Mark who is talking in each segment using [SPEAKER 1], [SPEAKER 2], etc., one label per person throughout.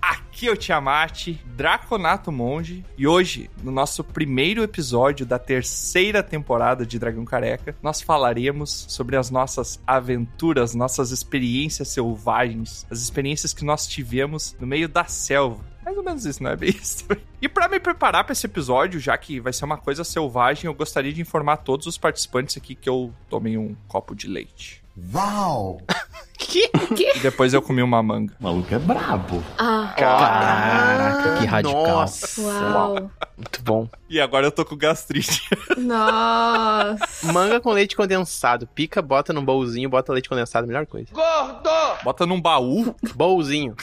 [SPEAKER 1] Aqui é o Tiamat, Draconato Monge, e hoje, no nosso primeiro episódio da terceira temporada de Dragão Careca, nós falaremos sobre as nossas aventuras, nossas experiências selvagens, as experiências que nós tivemos no meio da selva. Mais ou menos isso, não é bem isso? E para me preparar para esse episódio, já que vai ser uma coisa selvagem, eu gostaria de informar todos os participantes aqui que eu tomei um copo de leite.
[SPEAKER 2] Uau!
[SPEAKER 3] Que? Que?
[SPEAKER 1] E depois eu comi uma manga.
[SPEAKER 2] O maluco é brabo.
[SPEAKER 3] Ah,
[SPEAKER 4] Ah,
[SPEAKER 5] Caraca, que radical.
[SPEAKER 6] Nossa.
[SPEAKER 3] uau.
[SPEAKER 5] Muito bom.
[SPEAKER 1] E agora eu tô com gastrite.
[SPEAKER 3] Nossa.
[SPEAKER 5] Manga com leite condensado. Pica, bota num bolzinho, bota leite condensado, melhor coisa.
[SPEAKER 1] Bota num baú.
[SPEAKER 5] Bolzinho.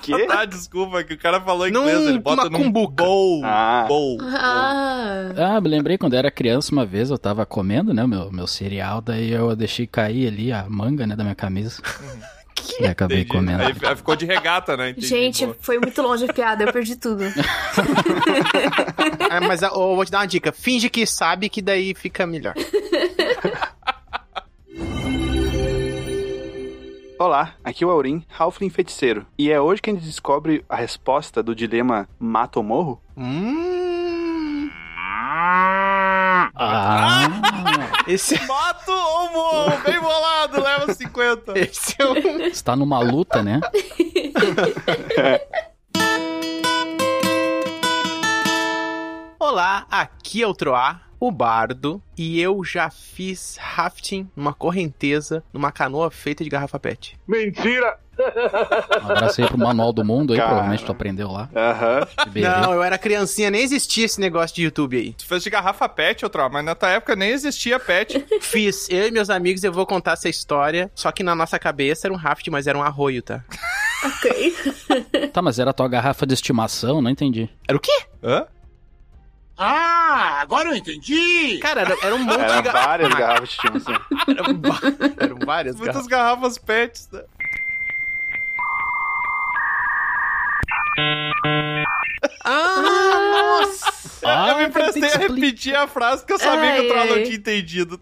[SPEAKER 6] Que?
[SPEAKER 1] Ah, desculpa, que o cara falou em
[SPEAKER 5] Num-
[SPEAKER 1] inglês. Ele bota
[SPEAKER 5] uma
[SPEAKER 1] num
[SPEAKER 5] cumbuca.
[SPEAKER 1] bowl.
[SPEAKER 6] Ah.
[SPEAKER 1] Bowl.
[SPEAKER 3] Ah.
[SPEAKER 7] Ah, me lembrei quando eu era criança, uma vez eu tava comendo, né, o meu, meu cereal, daí eu deixei cair ali a manga, né, da minha camisa. e acabei
[SPEAKER 1] Entendi.
[SPEAKER 7] comendo.
[SPEAKER 1] Aí, aí ficou de regata, né? Entendi,
[SPEAKER 3] Gente,
[SPEAKER 1] boa.
[SPEAKER 3] foi muito longe a piada, eu perdi tudo.
[SPEAKER 5] Ah, mas ah, eu vou te dar uma dica. Finge que sabe que daí fica melhor.
[SPEAKER 6] Olá, aqui é o Aurim, Halfling Feiticeiro. E é hoje que a gente descobre a resposta do dilema mata ou morro?
[SPEAKER 5] Hum.
[SPEAKER 7] Ah,
[SPEAKER 5] Esse,
[SPEAKER 1] Mato ou morro? Bem bolado, leva 50.
[SPEAKER 5] esse é um.
[SPEAKER 7] está numa luta, né?
[SPEAKER 5] Olá, aqui é o Troá, o Bardo, e eu já fiz rafting numa correnteza, numa canoa feita de garrafa pet.
[SPEAKER 8] Mentira!
[SPEAKER 7] Um abraço aí pro Manual do Mundo aí,
[SPEAKER 6] Cara.
[SPEAKER 7] provavelmente tu aprendeu lá.
[SPEAKER 6] Aham.
[SPEAKER 7] Que beleza.
[SPEAKER 5] Não, eu era criancinha, nem existia esse negócio de YouTube aí.
[SPEAKER 1] Tu fez de garrafa pet, outra, mas na tua época nem existia pet.
[SPEAKER 5] Fiz, eu e meus amigos, eu vou contar essa história, só que na nossa cabeça era um raft, mas era um arroio, tá?
[SPEAKER 3] ok.
[SPEAKER 7] Tá, mas era a tua garrafa de estimação, não entendi.
[SPEAKER 5] Era o quê?
[SPEAKER 1] Hã?
[SPEAKER 8] Ah, agora eu entendi!
[SPEAKER 5] Cara, era, era um monte
[SPEAKER 6] Era
[SPEAKER 5] de garrafa.
[SPEAKER 6] várias garrafas assim. de Stevenson.
[SPEAKER 5] Eram, va- eram várias garrafas.
[SPEAKER 1] Muitas garrafas pets, né?
[SPEAKER 5] Ah, nossa!
[SPEAKER 7] Ah,
[SPEAKER 1] eu me
[SPEAKER 7] então tem
[SPEAKER 1] prestei
[SPEAKER 7] que
[SPEAKER 1] a
[SPEAKER 7] explicar.
[SPEAKER 1] repetir a frase que eu sabia que o Troll
[SPEAKER 3] Ai,
[SPEAKER 1] não
[SPEAKER 3] ai.
[SPEAKER 1] tinha entendido.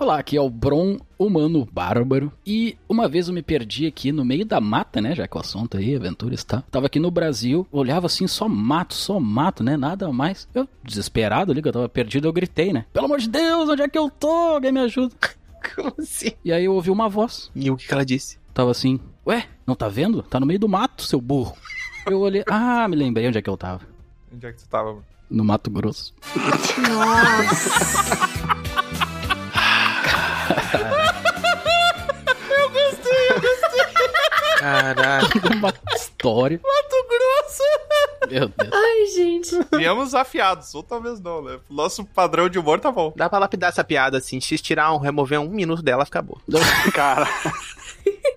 [SPEAKER 7] Olá, aqui é o Bron, humano bárbaro. E uma vez eu me perdi aqui no meio da mata, né? Já que o assunto aí, aventuras, tá? Tava aqui no Brasil, olhava assim, só mato, só mato, né? Nada mais. Eu, desesperado ali, que eu tava perdido, eu gritei, né? Pelo amor de Deus, onde é que eu tô? Alguém me ajuda.
[SPEAKER 5] Como assim?
[SPEAKER 7] E aí eu ouvi uma voz.
[SPEAKER 5] E o que, que ela disse?
[SPEAKER 7] Tava assim, ué, não tá vendo? Tá no meio do mato, seu burro. Eu olhei, ah, me lembrei onde é que eu tava.
[SPEAKER 1] Onde é que tu tava? mano?
[SPEAKER 7] No Mato Grosso.
[SPEAKER 3] Nossa.
[SPEAKER 7] Ah.
[SPEAKER 5] Caraca.
[SPEAKER 7] Uma história.
[SPEAKER 1] Mato Grosso!
[SPEAKER 7] Meu Deus.
[SPEAKER 3] Ai, gente.
[SPEAKER 1] Viemos afiados, ou talvez não, né? Nosso padrão de humor tá bom.
[SPEAKER 5] Dá pra lapidar essa piada assim, se tirar um, remover um minuto dela, fica boa.
[SPEAKER 6] Cara,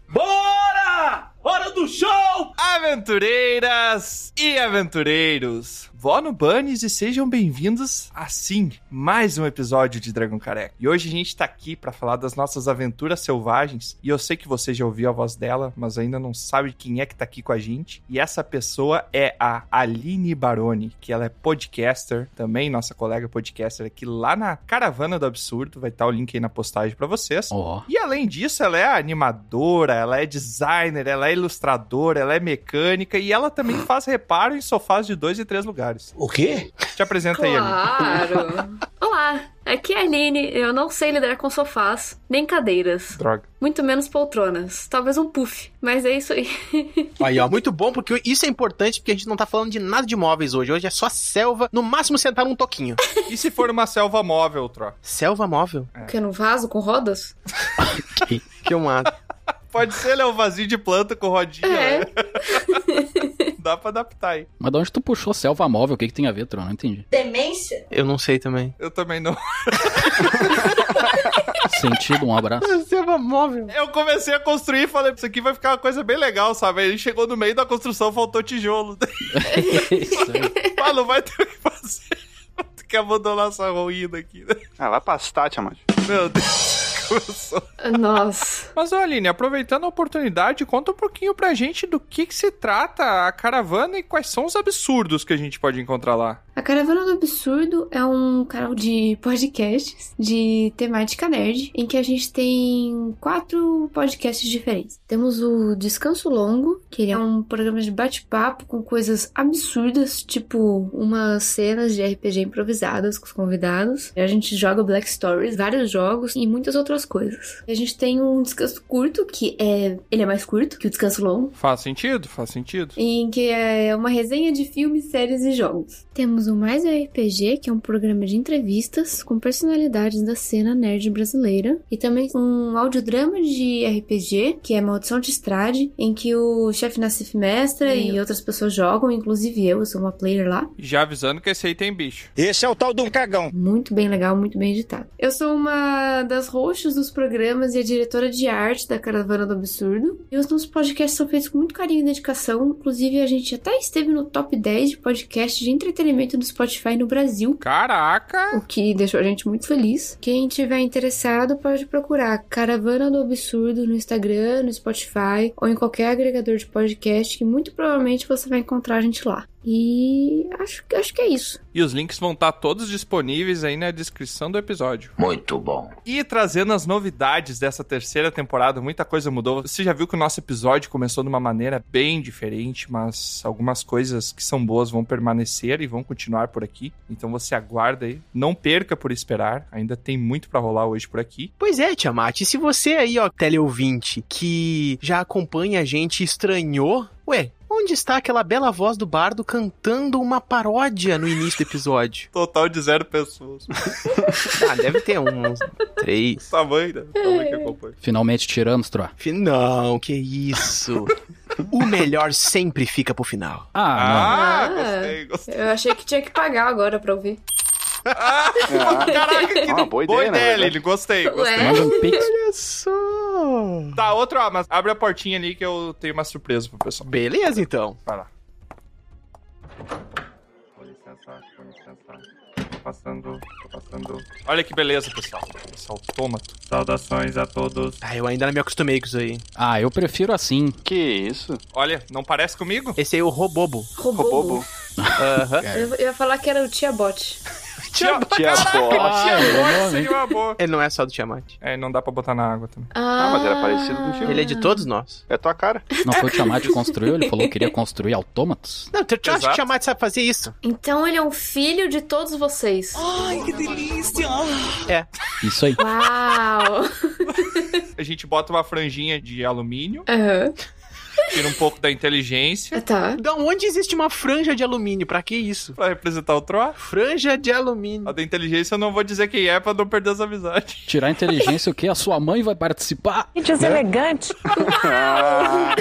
[SPEAKER 8] Bora! Hora do show!
[SPEAKER 1] Aventureiras e aventureiros, vó no Bunnies e sejam bem-vindos a sim, mais um episódio de Dragão Careca. E hoje a gente tá aqui pra falar das nossas aventuras selvagens, e eu sei que você já ouviu a voz dela, mas ainda não sabe quem é que tá aqui com a gente. E essa pessoa é a Aline Baroni, que ela é podcaster, também nossa colega podcaster aqui lá na Caravana do Absurdo, vai estar o link aí na postagem pra vocês.
[SPEAKER 7] Ó.
[SPEAKER 1] E além disso, ela é animadora, ela é designer, ela é ilustradora, ela é mecânica e ela também faz reparo em sofás de dois e três lugares.
[SPEAKER 8] O quê?
[SPEAKER 1] Te apresenta aí, Aline.
[SPEAKER 3] Claro. Olá, aqui é a Aline. Eu não sei lidar com sofás, nem cadeiras,
[SPEAKER 1] Droga.
[SPEAKER 3] muito menos poltronas. Talvez um puff, mas é isso aí.
[SPEAKER 5] Aí, ó, muito bom, porque isso é importante, porque a gente não tá falando de nada de móveis hoje. Hoje é só selva, no máximo sentar num toquinho.
[SPEAKER 1] E se for uma selva móvel, Tro?
[SPEAKER 5] Selva móvel?
[SPEAKER 3] Porque num vaso com rodas?
[SPEAKER 5] Que eu amo.
[SPEAKER 1] Pode ser, ele é um vasinho de planta com rodinha,
[SPEAKER 3] É.
[SPEAKER 1] né? Dá pra adaptar aí.
[SPEAKER 7] Mas de onde tu puxou selva móvel? O que, que tem a ver, Tron? Não entendi.
[SPEAKER 4] Demência?
[SPEAKER 5] Eu não sei também.
[SPEAKER 1] Eu também não.
[SPEAKER 7] Sentido, um abraço.
[SPEAKER 5] Selva móvel.
[SPEAKER 1] Eu comecei a construir e falei, isso aqui vai ficar uma coisa bem legal, sabe? Aí chegou no meio da construção, faltou tijolo.
[SPEAKER 7] Isso aí.
[SPEAKER 1] Ah, não vai ter o que fazer. Vou ter que abandonar essa ruína aqui, né?
[SPEAKER 6] ah, vai pastar, Tiamat.
[SPEAKER 1] Meu Deus, começou.
[SPEAKER 3] Nossa.
[SPEAKER 1] Mas, ô, Aline, aproveitando a oportunidade, conta um pouquinho pra gente do que, que se trata a caravana e quais são os absurdos que a gente pode encontrar lá.
[SPEAKER 3] A Caravana do Absurdo é um canal de podcasts de temática nerd, em que a gente tem quatro podcasts diferentes. Temos o Descanso Longo, que ele é um programa de bate-papo com coisas absurdas, tipo umas cenas de RPG improvisadas com os convidados. A gente joga Black Stories, vários jogos e muitas outras coisas. A gente tem um descanso curto, que é. Ele é mais curto que o descanso longo
[SPEAKER 1] Faz sentido, faz sentido.
[SPEAKER 3] em que é uma resenha de filmes, séries e jogos. Temos o Mais um RPG, que é um programa de entrevistas com personalidades da cena nerd brasileira, e também um audiodrama de RPG, que é Maldição de Estrade, em que o chefe Nassif mestra e outras pessoas jogam, inclusive eu, eu sou uma player lá.
[SPEAKER 1] Já avisando que esse aí tem bicho.
[SPEAKER 4] Esse é o tal de um cagão.
[SPEAKER 3] Muito bem legal, muito bem editado. Eu sou uma das hosts dos programas e a diretora de arte da Caravana do Absurdo. E os nossos podcasts são feitos com muito carinho e dedicação. Inclusive, a gente até esteve no top 10 de podcast de entretenimento do Spotify no Brasil.
[SPEAKER 1] Caraca!
[SPEAKER 3] O que deixou a gente muito feliz. Quem tiver interessado pode procurar Caravana do Absurdo no Instagram, no Spotify ou em qualquer agregador de podcast que muito provavelmente você vai encontrar a gente lá. E acho, acho que é isso.
[SPEAKER 1] E os links vão estar todos disponíveis aí na descrição do episódio.
[SPEAKER 2] Muito bom.
[SPEAKER 1] E trazendo as novidades dessa terceira temporada, muita coisa mudou. Você já viu que o nosso episódio começou de uma maneira bem diferente, mas algumas coisas que são boas vão permanecer e vão continuar por aqui. Então você aguarda aí, não perca por esperar, ainda tem muito pra rolar hoje por aqui.
[SPEAKER 5] Pois é, Tiamat. E se você aí, ó, teleouvinte, que já acompanha a gente e estranhou, ué, onde está aquela bela voz do bardo cantando uma paródia no início do episódio?
[SPEAKER 1] Total de zero pessoas.
[SPEAKER 5] Ah, deve ter uns três.
[SPEAKER 1] Tamanho, né? Tamanho que acompanha.
[SPEAKER 7] Finalmente tiramos, Troa.
[SPEAKER 5] Fi- Não, que isso. O melhor sempre fica pro final.
[SPEAKER 7] Ah,
[SPEAKER 1] Ah,
[SPEAKER 3] Ah.
[SPEAKER 1] gostei, gostei.
[SPEAKER 3] Eu achei que tinha que pagar agora pra ouvir.
[SPEAKER 1] Caraca, que
[SPEAKER 6] Ah, boa ideia, É.
[SPEAKER 1] boa
[SPEAKER 6] na
[SPEAKER 1] ideia,
[SPEAKER 6] verdade.
[SPEAKER 1] Lili. Gostei,
[SPEAKER 3] Ué.
[SPEAKER 7] não.
[SPEAKER 1] gostei.
[SPEAKER 7] Manda um pix.
[SPEAKER 5] Olha só.
[SPEAKER 1] Tá, outro, ó, mas abre a portinha ali que eu tenho uma surpresa pro pessoal.
[SPEAKER 5] Beleza, então.
[SPEAKER 1] Vai lá. Com licença, com licença. Tô passando, tô passando. Olha que beleza, pessoal. Esse autômato. Saudações a todos.
[SPEAKER 5] Ah, eu ainda não me acostumei com isso aí.
[SPEAKER 7] ah, eu prefiro assim.
[SPEAKER 6] Que isso?
[SPEAKER 1] Olha, não parece comigo?
[SPEAKER 5] Esse aí é o Robobo.
[SPEAKER 3] Robô.
[SPEAKER 6] Bobo.
[SPEAKER 5] Aham.
[SPEAKER 3] Eu eu ia falar que era o Tia Bot.
[SPEAKER 6] Tia,
[SPEAKER 1] tá
[SPEAKER 6] tia Bó.
[SPEAKER 1] Tia,
[SPEAKER 7] é o
[SPEAKER 1] boa,
[SPEAKER 7] nome.
[SPEAKER 1] seria uma boa.
[SPEAKER 5] Ele não é só do Tiamat.
[SPEAKER 1] É, não dá pra botar na água também.
[SPEAKER 6] Ah, mas era parecido contigo.
[SPEAKER 5] Ele é de todos nós.
[SPEAKER 6] É tua cara.
[SPEAKER 7] Não foi o Tiamat que construiu, ele falou que queria construir autômatos.
[SPEAKER 5] Não, tu tu acha que
[SPEAKER 1] Exato.
[SPEAKER 5] o Tiamat sabe fazer isso?
[SPEAKER 3] Então ele é um filho de todos vocês. É.
[SPEAKER 7] Isso aí.
[SPEAKER 3] Uau!
[SPEAKER 1] A gente bota uma franjinha de alumínio,
[SPEAKER 3] Aham.
[SPEAKER 1] tira um pouco da inteligência
[SPEAKER 3] Ah, Tá.
[SPEAKER 5] Da onde existe uma franja de alumínio? Pra que isso?
[SPEAKER 1] pra representar o Troá.
[SPEAKER 5] Franja de
[SPEAKER 1] A
[SPEAKER 5] alumínio.
[SPEAKER 1] da inteligência eu não vou dizer quem é pra não perder as amizades.
[SPEAKER 7] Tirar a inteligência, o quê? A sua mãe vai participar?
[SPEAKER 9] Gente, é elegante.
[SPEAKER 1] Ah,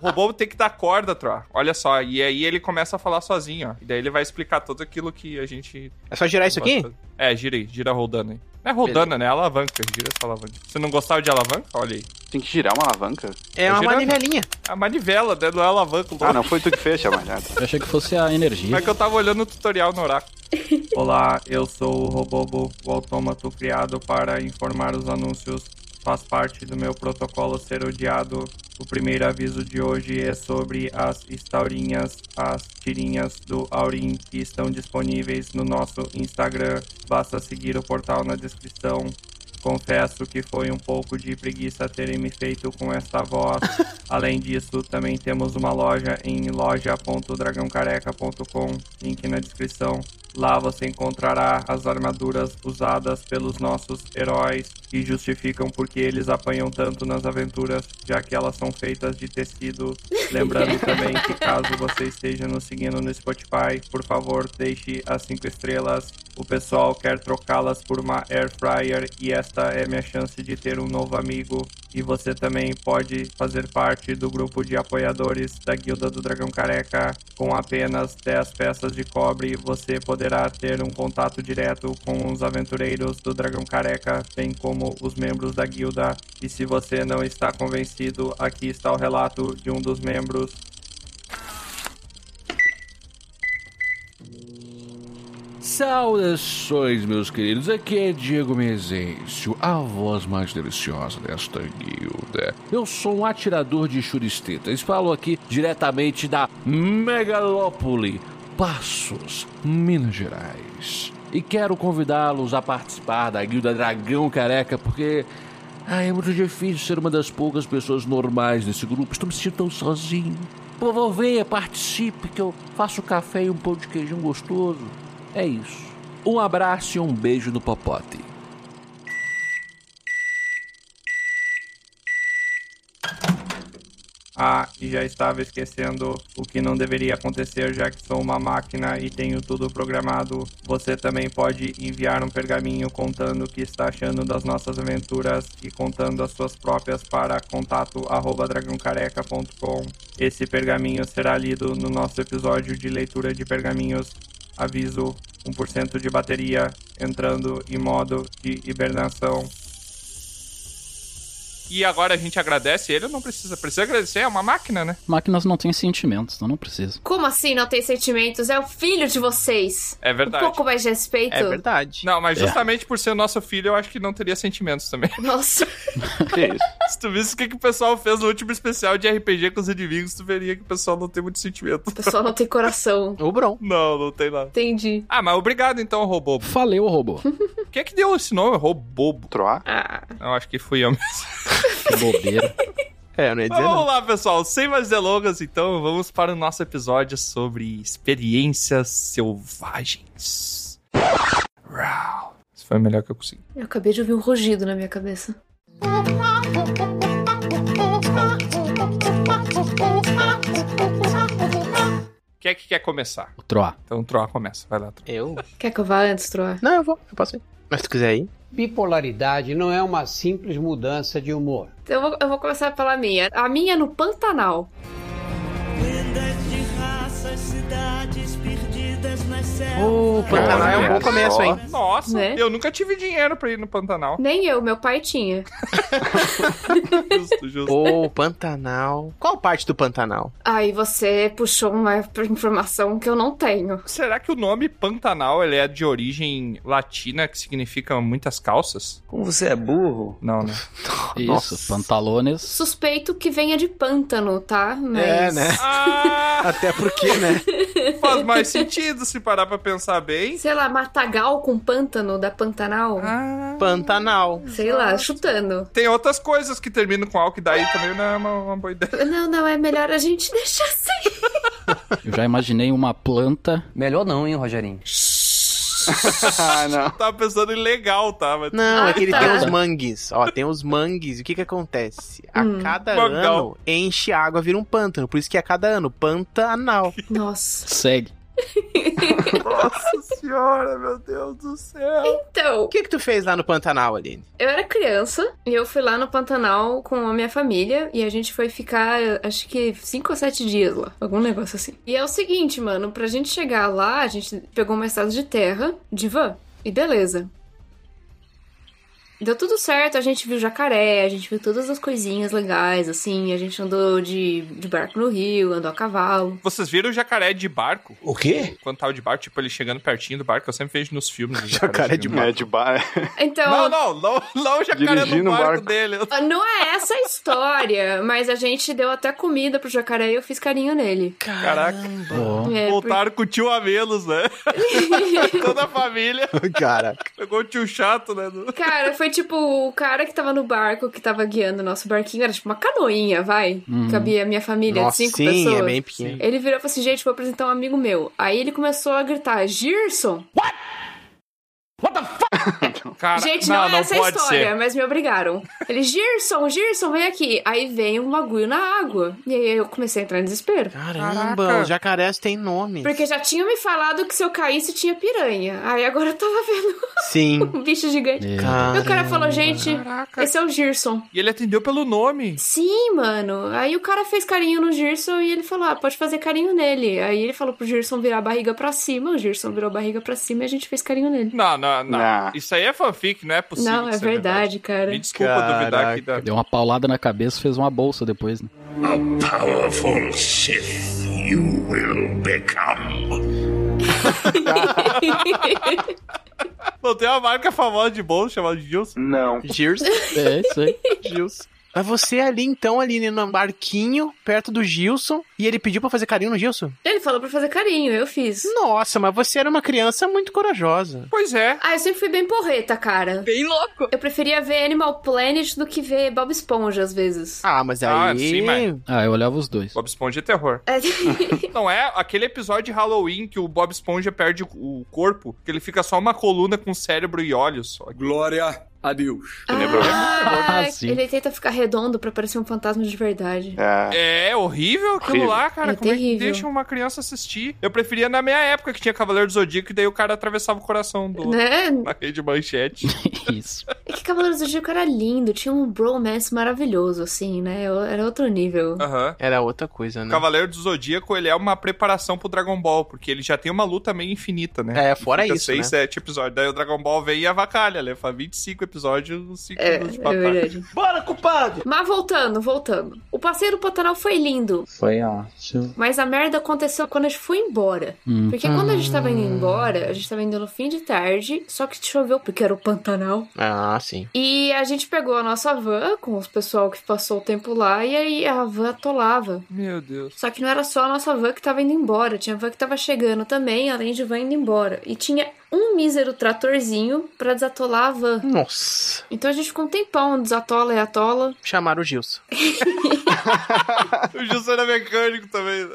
[SPEAKER 1] O robô tem que dar corda, Troá. Olha só, e aí ele começa a falar sozinho, ó. E daí ele vai explicar tudo aquilo que a gente
[SPEAKER 5] É só girar isso aqui?
[SPEAKER 1] É, gira aí, gira a rodana aí. Não é rodana, né? É alavanca, gira essa alavanca. Você não gostava de alavanca? Olha aí. Tá
[SPEAKER 6] Tem que girar uma alavanca.
[SPEAKER 5] É uma
[SPEAKER 1] girando.
[SPEAKER 5] manivelinha.
[SPEAKER 1] A manivela, né? Não é alavanca.
[SPEAKER 6] Ah,
[SPEAKER 1] louco.
[SPEAKER 6] não, foi tu que fez, né? chamalhada.
[SPEAKER 7] Eu achei que fosse a energia.
[SPEAKER 1] É que eu tava olhando o tutorial no oráculo. Olá, eu sou o Robobo, o autômato criado para informar os anúncios. Faz parte do meu protocolo ser odiado. O primeiro aviso de hoje é sobre as estaurinhas, as tirinhas do Aurim que estão disponíveis no nosso Instagram. Basta seguir o portal na descrição. Confesso que foi um pouco de preguiça terem me feito com esta voz. Além disso, também temos uma loja em loja.dragãocareca.com, link na descrição. Lá você encontrará as armaduras usadas pelos nossos heróis que justificam por que eles apanham tanto nas aventuras, já que elas são feitas de tecido. Lembrando também que caso você esteja nos seguindo no Spotify, por favor, deixe as cinco estrelas. O pessoal quer trocá-las por uma air fryer e esta é minha chance de ter um novo amigo. E você também pode fazer parte do grupo de apoiadores da Guilda do Dragão Careca. Com apenas 10 peças de cobre, você poderá ter um contato direto com os aventureiros do Dragão Careca, bem como os membros da guilda. E se você não está convencido, aqui está o relato de um dos membros.
[SPEAKER 10] Saudações, meus queridos. Aqui é Diego Mezencio, a voz mais deliciosa desta guilda. Eu sou um atirador de churistetas. Falo aqui diretamente da Megalópole, Passos, Minas Gerais. E quero convidá-los a participar da Guilda Dragão Careca, porque ah, é muito difícil ser uma das poucas pessoas normais desse grupo. Estou me sentindo tão sozinho. Por favor, venha, participe, que eu faço café e um pão de queijão gostoso. É isso. Um abraço e um beijo no popote.
[SPEAKER 4] Ah, e já estava esquecendo o que não deveria acontecer, já que sou uma máquina e tenho tudo programado. Você também pode enviar um pergaminho contando o que está achando das nossas aventuras e contando as suas próprias para contato@dragãocareca.com. Esse pergaminho será lido no nosso episódio de leitura de pergaminhos. Aviso: 1% de bateria entrando em modo de hibernação.
[SPEAKER 1] E agora a gente agradece ele, não precisa. Precisa agradecer, é uma máquina, né?
[SPEAKER 7] Máquinas não têm sentimentos, então não precisa.
[SPEAKER 3] Como assim não tem sentimentos? É o filho de vocês.
[SPEAKER 1] É verdade.
[SPEAKER 3] Um pouco mais de respeito.
[SPEAKER 5] É verdade.
[SPEAKER 1] Não, mas
[SPEAKER 7] É.
[SPEAKER 1] justamente por ser nosso filho, eu acho que não teria sentimentos também.
[SPEAKER 3] Nossa.
[SPEAKER 6] Que
[SPEAKER 7] é
[SPEAKER 6] isso?
[SPEAKER 1] Se tu visse o que, que o pessoal fez no último especial de RPG com os inimigos, tu veria que o pessoal não tem muito sentimento.
[SPEAKER 3] O pessoal não tem coração.
[SPEAKER 5] O Bron.
[SPEAKER 1] Não, não tem nada.
[SPEAKER 3] Entendi.
[SPEAKER 1] Ah, mas obrigado então, robô.
[SPEAKER 7] Falei o robô.
[SPEAKER 1] Quem é que deu esse nome? Robô.
[SPEAKER 6] Troar?
[SPEAKER 3] Ah,
[SPEAKER 1] Não, acho que fui eu mesmo.
[SPEAKER 7] Que bobeira.
[SPEAKER 5] É, eu não ia
[SPEAKER 1] Mas
[SPEAKER 5] dizer
[SPEAKER 1] vamos
[SPEAKER 5] não.
[SPEAKER 1] lá, pessoal. Sem mais delongas, então, vamos para o nosso episódio sobre experiências selvagens. Rau. Isso foi o melhor que eu consegui.
[SPEAKER 3] eu acabei de ouvir um rugido na minha cabeça.
[SPEAKER 1] Quem é que quer começar?
[SPEAKER 7] O Troá.
[SPEAKER 1] Então, Troa, começa. Vai lá, Troa.
[SPEAKER 5] Eu?
[SPEAKER 3] Quer que eu vá antes, Troa?
[SPEAKER 5] Não, eu vou. Eu posso ir. Mas se tu quiser ir.
[SPEAKER 9] Bipolaridade não é uma simples mudança de humor.
[SPEAKER 3] Então eu vou, eu vou começar pela minha. A minha é no Pantanal.
[SPEAKER 5] O Pantanal é um bom
[SPEAKER 6] Olha
[SPEAKER 5] começo,
[SPEAKER 6] só.
[SPEAKER 5] hein?
[SPEAKER 1] Nossa,
[SPEAKER 3] Né?
[SPEAKER 1] eu nunca tive dinheiro pra ir no Pantanal.
[SPEAKER 3] Nem eu, meu pai tinha.
[SPEAKER 1] justo, justo.
[SPEAKER 5] Pô, o Pantanal. Qual parte do Pantanal?
[SPEAKER 3] Aí você puxou uma informação que eu não tenho.
[SPEAKER 1] Será que o nome Pantanal ele é de origem latina, que significa muitas calças?
[SPEAKER 11] Como você é burro?
[SPEAKER 1] Não, né?
[SPEAKER 7] Isso, pantalones.
[SPEAKER 3] Suspeito que venha de pântano, tá? Mas...
[SPEAKER 5] É, né?
[SPEAKER 1] Ah,
[SPEAKER 5] Até porque, né?
[SPEAKER 1] faz mais sentido se parar pra pensar bem.
[SPEAKER 3] Sei lá, matagal com pântano da Pantanal?
[SPEAKER 1] Ah,
[SPEAKER 5] Pantanal.
[SPEAKER 3] Sei lá, chutando.
[SPEAKER 1] tem outras coisas que terminam com al que daí também não é uma, uma boa ideia.
[SPEAKER 3] Não, não, é melhor a gente deixar assim.
[SPEAKER 7] Eu já imaginei uma planta.
[SPEAKER 11] Melhor não, hein, Rogerinho?
[SPEAKER 6] ah, não.
[SPEAKER 1] Eu tava pensando em legal, tá? Mas...
[SPEAKER 5] Não,
[SPEAKER 3] Ah,
[SPEAKER 5] é que ele
[SPEAKER 3] tá.
[SPEAKER 5] tem os mangues. Ó, tem os mangues. E o que que acontece? A
[SPEAKER 3] Hum.
[SPEAKER 5] cada
[SPEAKER 1] Mangal.
[SPEAKER 5] ano, enche a água, vira um pântano. Por isso que a cada ano, Pantanal.
[SPEAKER 3] Nossa.
[SPEAKER 7] Segue.
[SPEAKER 1] Nossa senhora, meu Deus do céu.
[SPEAKER 3] Então,
[SPEAKER 5] O que que tu fez lá no Pantanal, Aline?
[SPEAKER 3] eu era criança e eu fui lá no Pantanal com a minha família e a gente foi ficar, acho que 5 ou 7 dias lá, algum negócio assim. E é o seguinte, mano, pra gente chegar lá, a gente pegou uma estrada de terra de van e beleza. Deu tudo certo, a gente viu jacaré, a gente viu todas as coisinhas legais, assim, a gente andou de, de barco no rio, andou a cavalo.
[SPEAKER 1] Vocês viram o jacaré de barco?
[SPEAKER 9] O quê?
[SPEAKER 1] Quando tava de barco, tipo, ele chegando pertinho do barco, eu sempre vejo nos filmes. o
[SPEAKER 5] Jacaré de
[SPEAKER 1] chegando no
[SPEAKER 6] É de bar.
[SPEAKER 3] Então,
[SPEAKER 1] Não, não, não, não o jacaré no
[SPEAKER 6] Dirigindo um
[SPEAKER 1] barco,
[SPEAKER 6] barco.
[SPEAKER 1] dele.
[SPEAKER 3] Não é essa a história, mas a gente deu até comida pro jacaré e eu fiz carinho nele.
[SPEAKER 1] Caraca,
[SPEAKER 7] Bom.
[SPEAKER 3] É,
[SPEAKER 1] voltaram com o tio a menos, né? Toda a família.
[SPEAKER 5] Cara,
[SPEAKER 1] Pegou o tio chato, né?
[SPEAKER 3] por- Cara, foi tipo o cara que tava no barco, que tava guiando o nosso barquinho, era tipo uma canoinha, vai. Cabia a minha família,
[SPEAKER 5] Uhum. nossa,
[SPEAKER 3] cinco
[SPEAKER 5] sim,
[SPEAKER 3] pessoas.
[SPEAKER 5] é bem pequeno.
[SPEAKER 3] Ele virou e falou assim, gente, vou apresentar um amigo meu. Aí ele começou a gritar, Gerson!
[SPEAKER 1] Cara,
[SPEAKER 3] gente, não, é essa a história, mas me obrigaram. Ele, Gerson, Gerson, vem aqui. Aí vem um bagulho na água. E aí eu comecei a entrar em desespero.
[SPEAKER 5] Caramba,
[SPEAKER 1] Caraca.
[SPEAKER 5] os jacarés têm nome.
[SPEAKER 3] Porque já tinham me falado que se eu caísse tinha piranha. Aí agora eu tava vendo
[SPEAKER 5] Sim.
[SPEAKER 3] um bicho gigante. E o cara falou, gente, esse é o Gerson.
[SPEAKER 1] E ele atendeu pelo nome.
[SPEAKER 3] Sim, mano. Aí o cara fez carinho no Gerson e ele falou, ah, pode fazer carinho nele. Aí ele falou pro Gerson virar a barriga pra cima. O Gerson virou a barriga pra cima e a gente fez carinho nele.
[SPEAKER 1] Não, não, não.
[SPEAKER 6] Não.
[SPEAKER 1] Isso aí é fanfic, não é possível.
[SPEAKER 3] Não,
[SPEAKER 1] que
[SPEAKER 3] é
[SPEAKER 1] isso é
[SPEAKER 3] verdade, cara.
[SPEAKER 1] Me desculpa
[SPEAKER 5] Caraca.
[SPEAKER 1] duvidar aqui da.
[SPEAKER 7] Deu uma paulada na cabeça e fez uma bolsa depois, né?
[SPEAKER 8] Powerful Sith you will become.
[SPEAKER 1] Não tem uma marca famosa de bolo chamada Gilson.
[SPEAKER 6] Não.
[SPEAKER 5] Gilson.
[SPEAKER 7] É isso aí.
[SPEAKER 5] é Gilson. Mas você ali, então, ali no barquinho, né, perto do Gilson, E ele pediu pra fazer carinho no Gilson?
[SPEAKER 3] Ele falou pra fazer carinho, eu fiz.
[SPEAKER 5] Nossa, mas você era uma criança muito corajosa.
[SPEAKER 1] Pois é.
[SPEAKER 3] Ah, eu sempre fui bem porreta, cara.
[SPEAKER 12] Bem louco.
[SPEAKER 3] Eu preferia ver Animal Planet do que ver Bob Esponja, às vezes.
[SPEAKER 5] Ah, mas
[SPEAKER 1] Ah, sim, mas...
[SPEAKER 7] Ah, eu olhava os dois.
[SPEAKER 1] Bob Esponja é terror.
[SPEAKER 3] É.
[SPEAKER 1] Não é aquele episódio de Halloween que o Bob Esponja perde o corpo, que ele fica só uma coluna com cérebro e olhos só.
[SPEAKER 13] Glória a Deus.
[SPEAKER 3] Ah,
[SPEAKER 1] Ah, sim.
[SPEAKER 3] ele tenta ficar redondo pra parecer um fantasma de verdade.
[SPEAKER 1] É horrível aquilo
[SPEAKER 3] Horrível.
[SPEAKER 1] lá, cara.
[SPEAKER 3] É
[SPEAKER 1] Como é que
[SPEAKER 3] terrível.
[SPEAKER 1] deixa uma criança assistir? Eu preferia na minha época que tinha Cavaleiro do Zodíaco e daí o cara atravessava o coração do
[SPEAKER 3] Né?
[SPEAKER 1] na rede manchete.
[SPEAKER 7] Isso.
[SPEAKER 3] É que Cavaleiros do Zodíaco era lindo, tinha um bromance maravilhoso, assim, né? Eu- Era outro nível.
[SPEAKER 1] Ah,
[SPEAKER 5] Era outra coisa, né?
[SPEAKER 1] Cavaleiro do Zodíaco, ele é uma preparação pro Dragon Ball, porque ele já tem uma luta meio infinita, né?
[SPEAKER 5] É, fora
[SPEAKER 1] Fica
[SPEAKER 5] isso,
[SPEAKER 1] seis,
[SPEAKER 5] né?
[SPEAKER 1] sete episódios. Daí o Dragon Ball vem e avacalha, né? leva 25 episódios, 5
[SPEAKER 3] É,
[SPEAKER 1] minutos
[SPEAKER 3] é
[SPEAKER 1] pra trás.
[SPEAKER 3] verdade.
[SPEAKER 5] Bora, culpado!
[SPEAKER 3] Mas voltando, voltando. O passeio do Pantanal foi lindo,
[SPEAKER 11] Foi ótimo.
[SPEAKER 3] mas a merda aconteceu quando a gente foi embora.
[SPEAKER 11] Hum.
[SPEAKER 3] Porque quando a gente tava indo embora, a gente tava indo no fim de tarde, só que choveu, porque era o Pantanal.
[SPEAKER 5] Ah, sim.
[SPEAKER 3] E a gente pegou a nossa van com os pessoal que passou o tempo lá, e aí a van atolava.
[SPEAKER 1] Meu Deus.
[SPEAKER 3] Só que não era só a nossa van que tava indo embora, tinha van que tava chegando também, além de van indo embora. E tinha um mísero tratorzinho pra desatolar a van.
[SPEAKER 5] Nossa.
[SPEAKER 3] Então a gente ficou um tempão, desatola e atola.
[SPEAKER 5] Chamaram o Gilson.
[SPEAKER 1] O Gilson era mecânico também.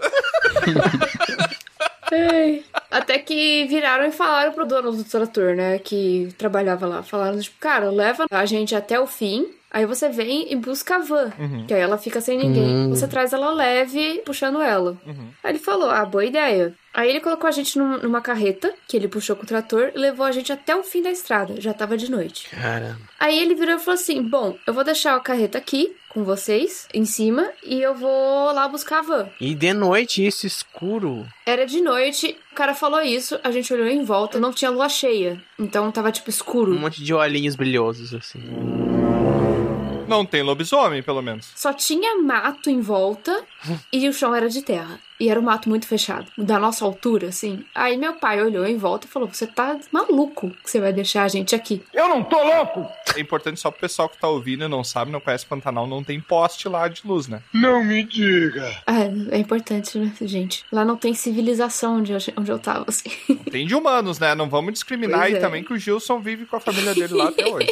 [SPEAKER 3] Ai. Até que viraram e falaram pro dono do trator, né, que trabalhava lá. Falaram, tipo, cara, leva a gente até o fim, aí você vem e busca a van.
[SPEAKER 12] Uhum.
[SPEAKER 3] Que aí ela fica sem ninguém.
[SPEAKER 12] Hum.
[SPEAKER 3] Você traz ela leve, puxando ela. Aí ele falou, ah, boa ideia. Aí ele colocou a gente num- numa carreta, que ele puxou com o trator, e levou a gente até o fim da estrada. Já tava de noite.
[SPEAKER 5] Caramba.
[SPEAKER 3] Aí ele virou e falou assim: Bom, eu vou deixar a carreta aqui com vocês, em cima, e eu vou lá buscar a van.
[SPEAKER 5] E de noite, isso escuro.
[SPEAKER 3] Era de noite, o cara falou isso, a gente olhou em volta, não tinha lua cheia. Então tava tipo escuro.
[SPEAKER 5] Um monte de olhinhos brilhosos, assim.
[SPEAKER 1] Não tem lobisomem, pelo menos.
[SPEAKER 3] Só tinha mato em volta e o chão era de terra. E era um mato muito fechado, da nossa altura, assim. Aí meu pai olhou em volta e falou: Você tá maluco que você vai deixar a gente aqui?
[SPEAKER 1] Eu não tô louco! É importante só pro pessoal que tá ouvindo e não sabe, não conhece Pantanal, não tem poste lá de luz, né?
[SPEAKER 3] Não me diga! É, é importante, né, gente? Lá não tem civilização onde eu, onde eu tava, assim.
[SPEAKER 1] Tem de humanos, né? Não vamos discriminar
[SPEAKER 3] Pois
[SPEAKER 1] e
[SPEAKER 3] é.
[SPEAKER 1] também que o Gilson vive com a família dele lá até hoje.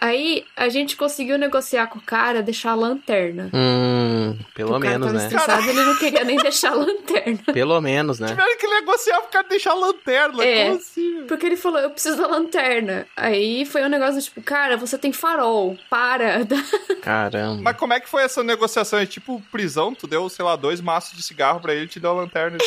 [SPEAKER 3] Aí a gente conseguiu negociar com o cara deixar a lanterna.
[SPEAKER 5] Hum, pelo
[SPEAKER 3] o cara
[SPEAKER 5] menos,
[SPEAKER 3] tava
[SPEAKER 5] né?
[SPEAKER 3] estressado, ele não queria nem deixar a lanterna.
[SPEAKER 5] Pelo menos, né?
[SPEAKER 1] Tiveram que é negociar pro cara deixar a lanterna,
[SPEAKER 3] É,
[SPEAKER 1] como assim?
[SPEAKER 3] porque ele falou, eu preciso da lanterna. Aí foi um negócio tipo, cara, você tem farol, para.
[SPEAKER 5] Caramba.
[SPEAKER 1] Mas como é que foi essa negociação? É tipo prisão, tu deu, sei lá, dois maços de cigarro pra ele e te deu a lanterna.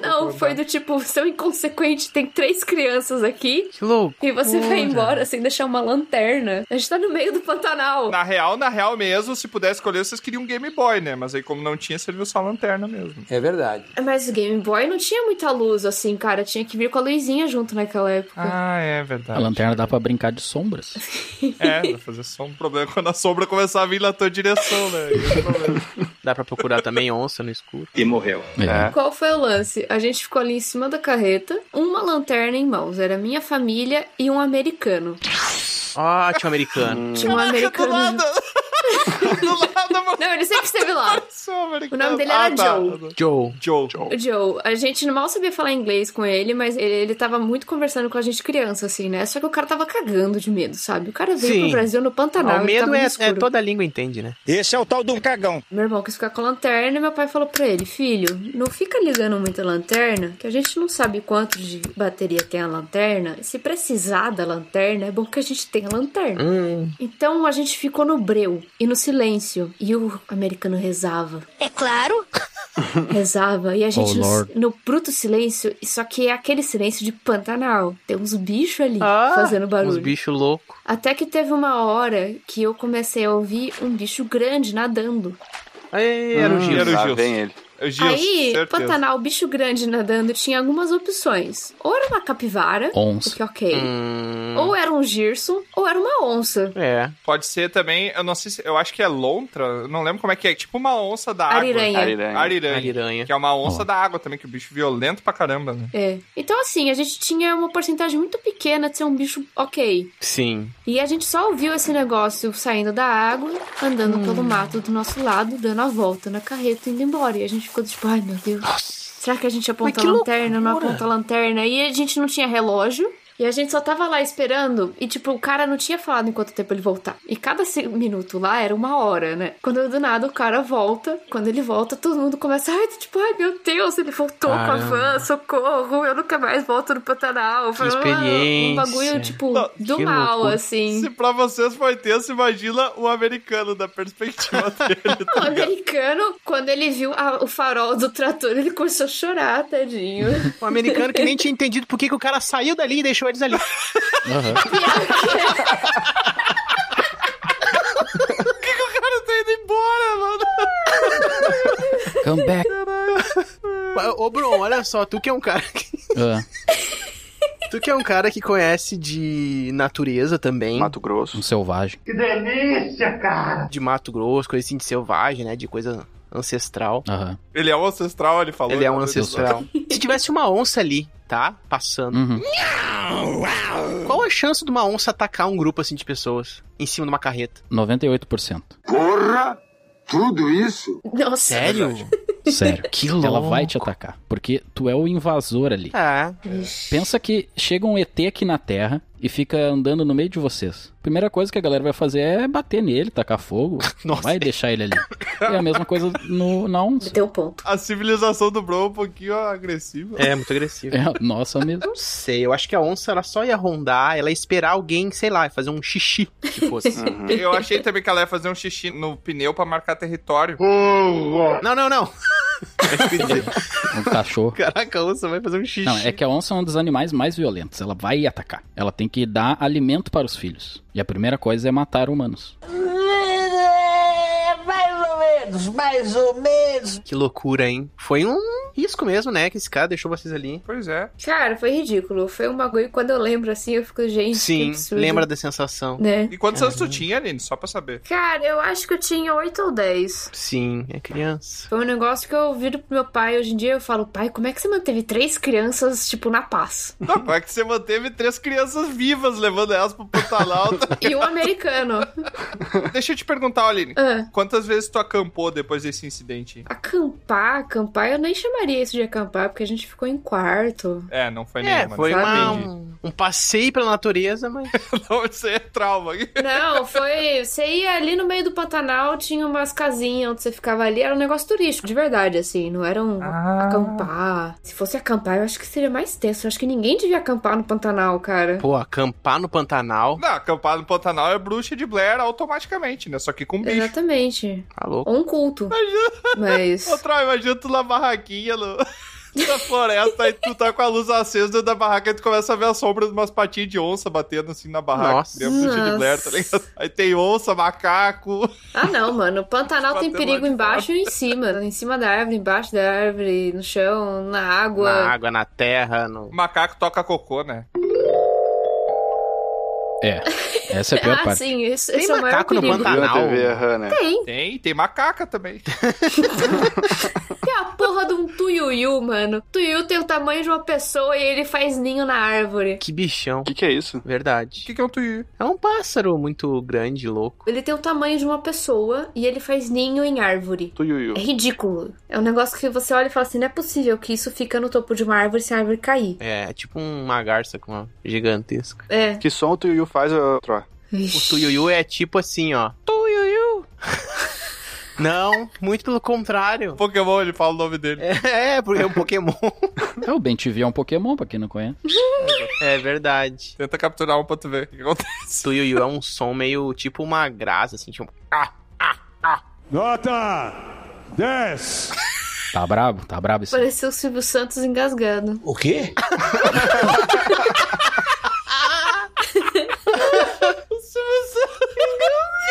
[SPEAKER 3] Não, foi do tipo, seu inconsequente, tem três crianças aqui.
[SPEAKER 5] Que louco.
[SPEAKER 3] E você vai
[SPEAKER 1] Loucura.
[SPEAKER 3] embora sem deixar uma lanterna. A gente tá no meio do Pantanal.
[SPEAKER 1] Na real, na real mesmo, se pudesse escolher, vocês queriam um Game Boy, né? Mas aí, como não tinha, serviu só a lanterna mesmo.
[SPEAKER 13] É verdade.
[SPEAKER 3] Mas o Game Boy não tinha muita luz, assim, cara. Tinha que vir com a luzinha junto naquela época.
[SPEAKER 1] Ah, é
[SPEAKER 7] A
[SPEAKER 1] verdade.
[SPEAKER 7] lanterna dá pra brincar de sombras.
[SPEAKER 1] É, vai fazer só um problema quando a sombra começar a vir na tua direção, né? Aí é um problema.
[SPEAKER 5] Dá pra procurar também onça no escuro.
[SPEAKER 13] E morreu.
[SPEAKER 1] Ah.
[SPEAKER 5] É.
[SPEAKER 3] Qual foi o lance? A gente ficou ali em cima da carreta, uma lanterna em mãos. Era minha família e um americano. É.
[SPEAKER 5] Ó, tinha um
[SPEAKER 1] Hum.
[SPEAKER 5] americano.
[SPEAKER 3] Tinha um americano.
[SPEAKER 1] Do lado,
[SPEAKER 3] Não, ele sempre esteve lá. O nome dele era
[SPEAKER 1] Ah, tá.
[SPEAKER 3] Joe.
[SPEAKER 5] Joe.
[SPEAKER 1] Joe.
[SPEAKER 3] O Joe, a gente mal sabia falar inglês com ele, mas ele, ele tava muito conversando com a gente criança, assim, né? Só que o cara tava cagando de medo, sabe? O cara veio
[SPEAKER 5] Sim.
[SPEAKER 3] pro Brasil no Pantanal.
[SPEAKER 5] o
[SPEAKER 3] ele
[SPEAKER 5] medo
[SPEAKER 3] tava no
[SPEAKER 5] é,
[SPEAKER 3] escuro.
[SPEAKER 5] é toda língua entende, né? Esse é o tal do cagão.
[SPEAKER 3] Meu irmão quis ficar com a lanterna e meu pai falou pra ele: Filho, não fica ligando muito a lanterna, que a gente não sabe quanto de bateria tem a lanterna. Se precisar da lanterna, é bom que a gente tenha a lanterna. Então a gente ficou no breu e no silêncio. E o americano rezava. É claro! Rezava. E a gente
[SPEAKER 12] Oh,
[SPEAKER 3] no,
[SPEAKER 12] Lord.
[SPEAKER 3] no bruto silêncio, só que é aquele silêncio de Pantanal. Tem uns bichos ali
[SPEAKER 5] Ah.
[SPEAKER 3] fazendo barulho.
[SPEAKER 5] Uns bichos loucos.
[SPEAKER 3] Até que teve uma hora que eu comecei a ouvir um bicho grande nadando.
[SPEAKER 5] Aí, era o Gilson.
[SPEAKER 6] Ah. Era o Gilson. Hum, vem ele.
[SPEAKER 1] É o Gilson,
[SPEAKER 3] Aí,
[SPEAKER 1] certeza.
[SPEAKER 3] Pantanal, bicho grande nadando, tinha algumas opções. Ou era uma capivara,
[SPEAKER 1] Onça.
[SPEAKER 3] o que ok.
[SPEAKER 5] Hum.
[SPEAKER 3] Ou era um Gerson, ou era uma onça.
[SPEAKER 5] É.
[SPEAKER 1] Pode ser também, eu não sei se. Eu acho que é lontra, eu não lembro como é que é. Tipo uma onça da
[SPEAKER 3] Ariranha.
[SPEAKER 1] água. Ariranha.
[SPEAKER 3] Ariranha.
[SPEAKER 1] Ariranha. Que é uma onça da água também, que é um bicho violento pra caramba, né?
[SPEAKER 3] É. Então, assim, a gente tinha uma porcentagem muito pequena de ser um bicho ok.
[SPEAKER 5] Sim.
[SPEAKER 3] E a gente só ouviu esse negócio saindo da água, andando
[SPEAKER 12] Hum.
[SPEAKER 3] pelo mato do nosso lado, dando a volta na carreta e indo embora. E a gente ficou tipo, ai meu Deus. Será que a gente apontou
[SPEAKER 12] Mas
[SPEAKER 3] a
[SPEAKER 12] que
[SPEAKER 3] lanterna? Não
[SPEAKER 12] loucura.
[SPEAKER 3] apontou a lanterna. E a gente não tinha relógio. E a gente só tava lá esperando. E, tipo, o cara não tinha falado em quanto tempo ele voltar. E cada se- minuto lá era uma hora, né? Quando do nada o cara volta. Quando ele volta, todo mundo começa. Ai, tipo, ai meu Deus, ele voltou com a
[SPEAKER 5] Caramba.
[SPEAKER 3] van, socorro. Eu nunca mais volto no Pantanal. Foi uma- Um bagulho,
[SPEAKER 5] experiência.
[SPEAKER 3] tipo, do
[SPEAKER 5] que
[SPEAKER 3] mal,
[SPEAKER 5] loucura.
[SPEAKER 3] assim.
[SPEAKER 1] Se pra vocês foi tenso, imagina o americano da perspectiva dele.
[SPEAKER 5] tá
[SPEAKER 3] O americano, quando ele viu a- o farol do trator, ele começou a chorar, tadinho.
[SPEAKER 5] Um americano que nem tinha entendido por que, que o cara saiu dali e deixou eles ali.
[SPEAKER 1] Por que, que o cara tá indo embora, mano?
[SPEAKER 7] Come back.
[SPEAKER 5] Ô, Bruno, olha só, tu que é um cara que...
[SPEAKER 7] Ah,
[SPEAKER 5] Tu que é um cara que conhece de natureza também. Mato
[SPEAKER 6] Grosso.
[SPEAKER 7] um selvagem.
[SPEAKER 5] Que delícia, cara! De Mato Grosso, coisa assim de selvagem, né? De coisa ancestral.
[SPEAKER 7] Aham.
[SPEAKER 1] Ele é um ancestral, ele falou.
[SPEAKER 5] Ele é um
[SPEAKER 1] né?
[SPEAKER 5] ancestral. Se tivesse uma onça ali, tá? Passando.
[SPEAKER 7] Uhum.
[SPEAKER 5] Qual a chance de uma onça atacar um grupo assim de pessoas? Em cima de uma carreta?
[SPEAKER 7] 98%.
[SPEAKER 5] Porra! Tudo isso?
[SPEAKER 3] Nossa.
[SPEAKER 5] Sério?
[SPEAKER 7] Sério.
[SPEAKER 5] Que
[SPEAKER 7] Ela
[SPEAKER 5] louco.
[SPEAKER 7] vai te atacar. Porque tu é o invasor ali.
[SPEAKER 5] Ah.
[SPEAKER 7] Pensa que chega um ET aqui na Terra e fica andando no meio de vocês. Primeira coisa que a galera vai fazer é bater nele, tacar fogo. Não vai deixar ele ali. É a mesma coisa no, na onça.
[SPEAKER 3] Tem um ponto.
[SPEAKER 1] A civilização do Bro é um pouquinho agressiva.
[SPEAKER 5] É, muito agressivo.
[SPEAKER 7] É, nossa mesmo.
[SPEAKER 5] Não sei, eu acho que a onça ela só ia rondar, ela ia esperar alguém, sei lá, fazer um xixi. assim. Que fosse.
[SPEAKER 1] Uhum.
[SPEAKER 6] Uhum.
[SPEAKER 1] Eu achei também que ela ia fazer um xixi no pneu pra marcar território.
[SPEAKER 5] Não, não, não.
[SPEAKER 7] Um cachorro.
[SPEAKER 5] Caraca, a onça vai fazer um xixi.
[SPEAKER 7] Não, é que a onça é um dos animais mais violentos. Ela vai atacar. Ela tem que dar alimento para os filhos. E a primeira coisa é matar humanos.
[SPEAKER 12] Mais ou menos, mais ou menos.
[SPEAKER 5] Que loucura, hein? Foi um risco mesmo, né? Que esse cara deixou vocês ali.
[SPEAKER 1] Pois é.
[SPEAKER 3] Cara, foi ridículo. Foi um bagulho que quando eu lembro assim, eu fico,
[SPEAKER 1] um
[SPEAKER 3] gente. que
[SPEAKER 5] Sim,
[SPEAKER 3] absurdo.
[SPEAKER 5] lembra da sensação.
[SPEAKER 7] É.
[SPEAKER 3] Né?
[SPEAKER 1] E quantos
[SPEAKER 7] Uhum.
[SPEAKER 1] anos tu tinha, Aline? Só pra saber.
[SPEAKER 3] Cara, eu acho que eu tinha 8 ou 10.
[SPEAKER 5] Sim, é criança.
[SPEAKER 3] Foi um negócio que eu viro pro meu pai hoje em dia. Eu falo, pai, como é que você manteve três crianças, tipo, na paz?
[SPEAKER 1] Não, como é que você manteve três crianças vivas levando elas pro Pantanal?
[SPEAKER 3] E um americano.
[SPEAKER 1] Deixa eu te perguntar, Tá, Aline.
[SPEAKER 3] Ah.
[SPEAKER 1] Quantas vezes tu acampou depois desse incidente?
[SPEAKER 3] Acampar, acampar, eu nem chamaria isso de acampar, porque a gente ficou em quarto.
[SPEAKER 1] É, não foi
[SPEAKER 5] É,
[SPEAKER 1] nenhuma.
[SPEAKER 5] foi
[SPEAKER 1] né?
[SPEAKER 5] uma-
[SPEAKER 1] Entendi.
[SPEAKER 5] um, um passeio pela natureza, mas.
[SPEAKER 1] Não, isso aí é trauma.
[SPEAKER 3] Não, foi. Você ia ali no meio do Pantanal, tinha umas casinhas onde você ficava ali. Era um negócio turístico, de verdade, assim. Não era um
[SPEAKER 5] Ah.
[SPEAKER 3] acampar. Se fosse acampar, eu acho que seria mais tenso. Eu acho que ninguém devia acampar no Pantanal, cara.
[SPEAKER 5] Pô, acampar no Pantanal.
[SPEAKER 1] Não, acampar no Pantanal é bruxa de Blair automaticamente, né? Só que com bicho.
[SPEAKER 3] Exatamente.
[SPEAKER 5] Tá louco.
[SPEAKER 3] Ou um culto.
[SPEAKER 1] É
[SPEAKER 3] Mas.
[SPEAKER 1] Ô, Troy, imagina tu na barraquinha no... na floresta, aí tu tá com a luz acesa dentro da barraca e tu começa a ver a sombra de umas patinhas de onça batendo assim na barraca.
[SPEAKER 5] Nossa.
[SPEAKER 1] que nem a bruxa de Blair, tá ligado? Aí tem onça, macaco.
[SPEAKER 3] Ah, não, mano. O Pantanal tem
[SPEAKER 1] Bateu lá
[SPEAKER 3] perigo
[SPEAKER 1] de
[SPEAKER 3] embaixo e em cima. Em cima da árvore, embaixo da árvore, no chão, na água.
[SPEAKER 5] Na água, na terra, no.
[SPEAKER 1] Macaco toca cocô, né?
[SPEAKER 7] É. Essa é a pior
[SPEAKER 3] ah,
[SPEAKER 7] parte.
[SPEAKER 3] sim, esse,
[SPEAKER 5] Tem
[SPEAKER 3] esse é o maior
[SPEAKER 5] macaco no
[SPEAKER 3] perigo.
[SPEAKER 5] Pantanal?
[SPEAKER 1] né?
[SPEAKER 3] Tem.
[SPEAKER 1] Tem, tem macaca também.
[SPEAKER 3] Tem a porra de um tuiuiu, mano. Tuiuiu tem o tamanho de uma pessoa e ele faz ninho na árvore.
[SPEAKER 5] Que bichão. O
[SPEAKER 6] que, que é isso?
[SPEAKER 5] Verdade. O
[SPEAKER 1] que, que é um tuiu?
[SPEAKER 5] É um pássaro muito grande, louco.
[SPEAKER 3] Ele tem o tamanho de uma pessoa e ele faz ninho em árvore.
[SPEAKER 6] Tuiuiu.
[SPEAKER 3] É ridículo. É um negócio que você olha e fala assim: não é possível que isso fica no topo de uma árvore se a árvore cair.
[SPEAKER 5] É, é tipo uma garça com uma gigantesca.
[SPEAKER 3] É.
[SPEAKER 6] Que som o Tuiuiu faz, ô, Troa?
[SPEAKER 5] O tuiuiu é tipo assim, ó. Tuiuiu! Não, muito pelo contrário.
[SPEAKER 1] Pokémon, ele fala o nome dele.
[SPEAKER 5] É, porque é um Pokémon.
[SPEAKER 7] É, o Ben TV é um Pokémon, pra quem não conhece.
[SPEAKER 5] É verdade.
[SPEAKER 1] Tenta capturar um pra tu ver o que acontece.
[SPEAKER 5] Tuiuiu é um som meio tipo uma grasa, assim, tipo...
[SPEAKER 14] Nota 10.
[SPEAKER 7] Tá brabo, tá brabo esse.
[SPEAKER 3] Pareceu o Silvio Santos engasgado.
[SPEAKER 7] O quê?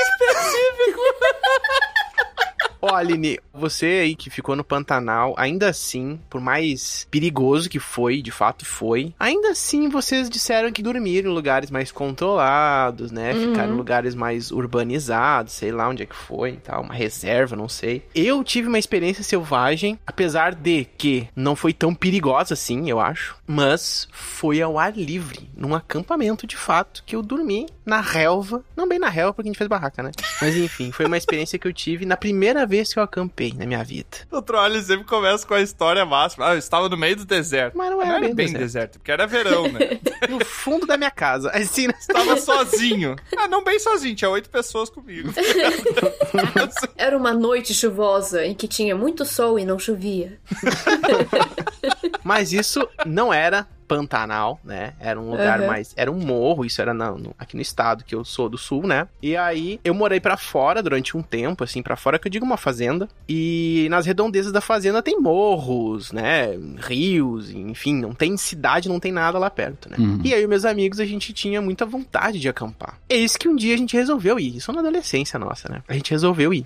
[SPEAKER 12] específico.
[SPEAKER 5] Ó, Ó, Aline, você aí que ficou no Pantanal, ainda assim, por mais perigoso que foi, de fato foi, ainda assim vocês disseram que dormiram em lugares mais controlados, né?
[SPEAKER 15] Uhum.
[SPEAKER 5] Ficaram em lugares mais urbanizados, sei lá onde é que foi e tal, uma reserva, não sei. Eu tive uma experiência selvagem, apesar de que não foi tão perigosa assim, eu acho, mas foi ao ar livre, num acampamento de fato, que eu dormi na relva, não bem na relva porque a gente fez barraca, né? Mas enfim, foi uma experiência que eu tive na primeira vez que eu acampei na minha vida.
[SPEAKER 1] O Trolli sempre começa com a história máxima. Ah, eu estava no meio do deserto.
[SPEAKER 5] Mas não era bem deserto.
[SPEAKER 1] porque era verão, né?
[SPEAKER 5] No fundo da minha casa. Assim, né?
[SPEAKER 1] Estava sozinho. Ah, não bem sozinho, tinha oito pessoas comigo.
[SPEAKER 3] Era uma noite chuvosa em que tinha muito sol e não chovia.
[SPEAKER 5] Mas isso não era Pantanal, né? Era um lugar
[SPEAKER 3] Uhum.
[SPEAKER 5] mais. Era um morro, isso era na- no- aqui no estado, que eu sou do sul, né? E aí eu morei pra fora durante um tempo, assim, pra fora, que eu digo uma fazenda. E nas redondezas da fazenda tem morros, né? Rios, enfim, não tem cidade, não tem nada lá perto, né?
[SPEAKER 7] Uhum.
[SPEAKER 5] E aí, meus amigos, a gente tinha muita vontade de acampar. Eis que um dia a gente resolveu ir. Isso na adolescência nossa, né? A gente resolveu ir.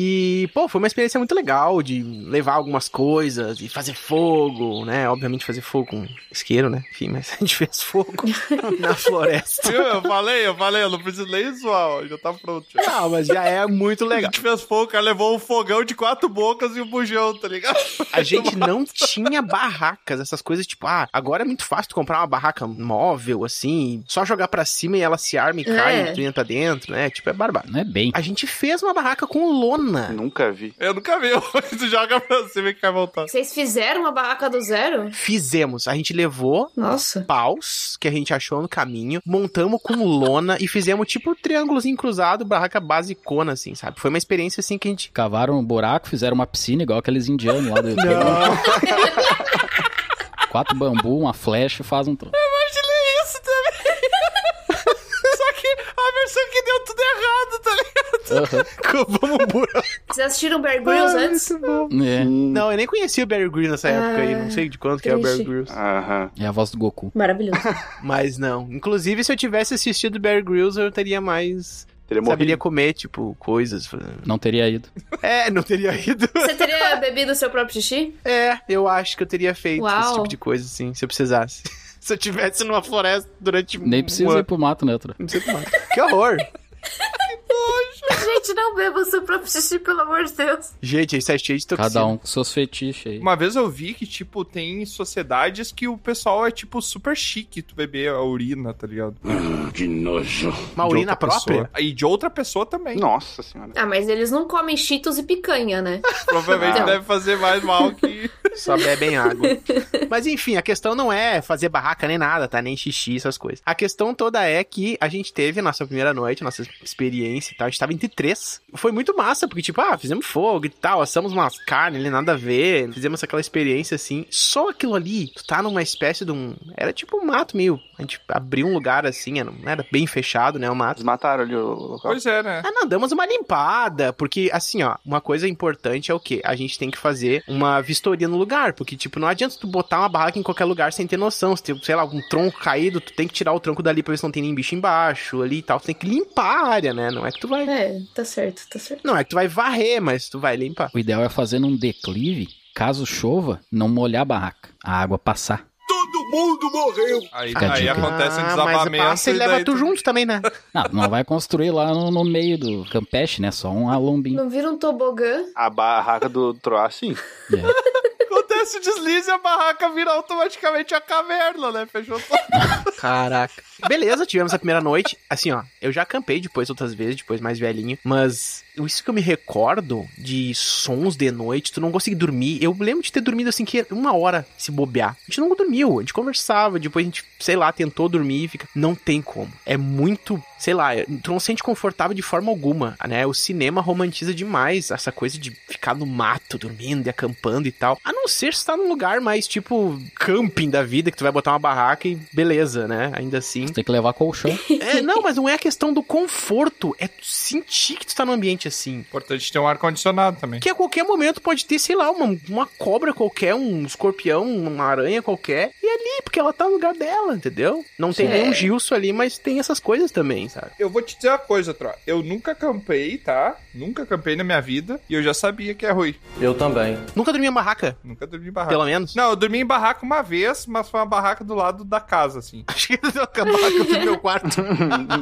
[SPEAKER 5] E, pô, foi uma experiência muito legal de levar algumas coisas e fazer fogo, né? Obviamente fazer fogo com isqueiro, né? Enfim, mas a gente fez fogo na floresta.
[SPEAKER 1] Viu? Eu falei, eu falei, eu não preciso nem zoar, ó, já tá pronto. já.
[SPEAKER 5] Não, mas já é muito legal.
[SPEAKER 1] A gente fez fogo, o cara levou um fogão de quatro bocas e um bujão, tá ligado?
[SPEAKER 5] A gente não tinha barracas, essas coisas tipo, ah, agora é muito fácil tu comprar uma barraca móvel, assim, só jogar pra cima e ela se arma e cai
[SPEAKER 1] É.
[SPEAKER 5] e tu entra dentro, né? Tipo, é barbado.
[SPEAKER 7] Não é bem.
[SPEAKER 5] A gente fez uma barraca com lona.
[SPEAKER 6] Nunca vi.
[SPEAKER 1] Eu nunca vi, tu joga pra cima e cai voltando.
[SPEAKER 3] Vocês fizeram uma barraca do zero?
[SPEAKER 5] Fizemos. A gente levou
[SPEAKER 3] Nossa.
[SPEAKER 5] paus que a gente achou no caminho, montamos com lona e fizemos tipo um triângulozinho cruzado, barraca basicona, assim, sabe? Foi uma experiência assim que a gente.
[SPEAKER 7] Cavaram um buraco, fizeram uma piscina igual aqueles indianos lá do YouTube. Quatro bambu, uma flecha e faz um tronco.
[SPEAKER 1] Imaginei isso também. Só que a versão que deu tudo errado, tá ligado?
[SPEAKER 5] Cavamos um buraco.
[SPEAKER 3] Vocês assistiram Bear Grylls
[SPEAKER 5] Ah,
[SPEAKER 3] antes?
[SPEAKER 7] É.
[SPEAKER 5] Não, eu nem conhecia o Barry Grylls nessa época aí,
[SPEAKER 3] Ah,
[SPEAKER 5] não sei de quanto que é o Barry
[SPEAKER 3] triste.
[SPEAKER 5] Grylls.
[SPEAKER 7] É a voz do Goku.
[SPEAKER 3] Maravilhoso.
[SPEAKER 5] Mas não. Inclusive, se eu tivesse assistido Barry Grylls, eu teria mais.
[SPEAKER 6] Teria
[SPEAKER 5] Saberia comer, tipo, coisas.
[SPEAKER 7] Não teria ido.
[SPEAKER 5] É, não teria ido.
[SPEAKER 3] Você teria bebido o seu próprio xixi?
[SPEAKER 5] É, eu acho que eu teria feito esse
[SPEAKER 3] Uau.
[SPEAKER 5] tipo de coisa, assim, se eu precisasse. se eu tivesse numa floresta durante
[SPEAKER 7] Nem
[SPEAKER 5] um
[SPEAKER 7] precisa ir
[SPEAKER 5] ano.
[SPEAKER 7] pro mato, né, Tro?
[SPEAKER 5] Não precisa pro mato. Que horror!
[SPEAKER 3] Gente, não beba o seu próprio xixi, pelo amor de Deus.
[SPEAKER 5] Gente, isso é cheio de toxina.
[SPEAKER 7] Cada um com seus fetiches aí.
[SPEAKER 1] Uma vez eu vi que, tipo, tem sociedades que o pessoal é, tipo, super chique tu beber a urina, tá ligado?
[SPEAKER 8] Hum, Que nojo.
[SPEAKER 1] De outra pessoa. E de outra pessoa também.
[SPEAKER 6] Nossa senhora.
[SPEAKER 3] Ah, mas eles não comem cheetos e picanha, né?
[SPEAKER 1] Provavelmente
[SPEAKER 7] Então.
[SPEAKER 3] Não.
[SPEAKER 1] deve fazer mais mal que.
[SPEAKER 5] Só bebem água. Mas enfim, a questão não é fazer barraca nem nada, tá? Nem xixi, essas coisas. A questão toda é que a gente teve a nossa primeira noite, nossa experiência e tal. A gente tava entre três. Foi muito massa, porque, tipo, ah, fizemos fogo e tal, assamos umas carnes ali, nada a ver. Fizemos aquela experiência assim. Só aquilo ali, tu tá numa espécie de um. Era tipo um mato meio. A gente abriu um lugar assim, era- não era bem fechado, né? O mato.
[SPEAKER 6] Desmataram ali o local.
[SPEAKER 1] Pois é, né?
[SPEAKER 5] Ah, não, damos uma limpada, porque assim, ó, uma coisa importante é o quê? A gente tem que fazer uma vistoria no lugar, porque, tipo, não adianta tu botar uma barraca em qualquer lugar sem ter noção. Se tem, sei lá, algum tronco caído, tu tem que tirar o tronco dali pra ver se não tem nem bicho embaixo ali e tal. Tu tem que limpar a área, né? Não é que tu vai.
[SPEAKER 3] É, tá certo, tá certo.
[SPEAKER 5] Não é que tu vai varrer, mas tu vai limpar.
[SPEAKER 7] O ideal é fazer num declive, caso chova, não molhar a barraca. A água passar.
[SPEAKER 14] Todo mundo morreu.
[SPEAKER 1] Aí,
[SPEAKER 7] Fica a
[SPEAKER 1] aí
[SPEAKER 7] dica.
[SPEAKER 1] acontece um
[SPEAKER 5] Ah,
[SPEAKER 1] desabamento.
[SPEAKER 5] mas passa e
[SPEAKER 1] e
[SPEAKER 5] leva
[SPEAKER 1] daí
[SPEAKER 5] tu junto também, né?
[SPEAKER 7] Não, não vai construir lá no, no meio do campeche, né? Só um alombinho.
[SPEAKER 3] Não vira um tobogã?
[SPEAKER 6] A barraca do Troá, sim.
[SPEAKER 1] Acontece o deslize e a barraca vira automaticamente a caverna, né? Fechou tudo.
[SPEAKER 5] Caraca. Beleza, tivemos a primeira noite. Assim, ó, eu já acampei depois outras vezes, depois mais velhinho. Mas isso que eu me recordo de sons de noite, tu não consegue dormir. Eu lembro de ter dormido assim, que uma hora se bobear. A gente não dormiu, a gente conversava, depois a gente, sei lá, tentou dormir e fica. Não tem como. É muito, sei lá, tu não sente confortável de forma alguma, né? O cinema romantiza demais essa coisa de ficar no mato, dormindo e acampando e tal. A não ser se tá num lugar mais tipo camping da vida, que tu vai botar uma barraca e beleza, né? Ainda assim.
[SPEAKER 7] Tem que levar colchão.
[SPEAKER 5] É, não, mas não é a questão do conforto, é tu sentir que tu tá num ambiente assim.
[SPEAKER 1] Importante ter um ar-condicionado também.
[SPEAKER 5] Que a qualquer momento pode ter, sei lá, uma, uma cobra qualquer, um escorpião, uma aranha é qualquer, e ali, porque ela tá no lugar dela, entendeu? Não tem
[SPEAKER 1] Sim.
[SPEAKER 5] nenhum Gilson ali, mas tem essas coisas também. assim, sabe?
[SPEAKER 1] Eu vou te dizer uma coisa, Tro. Eu nunca campei, tá? Nunca campei na minha vida e eu já sabia que é ruim.
[SPEAKER 11] Eu também.
[SPEAKER 5] Nunca dormi em barraca?
[SPEAKER 1] Nunca dormi em barraca.
[SPEAKER 5] Pelo menos?
[SPEAKER 1] Ah, Não, eu dormi em barraca uma vez, mas foi uma barraca do lado da casa, assim.
[SPEAKER 5] Acho que eu barraca do meu quarto.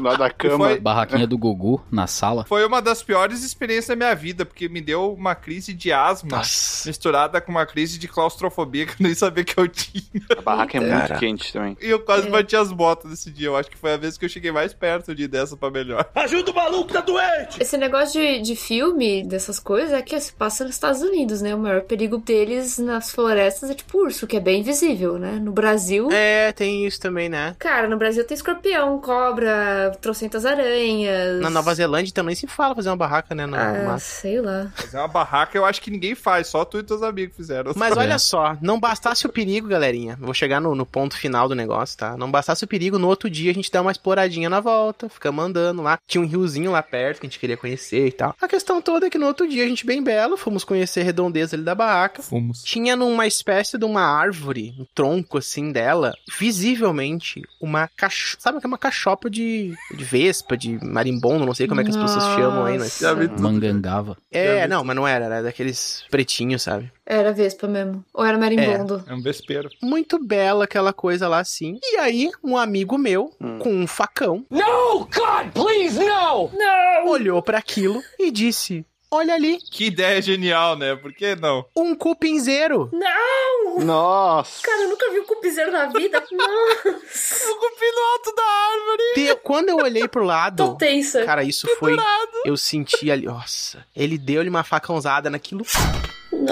[SPEAKER 6] Lá da cama.
[SPEAKER 1] Foi-
[SPEAKER 7] Barraquinha do Gugu na sala.
[SPEAKER 1] Foi uma das piores experiências da minha vida, porque me deu uma crise de asma misturada com uma crise de claustrofobia que eu nem sabia que eu tinha.
[SPEAKER 6] A barraca é muito
[SPEAKER 5] Cara.
[SPEAKER 6] quente também.
[SPEAKER 1] E eu quase bati as botas nesse dia. Eu acho que foi a vez que eu cheguei mais perto de ir dessa pra melhor.
[SPEAKER 12] Ajuda o maluco, tá doente!
[SPEAKER 3] Esse negócio de, de filme, dessas coisas, é que se passa nos Estados Unidos, né? O maior perigo deles nas florestas é tipo urso, que é bem visível, né? No Brasil.
[SPEAKER 5] É, tem isso também, né?
[SPEAKER 3] Cara, no Brasil tem escorpião, cobra, trocentas aranhas.
[SPEAKER 5] Na Nova Zelândia também se fala fazer uma barraca, né? No
[SPEAKER 3] Ah,
[SPEAKER 5] mato.
[SPEAKER 3] sei lá.
[SPEAKER 1] Fazer é uma barraca eu acho que ninguém faz, só tu e teus amigos fizeram.
[SPEAKER 5] Mas
[SPEAKER 1] Só-
[SPEAKER 7] É.
[SPEAKER 5] olha só, não bastasse o perigo, galerinha. Vou chegar no, no ponto final do negócio, tá? Não bastasse o perigo, no outro dia a gente dá uma exploradinha na volta, ficamos andando lá. Tinha um riozinho lá perto que a gente queria conhecer e tal. A questão toda é que no outro dia a gente, bem belo, fomos conhecer a redondeza ali da barraca.
[SPEAKER 1] Fomos.
[SPEAKER 5] Tinha numa espécie de uma árvore, um tronco assim dela, visivelmente uma cacho... Sabe o que é uma cachopa de, de vespa, de marimbondo, não sei como é que as pessoas chamam aí, mas.
[SPEAKER 3] Nossa. Já vi tudo.
[SPEAKER 7] Mangangava.
[SPEAKER 5] É, não, mas não era, era daqueles pretinhos, sabe?
[SPEAKER 3] Era Vespa mesmo. Ou era marimbondo.
[SPEAKER 1] É um vespeiro.
[SPEAKER 5] Muito bela aquela coisa lá, assim. E aí, um amigo meu, com um facão...
[SPEAKER 12] No, God, please, no! No!
[SPEAKER 5] Olhou pra aquilo e disse... Olha ali,
[SPEAKER 1] Que ideia genial, né? Por que não?
[SPEAKER 5] um cupinzeiro.
[SPEAKER 3] Não!
[SPEAKER 6] Nossa!
[SPEAKER 3] Cara, eu nunca vi um cupizeiro na vida. Nossa!
[SPEAKER 1] O cupim no alto da árvore!
[SPEAKER 5] Te- Quando eu olhei pro lado...
[SPEAKER 3] Tô tensa.
[SPEAKER 5] Cara, isso foi... Eu senti ali... Nossa. Ele deu-lhe uma facãozada naquilo.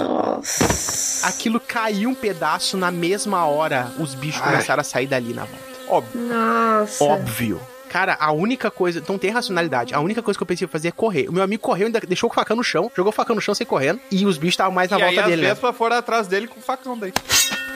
[SPEAKER 3] Nossa.
[SPEAKER 5] Aquilo caiu um pedaço na mesma hora. Os bichos começaram a sair dali na volta.
[SPEAKER 1] Óbvio.
[SPEAKER 3] Nossa.
[SPEAKER 5] Óbvio. Cara, a única coisa. Então tem racionalidade. A única coisa que eu pensei em fazer é correr. O meu amigo correu, ainda deixou o facão no chão, jogou o facão no chão sem correndo. E os bichos estavam mais na
[SPEAKER 1] e aí
[SPEAKER 5] volta
[SPEAKER 1] as
[SPEAKER 5] dele, né?
[SPEAKER 1] vespas foram atrás dele com o facão daí.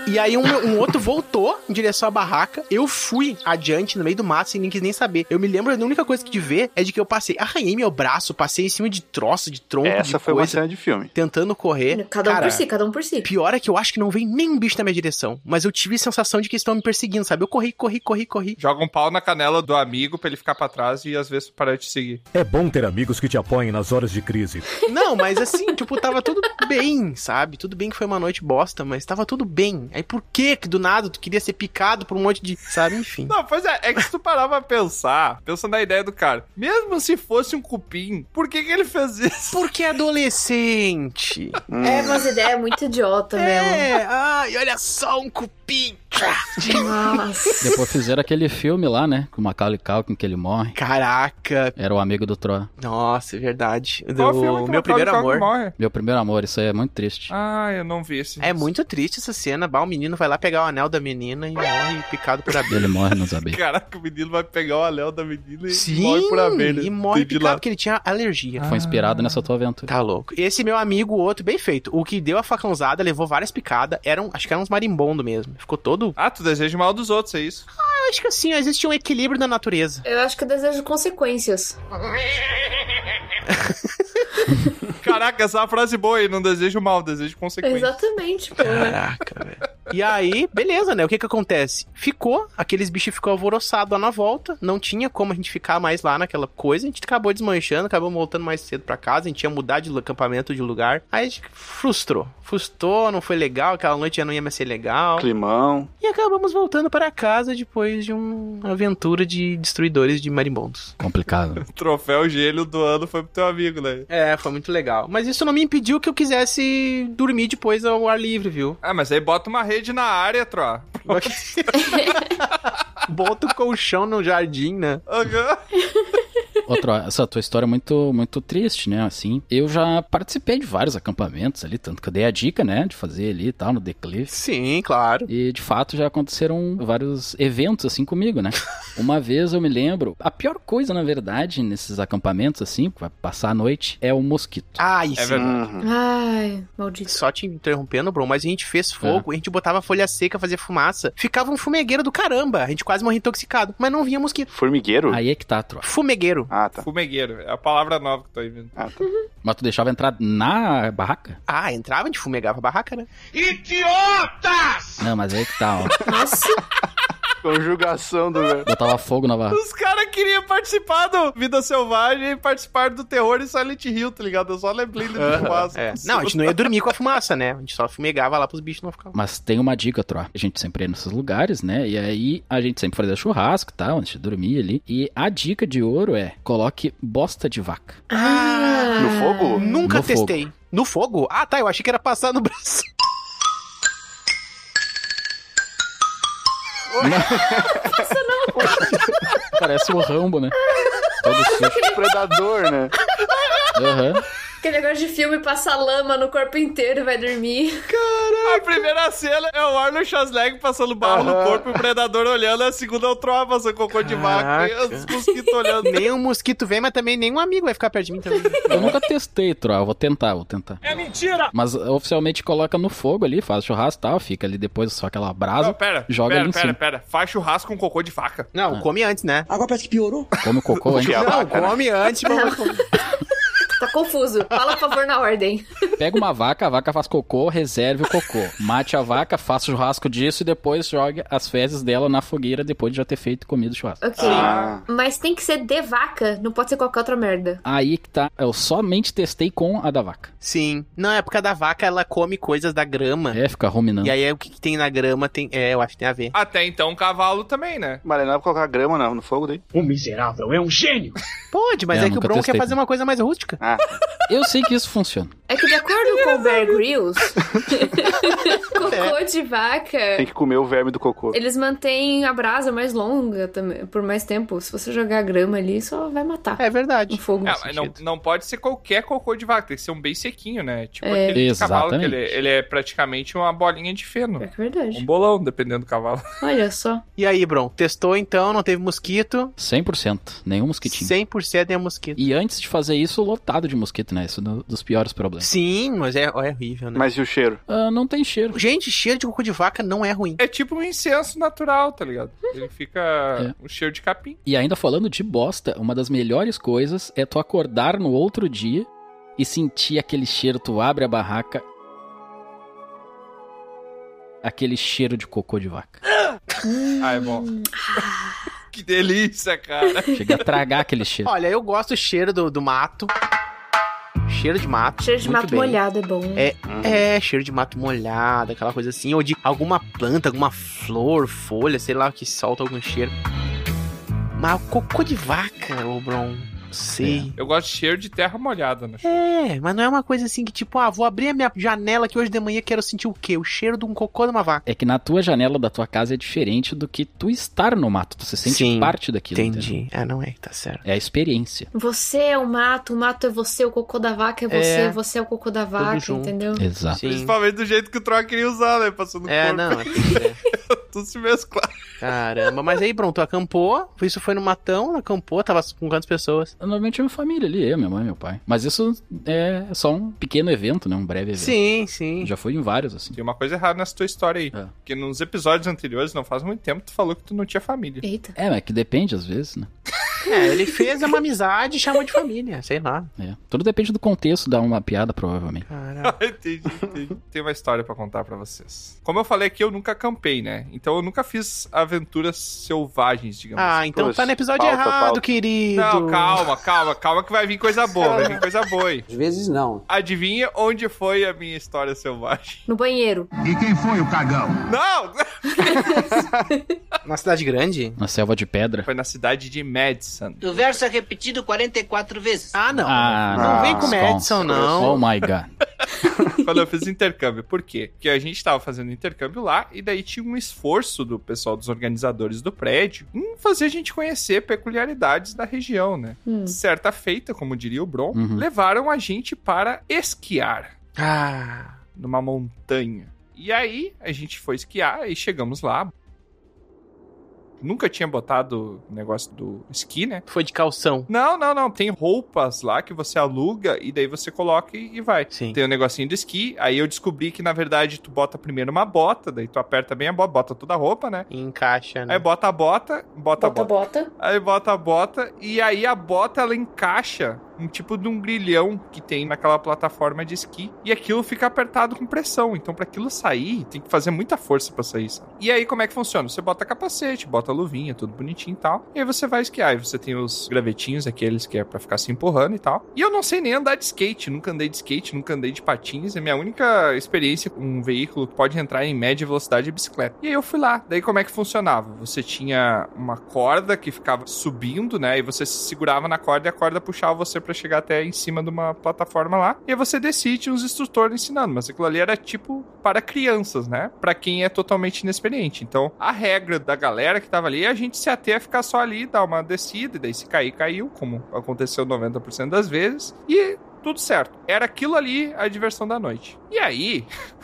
[SPEAKER 5] E aí um, um outro voltou em direção à barraca. Eu fui adiante no meio do mato sem nem quis nem saber. Eu me lembro, a única coisa que de ver é de que eu passei, arranhei meu braço, passei em cima de troço, de tronco,
[SPEAKER 6] Essa
[SPEAKER 5] de
[SPEAKER 6] foi uma
[SPEAKER 5] coisa,
[SPEAKER 6] cena de filme.
[SPEAKER 5] tentando correr.
[SPEAKER 3] Cada um
[SPEAKER 5] Cara,
[SPEAKER 3] por si, cada um por si.
[SPEAKER 5] Pior é que eu acho que não veio nenhum bicho na minha direção. Mas eu tive a sensação de que eles estão me perseguindo, sabe? Eu corri, corri, corri, corri.
[SPEAKER 1] Joga um pau na canela do amigo pra ele ficar pra trás e às vezes parar de te seguir.
[SPEAKER 15] É bom ter amigos que te apoiem nas horas de crise.
[SPEAKER 5] Não, mas assim, tipo, tava tudo bem, sabe? Tudo bem que foi uma noite bosta, mas tava tudo bem. Aí por que que do nada tu queria ser picado por um monte de. Sabe? Enfim.
[SPEAKER 1] Não, pois é, é que se tu parar pra pensar, Ah, pensando na ideia do cara, mesmo se fosse um cupim, por que que ele fez isso?
[SPEAKER 5] Porque é adolescente. Hum.
[SPEAKER 3] É umas ideias muito idiota mesmo.
[SPEAKER 5] É, ai, olha só um cupim.
[SPEAKER 3] Nossa.
[SPEAKER 7] Depois fizeram aquele filme lá, né? Com o Macaulay Culkin que ele morre.
[SPEAKER 5] Caraca.
[SPEAKER 7] Era o amigo do Troa.
[SPEAKER 5] Nossa, é verdade.
[SPEAKER 1] Qual filme
[SPEAKER 5] Do
[SPEAKER 1] que
[SPEAKER 5] meu
[SPEAKER 1] o Macaulay
[SPEAKER 5] primeiro
[SPEAKER 1] Culkin
[SPEAKER 5] amor.
[SPEAKER 1] morre?
[SPEAKER 7] Meu primeiro amor, isso aí é muito triste.
[SPEAKER 1] Ah, eu não vi esse.
[SPEAKER 5] É muito triste essa cena. Bah, o menino vai lá pegar o anel da menina e morre picado por
[SPEAKER 7] E
[SPEAKER 5] abelha.
[SPEAKER 7] ele morre nos abelhas.
[SPEAKER 1] Caraca, o menino vai pegar o anel da menina e
[SPEAKER 5] Sim,
[SPEAKER 1] morre por abelha.
[SPEAKER 5] e morre
[SPEAKER 1] Entendi
[SPEAKER 5] picado
[SPEAKER 1] lá.
[SPEAKER 5] porque ele tinha alergia.
[SPEAKER 7] Foi inspirado nessa tua aventura.
[SPEAKER 5] Tá louco. Esse meu amigo, o outro, bem feito. O que deu a facãozada, levou várias picadas. Eram, acho que eram uns marimbondo mesmo. Ficou todo.
[SPEAKER 1] Ah, tu deseja o mal dos outros, é isso?
[SPEAKER 5] Eu acho que assim, existe um equilíbrio da natureza.
[SPEAKER 3] Eu acho que eu desejo consequências.
[SPEAKER 1] Caraca, essa é uma frase boa aí, não desejo mal, desejo consequência.
[SPEAKER 3] Exatamente, pô.
[SPEAKER 5] Caraca, velho. E aí, beleza, né? O que que acontece? Ficou, aqueles bichos ficou alvoroçados lá na volta. Não tinha como a gente ficar mais lá naquela coisa. A gente acabou desmanchando, acabou voltando mais cedo pra casa. A gente ia mudar de lu- acampamento de lugar. Aí a gente frustrou. Frustrou, não foi legal. Aquela noite já não ia mais ser legal.
[SPEAKER 6] Climão.
[SPEAKER 5] E acabamos voltando para casa depois de um- uma aventura de destruidores de marimbondos.
[SPEAKER 7] Complicado.
[SPEAKER 1] Troféu gênio do ano foi pro teu amigo, né?
[SPEAKER 5] É, foi muito legal. Mas isso não me impediu que eu quisesse dormir depois ao ar livre, viu?
[SPEAKER 1] Ah, mas aí bota uma rede na área, Tro.
[SPEAKER 5] Bota o colchão no jardim, né?
[SPEAKER 1] Aham.
[SPEAKER 7] Outra, essa tua história é muito, muito triste, né? Assim, eu já participei de vários acampamentos ali, tanto que eu dei a dica, né? De fazer ali e tal, no declive.
[SPEAKER 5] Sim, claro.
[SPEAKER 7] E de fato já aconteceram vários eventos assim comigo, né? Uma vez eu me lembro, a pior coisa na verdade nesses acampamentos assim, que vai passar a noite, é o mosquito.
[SPEAKER 5] Ai,
[SPEAKER 1] É
[SPEAKER 5] sim.
[SPEAKER 1] verdade.
[SPEAKER 3] Ai, maldito.
[SPEAKER 5] Só te interrompendo, Bruno, mas a gente fez
[SPEAKER 1] É.
[SPEAKER 5] fogo, a gente botava folha seca, fazia fumaça. Ficava um fumegueiro do caramba. A gente quase morria intoxicado, mas não vinha mosquito.
[SPEAKER 6] Formigueiro?
[SPEAKER 7] Aí é que tá, troa.
[SPEAKER 5] Fumegueiro.
[SPEAKER 6] Ah, tá.
[SPEAKER 1] Fumegueiro, é a palavra nova que eu tô inventando.
[SPEAKER 6] Ah, tá.
[SPEAKER 7] Mas tu deixava entrar na barraca?
[SPEAKER 5] Ah, entrava, a gente fumegava a barraca, né?
[SPEAKER 7] Não, mas aí que tá, ó.
[SPEAKER 3] Nossa.
[SPEAKER 6] Conjugação do verbo.
[SPEAKER 7] Botava fogo na barra.
[SPEAKER 1] Os caras queriam participar do Vida Selvagem e participar do terror em Silent Hill, tá ligado? Eu só lembrei do fumaça.
[SPEAKER 5] É. Não, a gente não ia dormir com a fumaça, né? A gente só fumegava lá pros bichos não ficarem.
[SPEAKER 7] Mas tem uma dica, Tro. A gente sempre ia nesses lugares, né? E aí a gente sempre fazia churrasco e tal, antes de dormir ali. E a dica de ouro é: coloque bosta de vaca.
[SPEAKER 5] Ah, no fogo? Nunca
[SPEAKER 7] No fogo.
[SPEAKER 5] testei. No fogo? Ah, tá. Eu achei que era passar no braço.
[SPEAKER 7] Parece o Rambo, né? Todo sujo.
[SPEAKER 6] Predador, né?
[SPEAKER 7] Aham.
[SPEAKER 3] Aquele negócio de filme passa lama no corpo inteiro e vai dormir.
[SPEAKER 1] A primeira cena é o Arnold Schwarzenegger passando barro no corpo e o predador olhando, a segunda é o Troá passando cocô de vaca e Ah, os mosquitos olhando.
[SPEAKER 5] Nem um mosquito vem, mas também nenhum amigo vai ficar perto de mim também.
[SPEAKER 7] Eu nunca testei, Tro. Eu vou tentar, vou tentar.
[SPEAKER 1] É mentira!
[SPEAKER 7] Mas uh, oficialmente coloca no fogo ali, faz churrasco e tal, fica ali depois só aquela brasa.
[SPEAKER 1] Não, pera,
[SPEAKER 7] joga
[SPEAKER 1] pera,
[SPEAKER 7] ali em
[SPEAKER 1] pera,
[SPEAKER 7] cima. Ah.
[SPEAKER 1] pera. Faz churrasco com cocô de vaca.
[SPEAKER 5] Não, come antes, né?
[SPEAKER 11] Agora parece que piorou.
[SPEAKER 7] Come o cocô antes.
[SPEAKER 5] Não,
[SPEAKER 6] né?
[SPEAKER 5] come antes, vamos
[SPEAKER 3] Tá confuso. Fala, por favor, na ordem.
[SPEAKER 7] Pega uma vaca, a vaca faz cocô, reserve o cocô. Mate a vaca, faça o churrasco disso e depois joga as fezes dela na fogueira depois de já ter feito e comido o churrasco.
[SPEAKER 3] Ok.
[SPEAKER 6] Ah.
[SPEAKER 5] Ah.
[SPEAKER 3] Mas tem que ser de vaca, não pode ser qualquer outra merda.
[SPEAKER 7] Aí que tá. Eu somente testei com a da vaca.
[SPEAKER 5] Sim. Não, é porque a da vaca, ela come coisas da grama.
[SPEAKER 7] É, fica ruminando.
[SPEAKER 5] E aí, o que, que tem na grama tem. É, eu acho que tem a ver.
[SPEAKER 1] Até então, cavalo também, né?
[SPEAKER 6] Mas não é pra colocar grama no, no fogo daí?
[SPEAKER 12] O miserável é um gênio!
[SPEAKER 5] Pode, mas
[SPEAKER 7] É,
[SPEAKER 5] é,
[SPEAKER 7] eu
[SPEAKER 5] que o
[SPEAKER 7] nunca
[SPEAKER 5] Bron
[SPEAKER 7] testei.
[SPEAKER 5] quer fazer uma coisa mais rústica.
[SPEAKER 6] Ah,
[SPEAKER 7] Eu sei que isso funciona.
[SPEAKER 3] É que de acordo com o Bear Grylls,
[SPEAKER 5] É.
[SPEAKER 3] cocô de vaca,
[SPEAKER 6] tem que comer o verme do cocô.
[SPEAKER 3] eles mantêm a brasa mais longa também, por mais tempo. Se você jogar grama ali, só vai matar.
[SPEAKER 5] É verdade.
[SPEAKER 3] Um fogo.
[SPEAKER 1] É, mas não, não pode ser qualquer cocô de vaca, tem que ser um bem sequinho, né? Tipo
[SPEAKER 3] É.
[SPEAKER 1] aquele de cavalo, que
[SPEAKER 7] Exatamente.
[SPEAKER 1] ele, ele é praticamente uma bolinha de feno.
[SPEAKER 3] É
[SPEAKER 1] né? Um
[SPEAKER 3] verdade.
[SPEAKER 1] bolão, dependendo do cavalo.
[SPEAKER 3] Olha É só.
[SPEAKER 5] E aí, Bron? Testou então, não teve mosquito.
[SPEAKER 7] 100%. Nenhum mosquitinho.
[SPEAKER 5] 100% é mosquito.
[SPEAKER 7] E antes de fazer isso, lotado de mosquito, né? Isso é um dos piores problemas.
[SPEAKER 5] Sim, mas é, é horrível, né?
[SPEAKER 6] Mas e o cheiro?
[SPEAKER 7] Ah, não tem cheiro.
[SPEAKER 5] Gente, cheiro de cocô de vaca não é ruim.
[SPEAKER 1] É tipo um incenso natural, tá ligado? Ele fica
[SPEAKER 7] É.
[SPEAKER 1] um cheiro de capim.
[SPEAKER 7] E ainda falando de bosta, uma das melhores coisas é tu acordar no outro dia e sentir aquele cheiro, tu abre a barraca. Aquele cheiro de cocô de vaca.
[SPEAKER 1] Ah, é bom. que delícia, cara.
[SPEAKER 7] Chega a tragar aquele cheiro.
[SPEAKER 5] Olha, eu gosto do cheiro do, do mato. Cheiro de mato.
[SPEAKER 3] Cheiro de
[SPEAKER 5] muito
[SPEAKER 3] mato
[SPEAKER 5] bem.
[SPEAKER 3] molhado é bom.
[SPEAKER 5] É, é, cheiro de mato molhado, aquela coisa assim, ou de alguma planta, alguma flor, folha, sei lá, que solta algum cheiro. Mas cocô de vaca, É, ô Bron, não sei.
[SPEAKER 7] É.
[SPEAKER 1] Eu gosto de cheiro de terra molhada, né?
[SPEAKER 5] É. mas não é uma coisa assim que tipo, ah, vou abrir a minha janela que hoje de manhã quero sentir o quê? O cheiro de um cocô de uma vaca.
[SPEAKER 7] É que na tua janela da tua casa é diferente do que tu estar no mato. Tu se sente
[SPEAKER 5] Sim,
[SPEAKER 7] parte daquilo. entendeu?
[SPEAKER 5] Entendi. Ah, não é, tá certo.
[SPEAKER 7] É a experiência.
[SPEAKER 3] Você é o mato, o mato é você, o cocô da vaca é você,
[SPEAKER 5] É.
[SPEAKER 3] você é o cocô da vaca,
[SPEAKER 5] junto.
[SPEAKER 3] entendeu?
[SPEAKER 7] Exato.
[SPEAKER 5] Sim.
[SPEAKER 1] Principalmente do jeito que o Troá queria usar, né? Passando
[SPEAKER 5] É,
[SPEAKER 1] corpo,
[SPEAKER 5] não, é que- é.
[SPEAKER 1] tudo se mesclar.
[SPEAKER 5] caramba. Mas aí, Bron, tu acampou, isso foi no matão, acampou, tava com quantas pessoas?
[SPEAKER 7] Normalmente é uma família ali, eu, minha mãe, meu pai. Mas isso é só um pequeno evento, né? Um breve evento.
[SPEAKER 5] Sim, sim.
[SPEAKER 7] Já fui em vários, assim.
[SPEAKER 1] Tem uma coisa errada nessa tua história aí.
[SPEAKER 7] É.
[SPEAKER 1] Porque nos episódios anteriores, não faz muito tempo, tu falou que tu não tinha família.
[SPEAKER 3] Eita.
[SPEAKER 7] É, mas que depende às vezes, né?
[SPEAKER 5] É, ele fez uma amizade e chamou de família, sei lá. Ah.
[SPEAKER 7] É. Tudo depende do contexto da uma piada, provavelmente.
[SPEAKER 5] Caramba.
[SPEAKER 1] Entendi, entendi. Tem uma história pra contar pra vocês. Como eu falei aqui, eu nunca acampei, né? Então eu nunca fiz aventuras selvagens, digamos. assim.
[SPEAKER 5] Ah, então
[SPEAKER 6] Poxa,
[SPEAKER 5] tá no episódio
[SPEAKER 6] pauta,
[SPEAKER 5] errado,
[SPEAKER 6] pauta.
[SPEAKER 5] querido.
[SPEAKER 1] Não, calma, calma, calma que vai vir coisa boa, vai vir coisa boa aí.
[SPEAKER 9] Às vezes não.
[SPEAKER 1] Adivinha onde foi a minha história selvagem?
[SPEAKER 3] No banheiro.
[SPEAKER 2] E quem foi o cagão?
[SPEAKER 1] Não!
[SPEAKER 5] Na cidade grande?
[SPEAKER 7] Na selva de pedra.
[SPEAKER 1] Foi na cidade de Madison.
[SPEAKER 12] O verso é repetido 44 vezes.
[SPEAKER 5] Ah, não.
[SPEAKER 7] Ah,
[SPEAKER 5] não
[SPEAKER 7] não.
[SPEAKER 5] vem com Madison,
[SPEAKER 7] Oh
[SPEAKER 5] não.
[SPEAKER 7] my god.
[SPEAKER 1] Quando eu fiz intercâmbio. Por quê? Porque a gente tava fazendo intercâmbio lá e daí tinha um esforço do pessoal dos organizadores do prédio em fazer a gente conhecer peculiaridades da região, né?
[SPEAKER 3] Hum.
[SPEAKER 1] Certa feita, como diria o Bron,
[SPEAKER 7] Uhum.
[SPEAKER 1] levaram a gente para esquiar.
[SPEAKER 5] Ah,
[SPEAKER 1] numa montanha. E aí a gente foi esquiar e chegamos lá. Nunca tinha botado o negócio do esqui, né?
[SPEAKER 5] foi de calção.
[SPEAKER 1] Não, não, não. Tem roupas lá que você aluga e daí você coloca e e vai.
[SPEAKER 5] Sim.
[SPEAKER 1] Tem o negocinho do esqui. Aí eu descobri que, na verdade, tu bota primeiro uma bota, daí tu aperta bem a bota, bota toda a roupa, né?
[SPEAKER 5] E encaixa, né?
[SPEAKER 1] Aí bota a bota, bota a
[SPEAKER 3] Bota,
[SPEAKER 1] bota.
[SPEAKER 3] bota.
[SPEAKER 1] Aí bota a bota e aí a bota ela encaixa um tipo de um grilhão que tem naquela plataforma de esqui e aquilo fica apertado com pressão. Então, para aquilo sair, tem que fazer muita força para sair. sabe? E aí, como é que funciona? Você bota capacete, bota luvinha, tudo bonitinho e tal. E aí você vai esquiar. E você tem os gravetinhos, aqueles que é pra ficar se empurrando e tal. E eu não sei nem andar de skate. Nunca andei de skate, nunca andei de patins. A minha única experiência com um veículo que pode entrar em média velocidade é bicicleta. E aí eu fui lá. Daí como é que funcionava? Você tinha uma corda que ficava subindo, né? E você se segurava na corda e a corda puxava você pra chegar até em cima de uma plataforma lá. E aí você decide os instrutores ensinando. Mas aquilo ali era tipo para crianças, né? Pra quem é totalmente inexperiente. Então a regra da galera que tava ali é a gente se ater a ficar só ali, dar uma descida. E daí se cair, caiu, como aconteceu 90% das vezes. E tudo certo. Era aquilo ali a diversão da noite. E aí.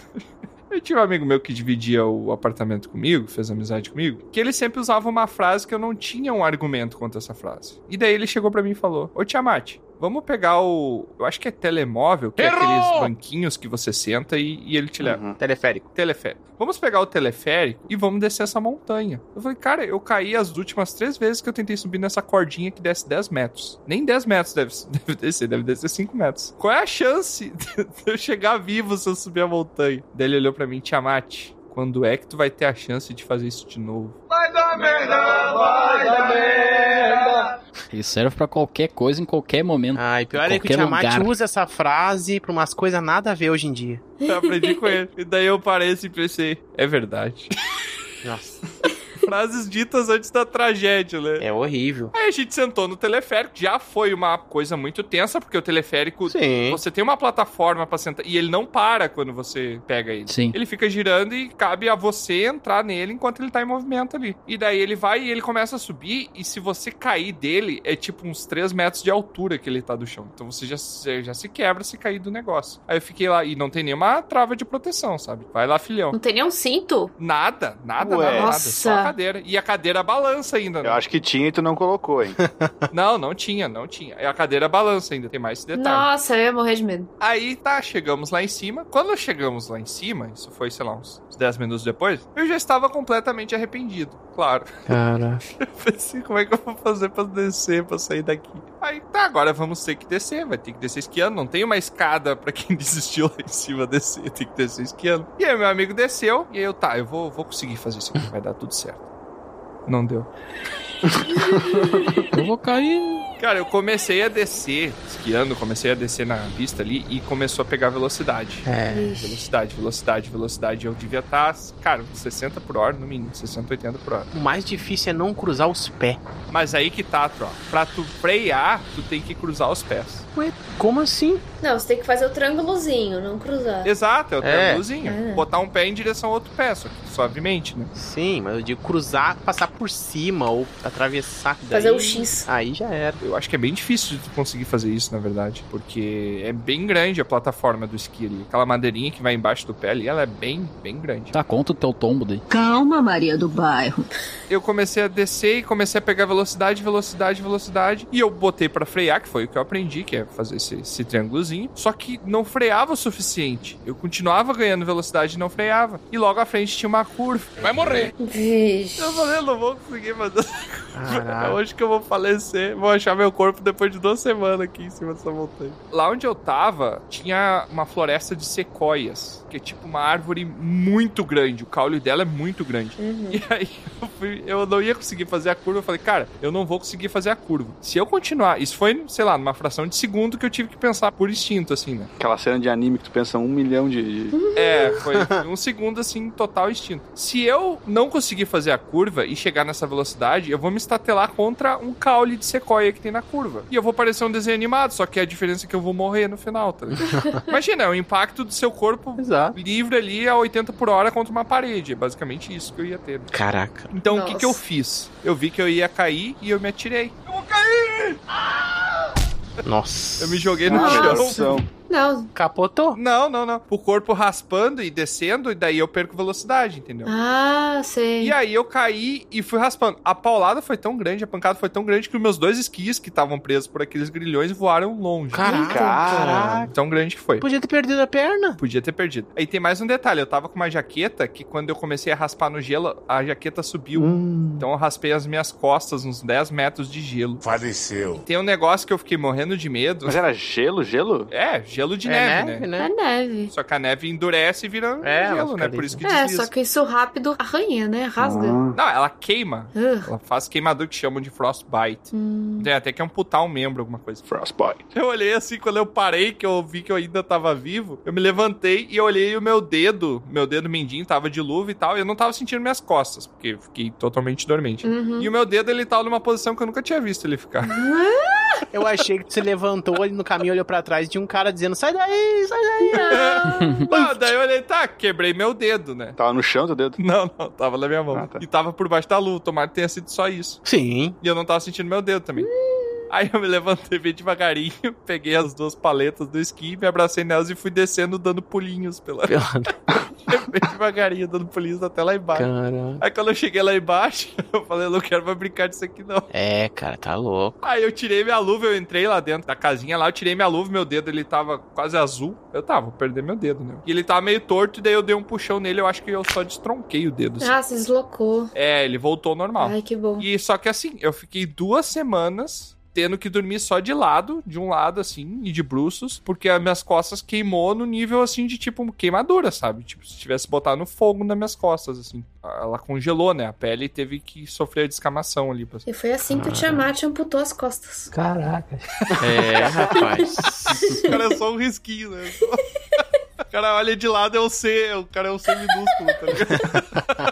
[SPEAKER 1] Eu tinha um amigo meu que dividia o apartamento comigo, fez amizade comigo, que ele sempre usava uma frase que eu não tinha um argumento contra essa frase. E daí ele chegou pra mim e falou: Ô Tiamat, vamos pegar o. Eu acho que é telemóvel, que é aqueles banquinhos que você senta e, e ele te leva.
[SPEAKER 5] Teleférico.
[SPEAKER 1] Teleférico. Vamos pegar o teleférico e vamos descer essa montanha. Eu falei, cara, eu caí as últimas três vezes que eu tentei subir nessa cordinha que desce 10 metros. Nem 10 metros deve, deve descer, deve descer 5 metros. Qual é a chance de eu chegar vivo se eu subir a montanha? Daí ele olhou pra mim, Tiamat, quando é que tu vai ter a chance de fazer isso de novo?
[SPEAKER 8] Vai dar merda, vai dar merda.
[SPEAKER 7] Isso serve pra qualquer coisa em qualquer momento.
[SPEAKER 5] Ai, pior é que o Tiamat usa essa frase pra umas coisas nada a ver hoje em dia.
[SPEAKER 1] Eu aprendi com ele. E daí eu parei assim e pensei, é verdade.
[SPEAKER 5] Nossa.
[SPEAKER 1] Frases ditas antes da tragédia, né?
[SPEAKER 5] É horrível.
[SPEAKER 1] Aí a gente sentou no teleférico, já foi uma coisa muito tensa, porque o teleférico,
[SPEAKER 5] Sim.
[SPEAKER 1] você tem uma plataforma pra sentar, e ele não para quando você pega ele.
[SPEAKER 7] Sim.
[SPEAKER 1] Ele fica girando e cabe a você entrar nele enquanto ele tá em movimento ali. E daí ele vai e ele começa a subir, e se você cair dele, é tipo uns 3 metros de altura que ele tá do chão. Então você já, você já se quebra se cair do negócio. Aí eu fiquei lá, e não tem nenhuma trava de proteção, sabe? Vai lá, filhão.
[SPEAKER 16] Não tem nenhum cinto?
[SPEAKER 1] Nada, nada,
[SPEAKER 16] Ué.
[SPEAKER 1] nada, nada. Só a
[SPEAKER 16] Nossa.
[SPEAKER 1] cadeira. E a cadeira balança ainda. né?
[SPEAKER 6] Eu acho que tinha e tu não colocou, hein?
[SPEAKER 1] Não, não tinha, não tinha. É, A cadeira balança ainda, tem mais esse detalhe.
[SPEAKER 16] Nossa, eu ia morrer de medo.
[SPEAKER 1] Aí tá, chegamos lá em cima. Quando chegamos lá em cima, isso foi, sei lá, uns 10 minutos depois, eu já estava completamente arrependido, claro.
[SPEAKER 5] Cara.
[SPEAKER 1] Eu pensei, como é que eu vou fazer pra descer, pra sair daqui? Aí tá, agora vamos ter que descer, vai ter que descer esquiando. Não tem uma escada pra quem desistiu lá em cima descer, tem que descer esquiando. E aí meu amigo desceu, e aí eu, tá, eu vou, vou conseguir fazer isso aqui, vai dar tudo certo. Não deu.
[SPEAKER 7] Eu vou cair.
[SPEAKER 1] Cara, eu comecei a descer, esquiando, comecei a descer na pista ali e começou a pegar velocidade.
[SPEAKER 5] É.
[SPEAKER 16] Ixi.
[SPEAKER 1] Velocidade, velocidade, velocidade. Eu devia estar, cara, uns 60 por hora no mínimo, 60, 80 por hora.
[SPEAKER 5] O mais difícil é não cruzar os pés.
[SPEAKER 1] Mas aí que tá, Tro. Pra tu frear, tu tem que cruzar os pés.
[SPEAKER 5] Ué, como assim?
[SPEAKER 16] Não, você tem que fazer o triângulozinho, não cruzar.
[SPEAKER 1] Exato, é
[SPEAKER 5] É.
[SPEAKER 1] o triângulozinho.
[SPEAKER 16] É.
[SPEAKER 1] Botar um pé em direção ao outro pé, só que suavemente, né?
[SPEAKER 5] Sim, mas eu digo cruzar, passar por cima ou atravessar.
[SPEAKER 16] Fazer
[SPEAKER 5] daí-
[SPEAKER 16] o X.
[SPEAKER 5] Aí já era.
[SPEAKER 1] Eu acho que é bem difícil de tu conseguir fazer isso, na verdade, porque é bem grande a plataforma do esqui ali. Aquela madeirinha que vai embaixo do pé ali, ela é bem, bem grande.
[SPEAKER 7] Tá, conta o teu tombo daí.
[SPEAKER 17] Calma, Maria do Bairro.
[SPEAKER 1] eu comecei a descer e comecei a pegar velocidade, velocidade, velocidade. E eu botei pra frear, que foi o que eu aprendi, que é fazer esse, esse triângulozinho. Só que não freava o suficiente. Eu continuava ganhando velocidade e não freava. E logo à frente tinha uma curva. Vai morrer!
[SPEAKER 16] Vixe.
[SPEAKER 1] Eu falei, eu não vou conseguir fazer.
[SPEAKER 5] Caraca.
[SPEAKER 1] É hoje que eu vou falecer. Vou achar meu corpo depois de duas semanas aqui em cima dessa montanha. Lá onde eu tava, tinha uma floresta de sequoias. Que é tipo uma árvore muito grande. O caule dela é muito grande. E aí eu, fui- eu não ia conseguir fazer a curva. Eu falei, cara, eu não vou conseguir fazer a curva. Se eu continuar. Isso foi, sei lá, numa fração de segundo que eu tive que pensar por instinto, assim, né?
[SPEAKER 6] Aquela cena de anime que tu pensa um milhão de. de-
[SPEAKER 1] É, foi um segundo assim, total instinto. Se eu não conseguir fazer a curva e chegar nessa velocidade, eu vou me estatelar contra um caule de sequoia que tem na curva. E eu vou parecer um desenho animado, só que a diferença é que eu vou morrer no final, tá ligado? Imagina, é o impacto do seu corpo
[SPEAKER 5] Exato.
[SPEAKER 1] livre ali a 80 por hora contra uma parede. É basicamente isso que eu ia ter.
[SPEAKER 5] Caraca.
[SPEAKER 1] Então o que, que eu
[SPEAKER 16] Nossa.
[SPEAKER 1] fiz? Eu vi que eu ia cair e eu me atirei.
[SPEAKER 5] Nossa.
[SPEAKER 1] Eu me joguei no
[SPEAKER 6] Ah,
[SPEAKER 1] chão.
[SPEAKER 6] versão.
[SPEAKER 3] Não.
[SPEAKER 5] Capotou?
[SPEAKER 1] Não, não, não. O corpo raspando e descendo, e daí eu perco velocidade, entendeu?
[SPEAKER 3] Ah, sei.
[SPEAKER 1] E aí eu caí e fui raspando. A paulada foi tão grande, a pancada foi tão grande que os meus dois esquis que estavam presos por aqueles grilhões voaram longe.
[SPEAKER 5] Caraca.
[SPEAKER 1] Cara, Tão grande que foi.
[SPEAKER 5] Podia ter perdido a perna.
[SPEAKER 1] Podia ter perdido. Aí tem mais um detalhe, eu tava com uma jaqueta que quando eu comecei a raspar no gelo, a jaqueta subiu. Então eu raspei as minhas costas uns 10 metros de gelo.
[SPEAKER 2] Faleceu.
[SPEAKER 1] Tem um negócio que eu fiquei morrendo de medo.
[SPEAKER 6] Mas era gelo, gelo?
[SPEAKER 1] É, gelo de
[SPEAKER 5] É neve,
[SPEAKER 1] neve, né?
[SPEAKER 3] É neve.
[SPEAKER 1] Só que a neve endurece e vira
[SPEAKER 5] É, ela
[SPEAKER 1] gelo,
[SPEAKER 5] fica
[SPEAKER 1] né? Por
[SPEAKER 5] ali.
[SPEAKER 1] isso que
[SPEAKER 3] É,
[SPEAKER 1] desliza.
[SPEAKER 3] só que isso rápido arranha, né? Rasga.
[SPEAKER 1] Não, ela queima.
[SPEAKER 3] Ugh.
[SPEAKER 1] Ela faz queimadura que chamam de frostbite.
[SPEAKER 3] Hum.
[SPEAKER 1] Tem até que amputar um membro, alguma coisa.
[SPEAKER 6] Frostbite.
[SPEAKER 1] Eu olhei assim, quando eu parei, que eu vi que eu ainda tava vivo, eu me levantei e olhei o meu dedo, meu dedo mindinho tava de luva e tal, e eu não tava sentindo minhas costas, porque fiquei totalmente dormente.
[SPEAKER 3] Uhum.
[SPEAKER 1] E o meu dedo, ele tava numa posição que eu nunca tinha visto ele ficar.
[SPEAKER 5] Eu achei que você levantou ali no caminho, olhou pra trás de um cara dizendo: sai daí, sai daí.
[SPEAKER 1] Não, daí eu olhei, tá, quebrei meu dedo, né?
[SPEAKER 6] Tava no chão do dedo?
[SPEAKER 1] Não, não, tava na minha mão.
[SPEAKER 6] Ah, tá.
[SPEAKER 1] E tava por baixo da luva, tomara que tenha sido só isso.
[SPEAKER 5] Sim.
[SPEAKER 1] E eu não tava sentindo meu dedo também. Aí eu me levantei bem devagarinho, peguei as duas paletas do esqui, me abracei nelas e fui descendo dando pulinhos pela... bem devagarinho, dando pulinhos até lá embaixo.
[SPEAKER 5] Cara.
[SPEAKER 1] Aí quando eu cheguei lá embaixo, eu falei, eu não quero mais brincar disso aqui não.
[SPEAKER 5] É, cara, tá louco.
[SPEAKER 1] Aí eu tirei minha luva, eu entrei lá dentro da casinha lá, eu tirei minha luva, meu dedo ele tava quase azul. Eu tava, vou perder meu dedo, né? E ele tava meio torto, e daí eu dei um puxão nele, eu acho que eu só destronquei o dedo. assim.
[SPEAKER 3] Ah, se deslocou.
[SPEAKER 1] É, ele voltou ao normal.
[SPEAKER 3] Ai, que bom.
[SPEAKER 1] E só que assim, eu fiquei duas semanas tendo que dormir só de lado, de um lado assim, e de bruços, porque as minhas costas queimou no nível assim de tipo queimadura, sabe? Tipo, se tivesse botar no fogo nas minhas costas, assim. Ela congelou, né? A pele teve que sofrer a descamação ali. pra-
[SPEAKER 3] E foi assim que o Tiamat amputou as costas.
[SPEAKER 9] Caraca.
[SPEAKER 5] É, rapaz.
[SPEAKER 1] O cara é só um risquinho, né? Só- O cara olha de lado, é o C, o cara é um C minúsculo, tá ligado?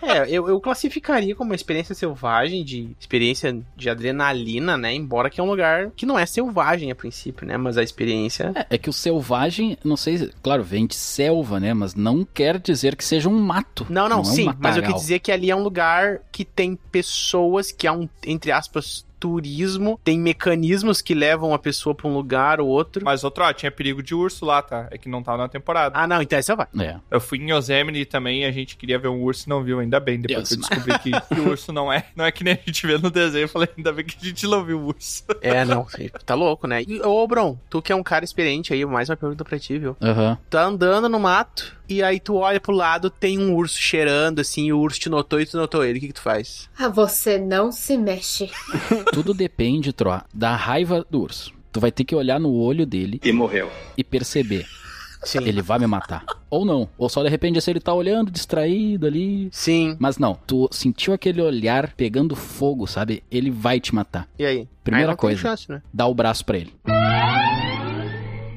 [SPEAKER 5] É, eu, eu classificaria como uma experiência selvagem, de experiência de adrenalina, né? Embora que é um lugar que não é selvagem a princípio, né? Mas a experiência.
[SPEAKER 7] É, é que o selvagem, não sei, se- claro, vem de selva, né? Mas não quer dizer que seja um mato.
[SPEAKER 5] Ah, Não, não,
[SPEAKER 7] é um
[SPEAKER 5] sim, mas eu
[SPEAKER 7] matagal.
[SPEAKER 5] quis dizer que ali é um lugar que tem pessoas, que há um, entre aspas, turismo, tem mecanismos que levam a pessoa pra um lugar ou outro.
[SPEAKER 1] Mas, outro, ó, tinha perigo de urso lá, tá? É que não tava na temporada.
[SPEAKER 5] Ah, não, então é selvagem.
[SPEAKER 7] É.
[SPEAKER 1] Eu fui em Yosemite também, a gente queria ver um urso e não viu, ainda bem. Depois
[SPEAKER 7] Deus,
[SPEAKER 1] que eu descobri que, que o urso não é, não é que nem a gente vê no desenho, eu falei, ainda bem que a gente não viu o urso.
[SPEAKER 5] É, não, sim, tá louco, né? E, ô, Bron, tu que é um cara experiente aí, mais uma pergunta pra ti, viu?
[SPEAKER 7] Aham.
[SPEAKER 5] Tá andando no mato e aí tu olha pro lado, tem um urso cheirando assim, e o urso te notou e tu notou ele. O que, que tu faz?
[SPEAKER 3] Ah, você não se mexe.
[SPEAKER 7] Tudo depende, Troa, da raiva do urso. Tu vai ter que olhar no olho dele
[SPEAKER 13] E morreu.
[SPEAKER 7] e perceber. Ele vai me matar. Ou não. Ou só de repente se ele tá olhando, distraído ali.
[SPEAKER 5] Sim.
[SPEAKER 7] Mas não, tu sentiu aquele olhar pegando fogo, sabe? Ele vai te matar.
[SPEAKER 5] E aí?
[SPEAKER 7] Primeira
[SPEAKER 5] Aí não tem
[SPEAKER 7] coisa.
[SPEAKER 5] chance, né?
[SPEAKER 7] Dá o braço pra ele.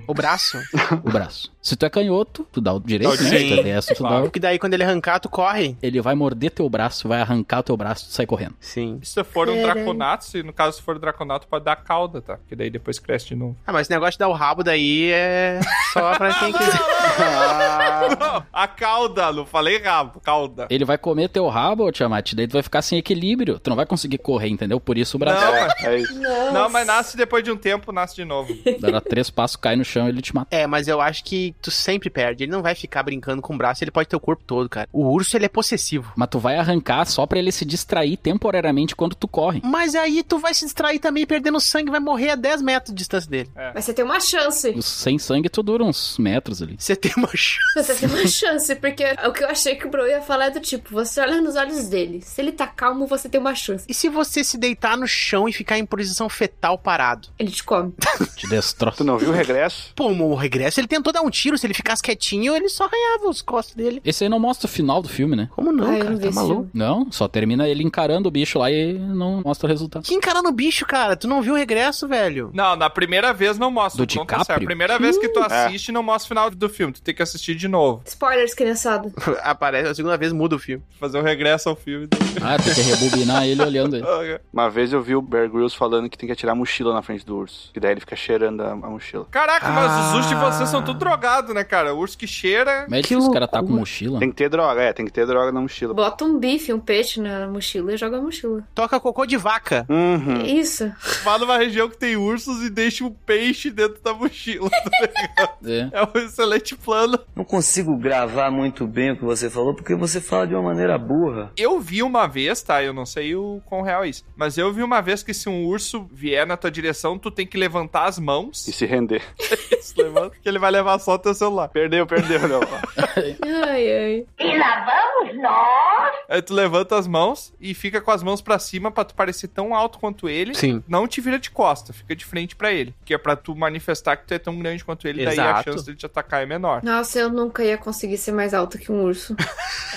[SPEAKER 5] O braço?
[SPEAKER 7] O braço. Se tu é canhoto, tu dá o direito,
[SPEAKER 5] Dá o
[SPEAKER 7] né? Se tu é
[SPEAKER 5] direito.
[SPEAKER 7] destro, tu dá o...
[SPEAKER 5] Porque daí quando ele arrancar, tu corre.
[SPEAKER 7] Ele vai morder teu braço, vai arrancar teu braço, tu sai correndo.
[SPEAKER 5] Sim.
[SPEAKER 1] Se for um
[SPEAKER 3] Caralho.
[SPEAKER 1] draconato, se no caso se for um draconato, pode dar cauda, tá? Porque daí depois cresce de novo.
[SPEAKER 5] Ah, mas esse negócio de dar o rabo daí é só pra quem
[SPEAKER 6] Ah.
[SPEAKER 5] quiser.
[SPEAKER 1] Não, a cauda, não falei rabo, cauda.
[SPEAKER 7] Ele vai comer teu rabo, ô Tiamat, daí tu vai ficar sem equilíbrio. Tu não vai conseguir correr, entendeu? Por isso o braço.
[SPEAKER 1] Não, mas-
[SPEAKER 6] É isso.
[SPEAKER 3] Não.
[SPEAKER 1] não, mas nasce depois de um tempo, nasce de novo.
[SPEAKER 7] Dá três passos, cai no chão ele te mata.
[SPEAKER 5] É, mas eu acho que tu sempre perde. Ele não vai ficar brincando com o braço, ele pode ter o corpo todo, cara. O urso, ele é possessivo.
[SPEAKER 7] Mas tu vai arrancar só pra ele se distrair temporariamente quando tu corre.
[SPEAKER 5] Mas aí tu vai se distrair também, perdendo sangue, vai morrer a 10 metros de distância dele.
[SPEAKER 3] Mas você tem uma chance.
[SPEAKER 7] Os sem sangue tu dura uns metros ali.
[SPEAKER 5] Você tem uma chance.
[SPEAKER 3] Você tem uma chance, porque o que eu achei que o Bro ia falar é do tipo, você olha nos olhos dele. Se ele tá calmo, você tem uma chance.
[SPEAKER 5] E se você se deitar no chão e ficar em posição fetal parado?
[SPEAKER 3] Ele te come.
[SPEAKER 7] Te
[SPEAKER 6] Tu
[SPEAKER 7] destroça.
[SPEAKER 6] não viu o regresso?
[SPEAKER 5] Pô, o regresso, ele tentou dar um tiro, se ele ficasse quietinho, ele só arranhava os costos dele.
[SPEAKER 7] Esse aí não mostra o final do filme, né?
[SPEAKER 5] Como não,
[SPEAKER 3] Ah, eu
[SPEAKER 5] cara?
[SPEAKER 3] não vi
[SPEAKER 5] Tá
[SPEAKER 3] esse
[SPEAKER 5] maluco?
[SPEAKER 3] filme.
[SPEAKER 7] Não, só termina ele encarando o bicho lá e não mostra o resultado.
[SPEAKER 5] Que encarando o bicho, cara? Tu não viu o regresso, velho?
[SPEAKER 1] Não, na primeira vez não mostra.
[SPEAKER 7] Do
[SPEAKER 1] tu não tá certo.
[SPEAKER 7] DiCaprio?
[SPEAKER 1] A primeira vez que tu
[SPEAKER 6] É.
[SPEAKER 1] assiste, não mostra o final do filme. Tu tem que assistir de novo.
[SPEAKER 3] Spoilers, criançada.
[SPEAKER 5] Aparece, a segunda vez muda o filme.
[SPEAKER 1] Fazer um regresso ao filme.
[SPEAKER 7] Ah, tem que rebobinar ele olhando ele.
[SPEAKER 6] Uma vez eu vi o Bear Grylls falando que tem que atirar a mochila na frente do urso. E daí ele fica cheirando a, a mochila.
[SPEAKER 1] Caraca, mas os
[SPEAKER 5] Ah.
[SPEAKER 1] ursos de vocês são tudo drogados, combinado, né, cara? O urso que cheira.
[SPEAKER 7] Mas se os caras tá com mochila.
[SPEAKER 6] Tem que ter droga, é, tem que ter droga na mochila.
[SPEAKER 3] Bota um bife, um peixe na mochila e joga a mochila. É
[SPEAKER 5] Toca cocô de um. vaca.
[SPEAKER 6] Uhum.
[SPEAKER 3] Isso.
[SPEAKER 1] Vá numa região que tem ursos e deixa um peixe dentro da mochila.
[SPEAKER 7] É.
[SPEAKER 1] é um excelente plano.
[SPEAKER 11] Não consigo gravar muito bem o que você falou, porque você fala de uma maneira burra.
[SPEAKER 1] Eu vi uma vez, tá? Eu não sei o quão real é isso. Mas eu vi uma vez que se um urso vier na tua direção, tu tem que levantar as mãos.
[SPEAKER 6] E se render.
[SPEAKER 1] Isso, levanta, que ele vai levar só teu celular.
[SPEAKER 6] Perdeu, perdeu, não.
[SPEAKER 3] Ai, ai.
[SPEAKER 18] E lá vamos nós!
[SPEAKER 1] Aí eh, tu levanta as mãos e fica com as mãos pra cima pra tu parecer tão alto quanto ele.
[SPEAKER 5] Sim.
[SPEAKER 1] Não te vira de costa, fica de frente pra ele. Que é pra tu manifestar que tu é tão grande quanto ele, daí a
[SPEAKER 5] Exato.
[SPEAKER 1] chance dele te atacar é menor.
[SPEAKER 3] Nossa, eu nunca ia conseguir ser mais alto que um urso.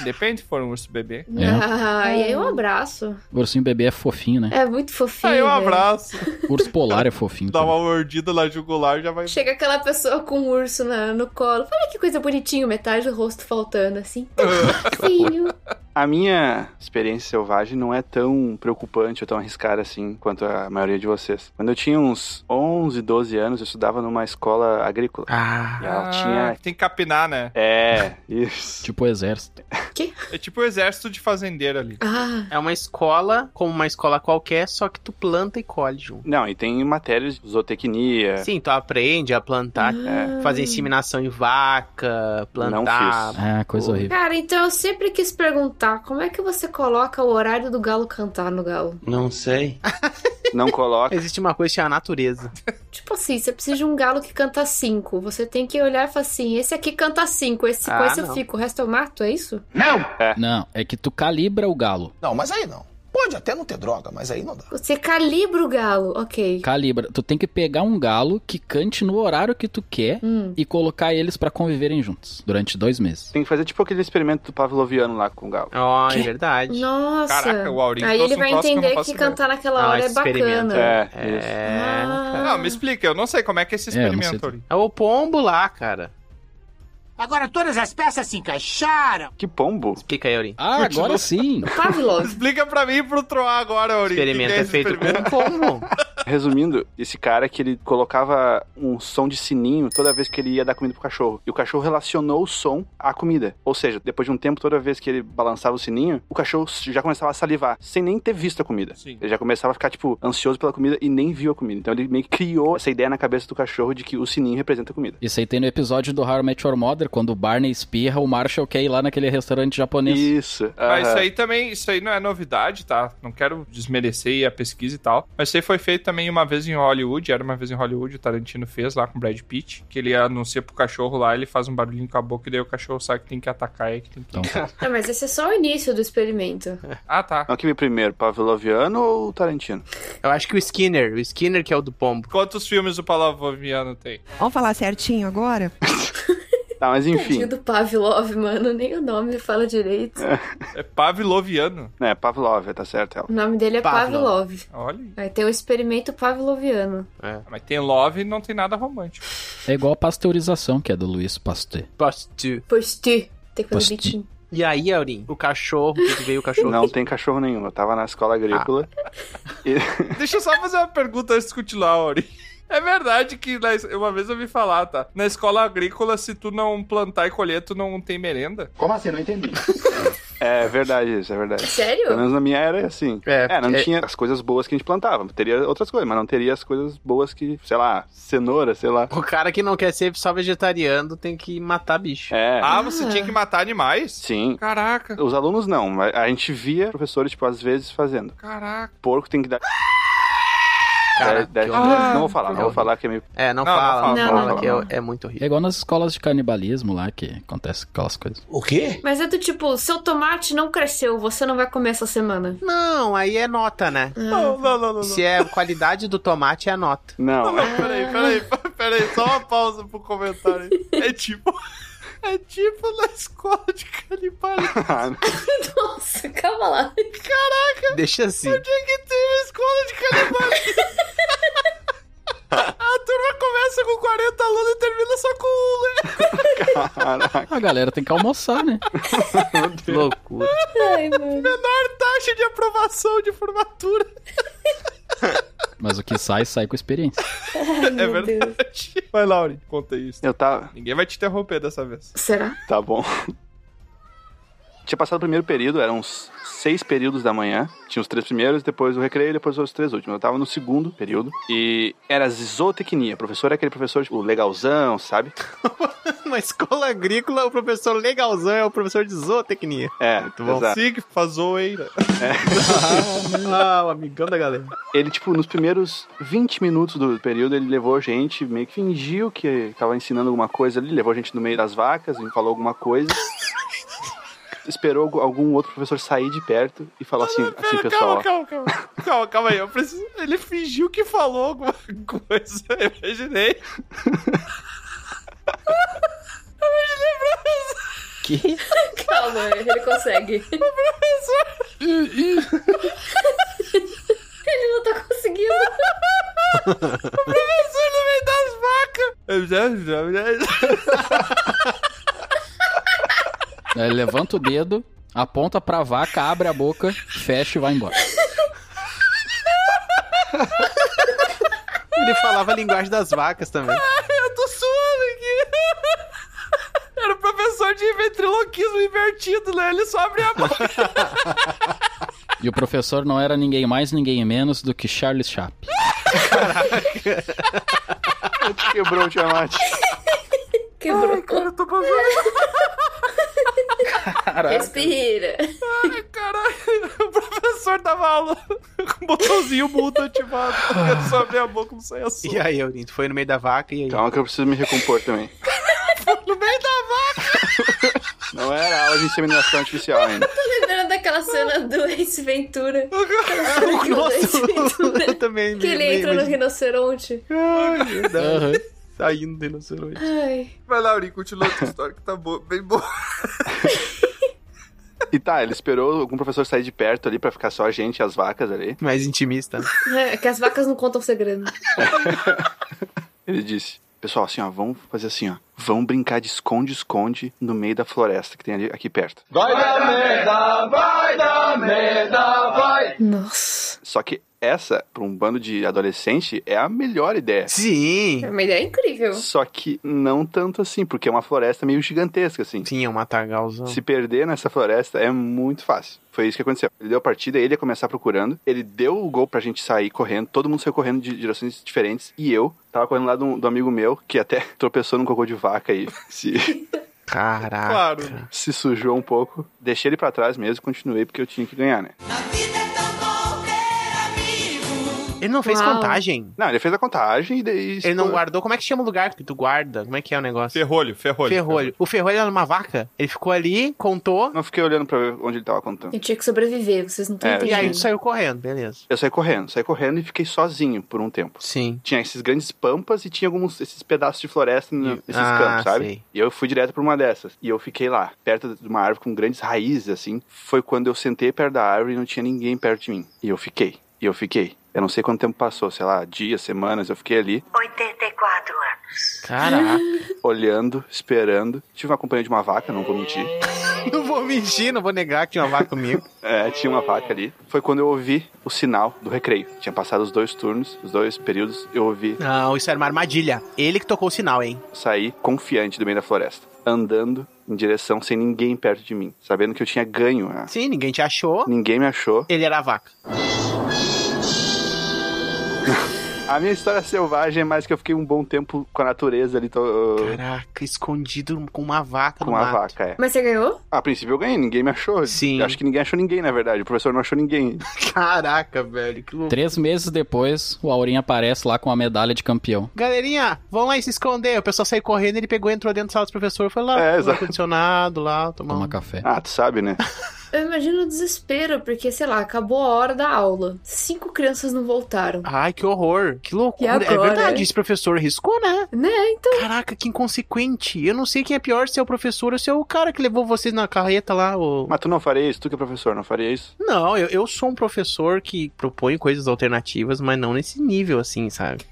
[SPEAKER 1] Depende se for um urso bebê.
[SPEAKER 3] Ah, e aí um abraço.
[SPEAKER 7] O ursinho bebê é fofinho, né?
[SPEAKER 3] É muito fofinho.
[SPEAKER 5] Ah,
[SPEAKER 1] Aí um
[SPEAKER 3] velho.
[SPEAKER 1] abraço,
[SPEAKER 7] Urso polar é fofinho.
[SPEAKER 1] dá
[SPEAKER 7] também.
[SPEAKER 1] uma mordida na jugular já vai.
[SPEAKER 3] Chega aquela pessoa com um urso na- no colo. Olha que coisa bonitinha, metade do rosto faltando, assim. Fofinho.
[SPEAKER 6] A minha experiência selvagem não é tão preocupante ou tão arriscada assim quanto a maioria de vocês. Quando eu tinha uns 11, 12 anos, eu estudava numa escola agrícola.
[SPEAKER 5] Ah.
[SPEAKER 6] E ela
[SPEAKER 1] Ah,
[SPEAKER 6] tinha.
[SPEAKER 1] Tem que capinar, né?
[SPEAKER 6] É, isso.
[SPEAKER 7] Tipo o exército.
[SPEAKER 1] É tipo o exército de fazendeiro ali.
[SPEAKER 3] Ah,
[SPEAKER 5] É uma escola como uma escola qualquer, só que tu planta e colhe junto.
[SPEAKER 6] Não, e tem matérias de zootecnia.
[SPEAKER 5] Sim, tu aprende a plantar,
[SPEAKER 3] Ah.
[SPEAKER 5] é, fazer inseminação em vaca, plantar.
[SPEAKER 7] Ah, coisa horrível.
[SPEAKER 3] cara, então eu sempre quis perguntar, como é que você coloca o horário do galo cantar no galo?
[SPEAKER 11] Não sei.
[SPEAKER 6] Não coloca.
[SPEAKER 5] Existe uma coisa que é a natureza.
[SPEAKER 3] Tipo assim, você precisa de um galo que canta cinco. Você tem que olhar e falar assim, esse aqui canta cinco, esse
[SPEAKER 5] Ah,
[SPEAKER 3] com esse
[SPEAKER 5] não.
[SPEAKER 3] eu fico, o resto eu mato, é isso?
[SPEAKER 7] Não, é que tu calibra o galo.
[SPEAKER 2] Não, mas aí não. Pode até não ter droga, mas aí não dá.
[SPEAKER 3] Você calibra o galo, ok.
[SPEAKER 7] Calibra. Tu tem que pegar um galo que cante no horário que tu quer
[SPEAKER 3] Hum.
[SPEAKER 7] e colocar eles pra conviverem juntos durante dois meses.
[SPEAKER 6] Tem que fazer tipo aquele experimento do Pavloviano lá com o galo.
[SPEAKER 5] Ó, é verdade.
[SPEAKER 3] Nossa.
[SPEAKER 1] Caraca, o Aurinho
[SPEAKER 3] Aí
[SPEAKER 1] trouxe
[SPEAKER 3] ele
[SPEAKER 1] um
[SPEAKER 3] vai
[SPEAKER 1] troço que eu não
[SPEAKER 3] entender que,
[SPEAKER 1] faço ideia.
[SPEAKER 3] cantar
[SPEAKER 1] Ah,
[SPEAKER 3] naquela hora é bacana. Ah.
[SPEAKER 6] É, isso.
[SPEAKER 5] É.
[SPEAKER 1] Não, me explica, eu não sei como é que é esse
[SPEAKER 7] É, eu não sei
[SPEAKER 1] experimento ali.
[SPEAKER 5] É o pombo lá, cara.
[SPEAKER 18] Agora todas as peças se encaixaram.
[SPEAKER 6] Que pombo.
[SPEAKER 5] Explica aí, Aurim.
[SPEAKER 7] Ah, agora sim!
[SPEAKER 3] Pavlov.
[SPEAKER 1] Explica pra mim e pro Troar agora, Aurinho.
[SPEAKER 5] Experimento é feito com um pombo.
[SPEAKER 6] Resumindo, esse cara que ele colocava um som de sininho toda vez que ele ia dar comida pro cachorro. E o cachorro relacionou o som à comida. Ou seja, depois de um tempo, toda vez que ele balançava o sininho, o cachorro já começava a salivar, sem nem ter visto a comida.
[SPEAKER 1] Sim.
[SPEAKER 6] Ele já começava a ficar, tipo, ansioso pela comida e nem viu a comida. Então ele meio que criou essa ideia na cabeça do cachorro de que o sininho representa a comida.
[SPEAKER 7] Isso aí tem no episódio do How I Met Your Mother, quando o Barney espirra, o Marshall quer ir lá naquele restaurante japonês.
[SPEAKER 6] Isso.
[SPEAKER 1] Mas isso
[SPEAKER 6] aham.
[SPEAKER 1] aí também, isso aí não é novidade, tá? Não quero desmerecer a pesquisa e tal. Mas isso aí foi feito também uma vez em Hollywood, era uma vez em Hollywood, o Tarantino fez lá com o Brad Pitt, que ele anuncia pro cachorro lá, ele faz um barulhinho com a boca e daí o cachorro sabe que tem que atacar e que tem que...
[SPEAKER 7] Então,
[SPEAKER 3] Ah, mas esse é só o início do experimento.
[SPEAKER 1] Ah, tá.
[SPEAKER 6] Então, o que veio primeiro, Pavloviano ou Tarantino?
[SPEAKER 5] Eu acho que o Skinner, o Skinner que é o do pombo.
[SPEAKER 1] Quantos filmes o Palovoviano tem?
[SPEAKER 19] Vamos falar certinho agora?
[SPEAKER 6] Tá, mas
[SPEAKER 3] Tadinho
[SPEAKER 6] enfim.
[SPEAKER 3] do Pavlov, mano, nem o nome fala direito.
[SPEAKER 1] É Pavloviano.
[SPEAKER 6] É, Pavlov, tá certo ela.
[SPEAKER 3] O nome dele é
[SPEAKER 5] Pavlov.
[SPEAKER 3] Pavlov.
[SPEAKER 1] Olha aí.
[SPEAKER 3] Aí tem o experimento pavloviano.
[SPEAKER 6] É.
[SPEAKER 1] Mas tem love e não tem nada romântico.
[SPEAKER 7] é igual a pasteurização, que é do Luiz Pasteur.
[SPEAKER 5] Postu.
[SPEAKER 3] Pois tu. Tem que fazer
[SPEAKER 7] Pois tu.
[SPEAKER 3] bitinho.
[SPEAKER 5] E aí, Aurim, o cachorro, que veio o cachorro. Ah.
[SPEAKER 6] Não tem cachorro nenhum. Eu tava na escola agrícola. E-
[SPEAKER 1] Deixa eu só fazer uma pergunta antes de continuar, Auri. É verdade que na es- uma vez eu ouvi falar, tá? Na escola agrícola, se tu não plantar e colher, tu não tem merenda.
[SPEAKER 2] Como assim? Não entendi.
[SPEAKER 6] É verdade isso, é verdade. Pelo
[SPEAKER 3] Sério?
[SPEAKER 6] menos na minha era assim.
[SPEAKER 5] É,
[SPEAKER 6] É, não
[SPEAKER 5] é-
[SPEAKER 6] tinha as coisas boas que a gente plantava. Teria outras coisas, mas não teria as coisas boas que, sei lá, cenoura, sei lá.
[SPEAKER 5] O cara que não quer ser só vegetariano tem que matar bicho.
[SPEAKER 6] É.
[SPEAKER 1] Ah, você tinha que matar animais?
[SPEAKER 6] Sim.
[SPEAKER 1] Caraca,
[SPEAKER 6] Os alunos não, mas a gente via professores, tipo, às vezes fazendo.
[SPEAKER 1] caraca.
[SPEAKER 6] Porco tem que dar.
[SPEAKER 5] Cara,
[SPEAKER 6] Dez-
[SPEAKER 5] que
[SPEAKER 6] dez-
[SPEAKER 1] horror.
[SPEAKER 6] não vou falar, não vou falar que é meio.
[SPEAKER 5] É, não,
[SPEAKER 1] Não, não
[SPEAKER 5] fala, não
[SPEAKER 1] fala,
[SPEAKER 5] fala,
[SPEAKER 3] não
[SPEAKER 6] fala.
[SPEAKER 5] que é, é muito horrível.
[SPEAKER 7] É igual nas escolas de canibalismo lá, que acontece aquelas coisas.
[SPEAKER 2] O quê?
[SPEAKER 3] Mas é do tipo, seu tomate não cresceu, você não vai comer essa semana. Ah.
[SPEAKER 5] Não, aí é nota, né?
[SPEAKER 1] Não, não, não, não.
[SPEAKER 5] Se é a qualidade do tomate, é a nota.
[SPEAKER 6] Não, é-
[SPEAKER 1] Não, peraí, peraí, peraí, só uma pausa pro comentário. aí. É tipo. É tipo na escola de canibalismo.
[SPEAKER 3] Nossa, calma lá.
[SPEAKER 5] Deixa assim.
[SPEAKER 1] Tinha é que ter uma escola de canibalismo. A turma começa com 40 alunos e termina só com um, né?
[SPEAKER 6] Caraca,
[SPEAKER 7] A galera tem que almoçar, né?
[SPEAKER 5] Loucura.
[SPEAKER 3] Ai, mano.
[SPEAKER 1] Menor taxa de aprovação de formatura.
[SPEAKER 7] Mas o que sai, sai com experiência.
[SPEAKER 16] é verdade. Vai, Lauri, conta isso.
[SPEAKER 6] Eu tava.
[SPEAKER 16] Ninguém vai te interromper dessa vez.
[SPEAKER 20] Será?
[SPEAKER 6] Tá bom. Tinha passado o primeiro período, eram uns seis períodos da manhã. Tinha os três primeiros, depois o recreio, depois os três últimos. Eu tava no segundo período e era zootecnia. O professor é aquele professor, tipo, legalzão, sabe?
[SPEAKER 5] Uma escola agrícola, o professor legalzão é o professor de zootecnia.
[SPEAKER 6] É, exato. É.
[SPEAKER 16] Sig faz zoeira.
[SPEAKER 5] ah, o amigão da galera.
[SPEAKER 6] Ele, tipo, nos primeiros 20 minutos do período, ele levou a gente, meio que fingiu que tava ensinando alguma coisa ali, levou a gente no meio das vacas, e falou alguma coisa. Esperou algu- algum outro professor sair de perto e falar assim, assim,
[SPEAKER 16] Pera,
[SPEAKER 6] pessoal, ó,
[SPEAKER 16] calma, calma, calma. Calma, calma aí. Eu preciso. Ele fingiu que falou alguma coisa. Eu imaginei.
[SPEAKER 7] Que?
[SPEAKER 3] Calma, ele consegue. ele não tá conseguindo.
[SPEAKER 16] O professor no meio das vacas. Eu já- já- já-
[SPEAKER 7] Aí É, levanta o dedo, aponta pra vaca, abre a boca, fecha e vai embora.
[SPEAKER 5] Ele falava a linguagem das vacas também.
[SPEAKER 16] Eu tô suando aqui. Era o professor de ventriloquismo invertido, né? Ele só abre a boca.
[SPEAKER 7] E o professor não era ninguém mais, ninguém menos do que Charles Chaplin.
[SPEAKER 6] quebrou o Tiamat.
[SPEAKER 3] Quebrou.
[SPEAKER 16] Ai, cara, eu tô passando.
[SPEAKER 3] Respira.
[SPEAKER 16] Ai, caralho. O professor dava aula com o botãozinho mudo ativado. Eu só abri a boca, não saía som.
[SPEAKER 5] E aí, Eurinho, tu foi no meio da vaca e aí.
[SPEAKER 6] Calma que eu preciso me recompor também.
[SPEAKER 16] No meio da vaca.
[SPEAKER 6] Não era aula de inseminação artificial ainda.
[SPEAKER 3] Tô lembrando daquela cena do Ace Ventura. Aquela cena que o Ace Ventura-
[SPEAKER 5] eu também
[SPEAKER 3] Que ele entra no rinoceronte.
[SPEAKER 5] Aham. Saindo do rinoceronte.
[SPEAKER 3] Ai.
[SPEAKER 16] Vai, Lauri, continua a tua história que tá boa, bem boa.
[SPEAKER 6] E tá, ele esperou algum professor sair de perto ali pra ficar só a gente e as vacas ali.
[SPEAKER 5] Mais intimista.
[SPEAKER 3] É, que as vacas não contam segredo.
[SPEAKER 6] Ele disse: Pessoal, assim, ó, vamos fazer assim, ó. Vamos brincar de esconde-esconde no meio da floresta que tem ali aqui perto.
[SPEAKER 21] Vai dar merda, vai dar merda, vai.
[SPEAKER 3] Nossa.
[SPEAKER 6] Só que essa, pra um bando de adolescente, é a melhor ideia.
[SPEAKER 5] Sim.
[SPEAKER 3] É uma ideia incrível.
[SPEAKER 6] Só que não tanto assim, porque é uma floresta meio gigantesca, assim.
[SPEAKER 5] Sim, é um matagalzão.
[SPEAKER 6] Se perder nessa floresta é muito fácil. Foi isso que aconteceu. Ele deu a partida, ele ia começar procurando. Ele deu o gol pra gente sair correndo. Todo mundo saiu correndo de direções diferentes. E eu tava correndo lá do, do amigo meu, que até tropeçou num cocô de vaca e se,
[SPEAKER 5] Caraca.
[SPEAKER 16] Claro.
[SPEAKER 6] se sujou um pouco. Deixei ele pra trás mesmo e continuei, porque eu tinha que ganhar, né?
[SPEAKER 5] Ele não fez
[SPEAKER 3] Uau.
[SPEAKER 5] contagem?
[SPEAKER 6] Não, ele fez a contagem e daí.
[SPEAKER 5] Ele não guardou? Como é que chama o lugar que tu guarda? Como é que é o negócio?
[SPEAKER 16] Ferrolho, ferrolho.
[SPEAKER 5] Ferrolho. O ferrolho era uma vaca? Ele ficou ali, contou,
[SPEAKER 6] Não fiquei olhando pra ver onde ele tava contando.
[SPEAKER 3] Eu tinha que sobreviver, vocês não estão
[SPEAKER 6] É,
[SPEAKER 5] e aí
[SPEAKER 3] entendendo.
[SPEAKER 5] tu saiu correndo, beleza.
[SPEAKER 6] Eu saí correndo, saí correndo e fiquei sozinho por um tempo.
[SPEAKER 5] Sim.
[SPEAKER 6] Tinha esses grandes pampas e tinha alguns esses pedaços de floresta n- nesses
[SPEAKER 5] Ah,
[SPEAKER 6] campos, sabe?
[SPEAKER 5] sei.
[SPEAKER 6] E eu fui direto pra uma dessas. E eu fiquei lá, perto de uma árvore com grandes raízes, assim. Foi quando eu sentei perto da árvore e não tinha ninguém perto de mim. E eu fiquei, e eu fiquei. Eu não sei quanto tempo passou, sei lá, dias, semanas, eu fiquei ali,
[SPEAKER 4] 84 anos.
[SPEAKER 5] Caraca.
[SPEAKER 6] olhando, esperando. Tive uma companhia de uma vaca, não vou mentir.
[SPEAKER 5] não vou mentir, não vou negar que tinha uma vaca comigo.
[SPEAKER 6] É, tinha uma vaca ali. Foi quando eu ouvi o sinal do recreio. Tinha passado os dois turnos, os dois períodos, eu ouvi
[SPEAKER 5] Não, Ah, isso era uma armadilha. Ele que tocou o sinal, hein?
[SPEAKER 6] sair confiante do meio da floresta, andando em direção sem ninguém perto de mim, sabendo que eu tinha ganho. né?
[SPEAKER 5] Sim, ninguém te achou.
[SPEAKER 6] Ninguém me achou.
[SPEAKER 5] Ele era a vaca.
[SPEAKER 6] A minha história selvagem é mais que eu fiquei um bom tempo com a natureza ali, tô, uh,
[SPEAKER 5] Caraca, escondido com uma vaca
[SPEAKER 6] com
[SPEAKER 5] no
[SPEAKER 6] a
[SPEAKER 5] mato.
[SPEAKER 6] vaca, é.
[SPEAKER 3] Mas você ganhou?
[SPEAKER 6] A princípio eu ganhei, ninguém me achou.
[SPEAKER 5] Sim.
[SPEAKER 6] Eu acho que ninguém achou ninguém, na verdade. O professor não achou ninguém.
[SPEAKER 5] Caraca, velho, que louco.
[SPEAKER 7] Três meses depois, o Aurinho aparece lá com a medalha de campeão.
[SPEAKER 5] Galerinha, vão lá e se esconder. O pessoal saiu correndo, ele pegou, entrou dentro da sala do professor, foi lá,
[SPEAKER 6] É,
[SPEAKER 5] pro
[SPEAKER 6] exato.
[SPEAKER 5] ar-condicionado lá, tomar
[SPEAKER 7] Toma
[SPEAKER 5] um...
[SPEAKER 7] café.
[SPEAKER 6] Ah, tu sabe, né?
[SPEAKER 3] Eu imagino o desespero, porque, sei lá, acabou a hora da aula. Cinco crianças não voltaram.
[SPEAKER 5] Ai, que horror. Que loucura.
[SPEAKER 3] E
[SPEAKER 5] É
[SPEAKER 3] agora?
[SPEAKER 5] verdade, esse professor riscou, né?
[SPEAKER 3] Né, então.
[SPEAKER 5] Caraca, que inconsequente. Eu não sei quem é pior, se é o professor ou se é o cara que levou vocês na carreta lá. o-
[SPEAKER 6] Mas tu não faria isso? Tu que é professor, não faria isso?
[SPEAKER 5] Não, eu, eu sou um professor que propõe coisas alternativas, mas não nesse nível, assim, sabe?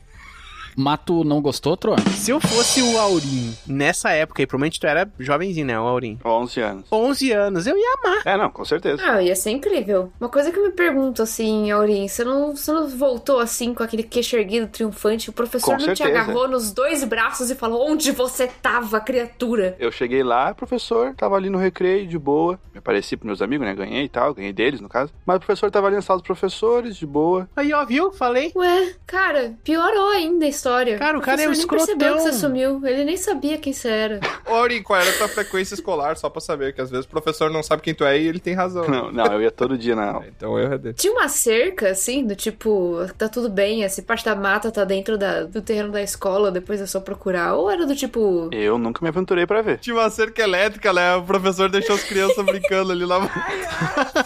[SPEAKER 7] Mato não gostou, Tron?
[SPEAKER 5] Se eu fosse o Aurim nessa época, e provavelmente tu era jovenzinho, né, o Aurim?
[SPEAKER 6] 11 anos.
[SPEAKER 5] 11 anos, eu ia amar.
[SPEAKER 6] É, não, com certeza.
[SPEAKER 3] Ah, ia ser incrível. Uma coisa que eu me pergunto, assim, Aurim, você não, você não voltou, assim, com aquele queixo erguido triunfante? O professor
[SPEAKER 6] Com
[SPEAKER 3] não te
[SPEAKER 6] certeza.
[SPEAKER 3] agarrou nos dois braços e falou, onde você tava, criatura?
[SPEAKER 6] Eu cheguei lá, professor, tava ali no recreio, de boa. Me apareci pros meus amigos, né? Ganhei e tal, ganhei deles, no caso. Mas o professor tava ali na sala dos professores, de boa.
[SPEAKER 5] Aí, ó, viu? Falei.
[SPEAKER 3] Ué, cara, piorou ainda a história.
[SPEAKER 5] Cara, o cara
[SPEAKER 3] professor
[SPEAKER 5] é um
[SPEAKER 3] nem percebeu que
[SPEAKER 5] escrotão.
[SPEAKER 3] você sumiu. Ele nem sabia quem você era.
[SPEAKER 1] Ori, qual era a tua frequência escolar? Só pra saber, que às vezes o professor não sabe quem tu é e ele tem razão.
[SPEAKER 6] Não, não, eu ia todo dia na aula.
[SPEAKER 1] Então eu dele.
[SPEAKER 3] Tinha uma cerca, assim, do tipo, tá tudo bem, essa parte da mata tá dentro da- do terreno da escola, depois é só procurar. Ou era do tipo.
[SPEAKER 6] Eu nunca me aventurei pra ver.
[SPEAKER 1] Tinha uma cerca elétrica, né? O professor deixou as crianças brincando ali lá.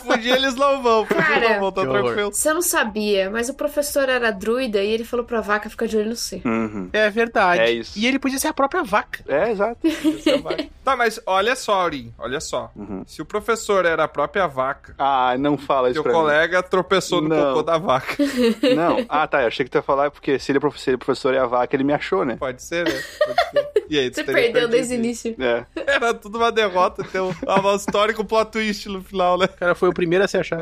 [SPEAKER 1] Fugir eles não vão, fugir não
[SPEAKER 3] Cara,
[SPEAKER 1] vão, tá tranquilo.
[SPEAKER 3] você não sabia, mas o professor era druida e ele falou pra vaca ficar de olho no si.
[SPEAKER 5] É verdade.
[SPEAKER 6] É isso.
[SPEAKER 5] E ele podia ser a própria vaca.
[SPEAKER 6] É, exato.
[SPEAKER 1] Tá, mas olha só, Aurim, olha só. Se o professor era a própria vaca,
[SPEAKER 6] Uhum. Ah, não fala isso
[SPEAKER 1] teu
[SPEAKER 6] pra mim.
[SPEAKER 1] colega tropeçou no
[SPEAKER 6] Não.
[SPEAKER 1] cocô da vaca.
[SPEAKER 6] Não. Ah, tá. Eu achei que tu ia falar porque se ele é prof- se ele é professor e a vaca, ele me achou, né?
[SPEAKER 1] Pode ser, né? Pode ser. E aí, tu
[SPEAKER 3] Você
[SPEAKER 1] teria
[SPEAKER 3] perdeu
[SPEAKER 1] perdido
[SPEAKER 3] desde o
[SPEAKER 1] isso.
[SPEAKER 3] início.
[SPEAKER 6] É.
[SPEAKER 1] Era tudo uma derrota, tem um um histórico plot twist no final, né?
[SPEAKER 5] O cara foi o primeiro a se achar.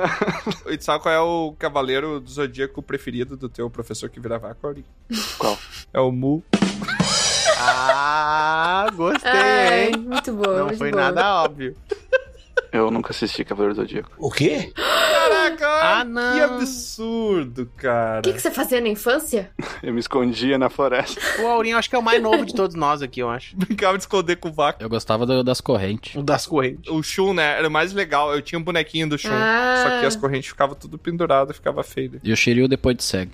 [SPEAKER 1] O Itzawa, qual é o cavaleiro do zodíaco preferido do teu professor que vira vaca, Aurim?
[SPEAKER 6] Qual?
[SPEAKER 1] É o Mu.
[SPEAKER 5] Ah, gostei,
[SPEAKER 3] Ai,
[SPEAKER 5] hein?
[SPEAKER 3] muito boa.
[SPEAKER 5] Não
[SPEAKER 3] muito
[SPEAKER 5] foi
[SPEAKER 3] boa.
[SPEAKER 5] nada óbvio.
[SPEAKER 6] Eu nunca assisti Cavaleiro do Zodíaco.
[SPEAKER 22] O quê?
[SPEAKER 1] Caraca!
[SPEAKER 5] Ah, não.
[SPEAKER 1] Que absurdo, cara.
[SPEAKER 3] O que, que você fazia na infância?
[SPEAKER 6] Eu me escondia na floresta.
[SPEAKER 5] O Aurinho acho que é o mais novo de todos nós aqui, eu acho.
[SPEAKER 1] Brincava de esconder com vaca.
[SPEAKER 7] Eu gostava do- das correntes.
[SPEAKER 5] O das correntes.
[SPEAKER 1] O Shun, né? Era o mais legal. Eu tinha um bonequinho do Shun.
[SPEAKER 3] Ah.
[SPEAKER 1] Só que as correntes ficavam tudo penduradas, ficava feio. né?
[SPEAKER 7] E o Shiryu depois de cego.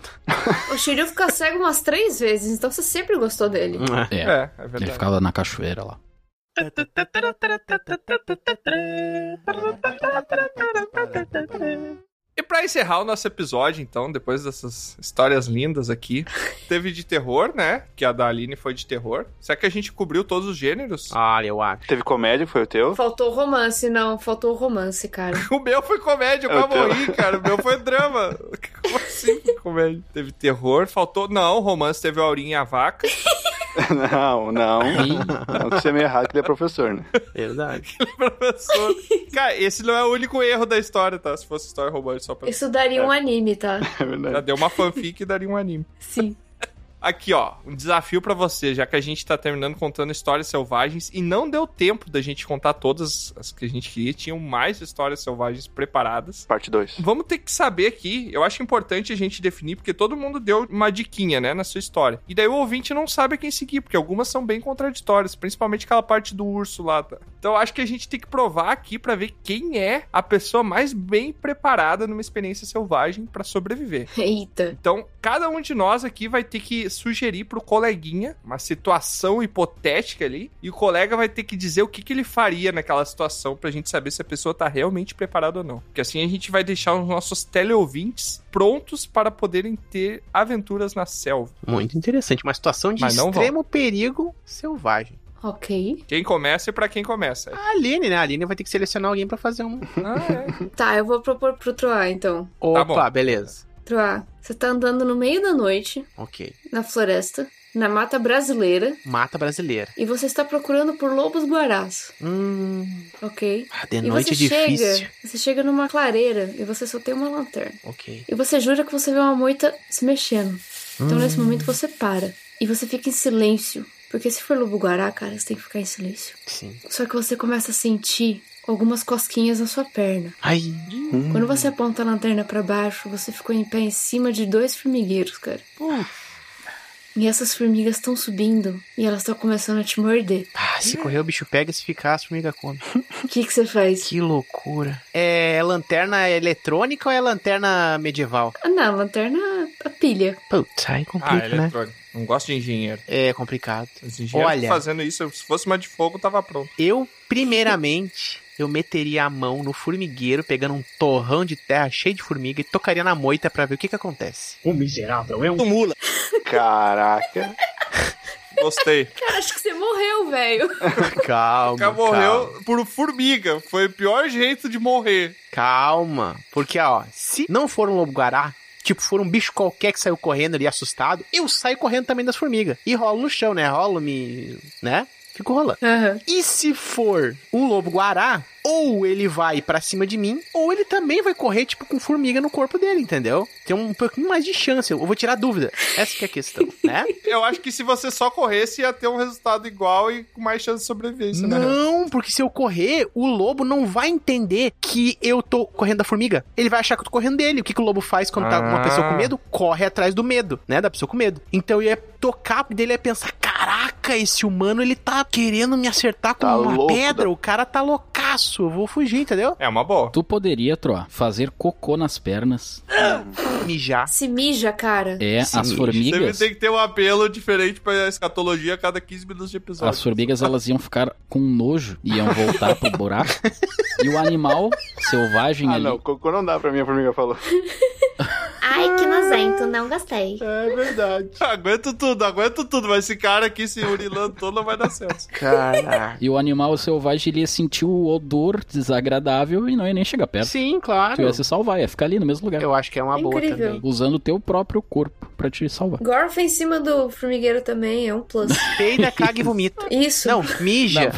[SPEAKER 3] O Shiryu fica cego umas três vezes, então você sempre gostou dele.
[SPEAKER 7] É,
[SPEAKER 1] É, é
[SPEAKER 7] ele
[SPEAKER 1] verdade.
[SPEAKER 7] ficava na cachoeira lá.
[SPEAKER 1] E pra encerrar o nosso episódio, então, depois dessas histórias lindas aqui, teve de terror, né? Que a da Aline foi de terror. Será que a gente cobriu todos os gêneros?
[SPEAKER 5] Olha, Ah, eu acho.
[SPEAKER 6] Teve comédia, que foi o teu?
[SPEAKER 3] Faltou romance, não, faltou romance, cara.
[SPEAKER 1] O meu foi comédia, eu
[SPEAKER 6] É o
[SPEAKER 1] quase
[SPEAKER 6] teu.
[SPEAKER 1] morri, cara. O meu foi drama. Como assim foi comédia? Teve terror, faltou... Não, romance teve a Aurinha e a Vaca.
[SPEAKER 6] Não, não.
[SPEAKER 7] Ih.
[SPEAKER 6] Não, que você é meio errado que ele é professor, né?
[SPEAKER 5] Verdade.
[SPEAKER 1] professor. Cara, esse não é o único erro da história, tá? Se fosse história romântica só pra... É.
[SPEAKER 3] Isso daria um anime, tá?
[SPEAKER 6] É
[SPEAKER 1] Já
[SPEAKER 6] verdade.
[SPEAKER 1] deu uma fanfic e daria um anime.
[SPEAKER 3] Sim.
[SPEAKER 1] Aqui, ó, um desafio pra você, já que a gente tá terminando contando histórias selvagens e não deu tempo da gente contar todas as que a gente queria, tinham mais histórias selvagens preparadas.
[SPEAKER 6] Parte 2.
[SPEAKER 1] Vamos ter que saber aqui, eu acho importante a gente definir, porque todo mundo deu uma diquinha, né, na sua história. E daí o ouvinte não sabe a quem seguir, porque algumas são bem contraditórias, principalmente aquela parte do urso lá. tá? Então eu acho que a gente tem que provar aqui pra ver quem é a pessoa mais bem preparada numa experiência selvagem pra sobreviver.
[SPEAKER 3] Eita.
[SPEAKER 1] Então, cada um de nós aqui vai ter que sugerir pro coleguinha uma situação hipotética ali, e o colega vai ter que dizer o que, que ele faria naquela situação pra gente saber se a pessoa tá realmente preparada ou não. Porque assim a gente vai deixar os nossos teleouvintes prontos para poderem ter aventuras na selva.
[SPEAKER 5] Muito interessante. Uma situação de
[SPEAKER 1] Mas não
[SPEAKER 5] extremo perigo selvagem.
[SPEAKER 3] Ok.
[SPEAKER 1] Quem começa e pra quem começa.
[SPEAKER 5] A Aline, né? A Aline vai ter que selecionar alguém pra fazer um.
[SPEAKER 1] Ah,
[SPEAKER 3] Tá, eu vou propor pro Troá, então.
[SPEAKER 5] Opa,
[SPEAKER 1] bom.
[SPEAKER 5] beleza.
[SPEAKER 3] Troá, você tá andando no meio da noite,
[SPEAKER 5] Ok.
[SPEAKER 3] na floresta, na mata brasileira,
[SPEAKER 5] Mata brasileira.
[SPEAKER 3] e você está procurando por lobos guarás,
[SPEAKER 5] Hum.
[SPEAKER 3] ok?
[SPEAKER 5] ah, De
[SPEAKER 3] e
[SPEAKER 5] noite é
[SPEAKER 3] você
[SPEAKER 5] difícil.
[SPEAKER 3] chega, você chega numa clareira e você só tem uma lanterna.
[SPEAKER 5] Ok.
[SPEAKER 3] E você jura que você vê uma moita se mexendo. Então
[SPEAKER 5] Hum.
[SPEAKER 3] nesse momento você para e você fica em silêncio, porque se for lobo guará, cara, você tem que ficar em silêncio.
[SPEAKER 5] Sim.
[SPEAKER 3] Só que você começa a sentir algumas cosquinhas na sua perna.
[SPEAKER 5] Ai. Hum.
[SPEAKER 3] Quando você aponta a lanterna pra baixo, você ficou em pé em cima de dois formigueiros, cara. E essas formigas estão subindo e elas estão começando a te morder.
[SPEAKER 5] Ah,
[SPEAKER 23] É.
[SPEAKER 5] se correr o bicho pega, se ficar, as formiga come.
[SPEAKER 3] O que que você faz?
[SPEAKER 5] Que loucura. É lanterna eletrônica ou é lanterna medieval?
[SPEAKER 3] Ah, não, lanterna a pilha.
[SPEAKER 5] Putz, aí complica, né?
[SPEAKER 1] Ah, eletrônico. Não gosto de engenheiro.
[SPEAKER 5] É complicado.
[SPEAKER 1] Os engenheiros
[SPEAKER 5] Olha.
[SPEAKER 1] fazendo isso, se fosse uma de fogo, tava pronto.
[SPEAKER 5] Eu, primeiramente, eu meteria a mão no formigueiro, pegando um torrão de terra cheio de formiga e tocaria na moita pra ver o que que acontece.
[SPEAKER 23] O miserável é um.
[SPEAKER 1] Mula.
[SPEAKER 6] Caraca.
[SPEAKER 1] Gostei.
[SPEAKER 3] Cara, acho que você morreu, velho.
[SPEAKER 5] Calma,
[SPEAKER 1] O cara morreu por formiga. Foi o pior jeito de morrer.
[SPEAKER 5] Calma. Porque, ó, se não for um lobo-guará, tipo, for um bicho qualquer que saiu correndo ali assustado, eu saio correndo também das formigas. E rolo no chão, né? Rolo, me. né? Fico rolando.
[SPEAKER 3] Uhum.
[SPEAKER 5] E se for um lobo guará, ou ele vai pra cima de mim, ou ele também vai correr, tipo, com formiga no corpo dele, entendeu? Tem um pouquinho mais de chance. Eu vou tirar a dúvida. Essa que é a questão, né?
[SPEAKER 1] Eu acho que se você só corresse, ia ter um resultado igual e com mais chance de
[SPEAKER 16] é
[SPEAKER 1] sobrevivência, né?
[SPEAKER 5] Não, porque se eu correr, o lobo não vai entender que eu tô correndo da formiga. Ele vai achar que eu tô correndo dele. O que, que o lobo faz quando tá uma
[SPEAKER 1] Ah.
[SPEAKER 5] pessoa com medo? Corre atrás do medo, né? Da pessoa com medo. Então eu ia tocar dele e ia pensar: caraca, esse humano ele tá querendo me acertar com
[SPEAKER 6] Tá
[SPEAKER 5] uma
[SPEAKER 6] louco,
[SPEAKER 5] pedra. O cara tá loucaço. Eu vou fugir, entendeu?
[SPEAKER 1] É uma boa.
[SPEAKER 7] Tu poderia, Troa, fazer cocô nas pernas.
[SPEAKER 5] Mijar.
[SPEAKER 3] Se mija, cara.
[SPEAKER 7] É, as
[SPEAKER 1] Sempre
[SPEAKER 7] formigas.
[SPEAKER 1] tem que ter um apelo diferente pra escatologia a cada 15 minutos de episódio.
[SPEAKER 7] As formigas elas iam ficar com nojo, iam voltar pro buraco. E o animal selvagem
[SPEAKER 6] Ah,
[SPEAKER 7] ali.
[SPEAKER 6] não, cocô não dá pra mim, a formiga falou.
[SPEAKER 24] Ai, que nozento, não gostei.
[SPEAKER 6] É verdade.
[SPEAKER 1] Aguento tudo, aguento tudo, mas esse cara aqui se urilando todo não vai dar certo.
[SPEAKER 5] Caraca.
[SPEAKER 7] E o animal selvagem ele ia sentir o odor desagradável e não ia nem chegar perto.
[SPEAKER 5] Sim, claro.
[SPEAKER 7] Tu ia se salvar, ia ficar ali no mesmo lugar.
[SPEAKER 5] Eu acho que é uma boa
[SPEAKER 3] Incrível.
[SPEAKER 5] também.
[SPEAKER 7] Usando o teu próprio corpo pra te salvar.
[SPEAKER 3] Gorfa em cima do formigueiro também é um plus.
[SPEAKER 5] Peida, caga e vomita.
[SPEAKER 3] Isso.
[SPEAKER 5] Não, mija.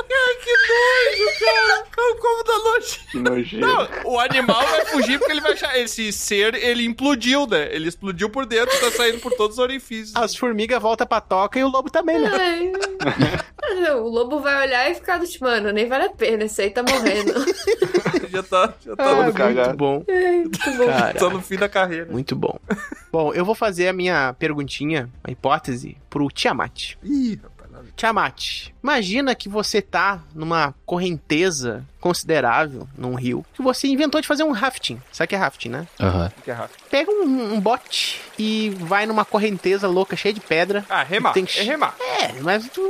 [SPEAKER 1] Ai, que nojo, cara! Como- Como da noite.
[SPEAKER 6] Que nojento.
[SPEAKER 1] Não, o animal vai fugir porque ele vai achar. Esse ser, ele implodiu, né? Ele explodiu por dentro, tá saindo por todos os orifícios.
[SPEAKER 5] As formigas voltam pra toca e o lobo também, né?
[SPEAKER 3] Ai. o lobo vai olhar e ficar do tipo, mano, nem vale a pena, esse aí tá morrendo.
[SPEAKER 1] Já tá, já tá
[SPEAKER 5] Ah,
[SPEAKER 1] no,
[SPEAKER 5] muito
[SPEAKER 6] cagado.
[SPEAKER 5] bom.
[SPEAKER 3] Ai, É, muito bom.
[SPEAKER 5] Cara.
[SPEAKER 1] tá no fim da carreira.
[SPEAKER 5] Muito bom. Bom, eu vou fazer a minha perguntinha, a hipótese, pro Tiamat.
[SPEAKER 1] Ih, rapaz. lá vem.
[SPEAKER 5] Tiamat, imagina que você tá numa correnteza considerável num rio, que você inventou de fazer um rafting. Sabe o que é rafting, né?
[SPEAKER 7] Aham.
[SPEAKER 1] Que errado.
[SPEAKER 5] Pega um, um bote e vai numa correnteza louca, cheia de pedra.
[SPEAKER 1] Ah, remar.
[SPEAKER 5] Tem que-
[SPEAKER 1] É remar.
[SPEAKER 5] É, mas tu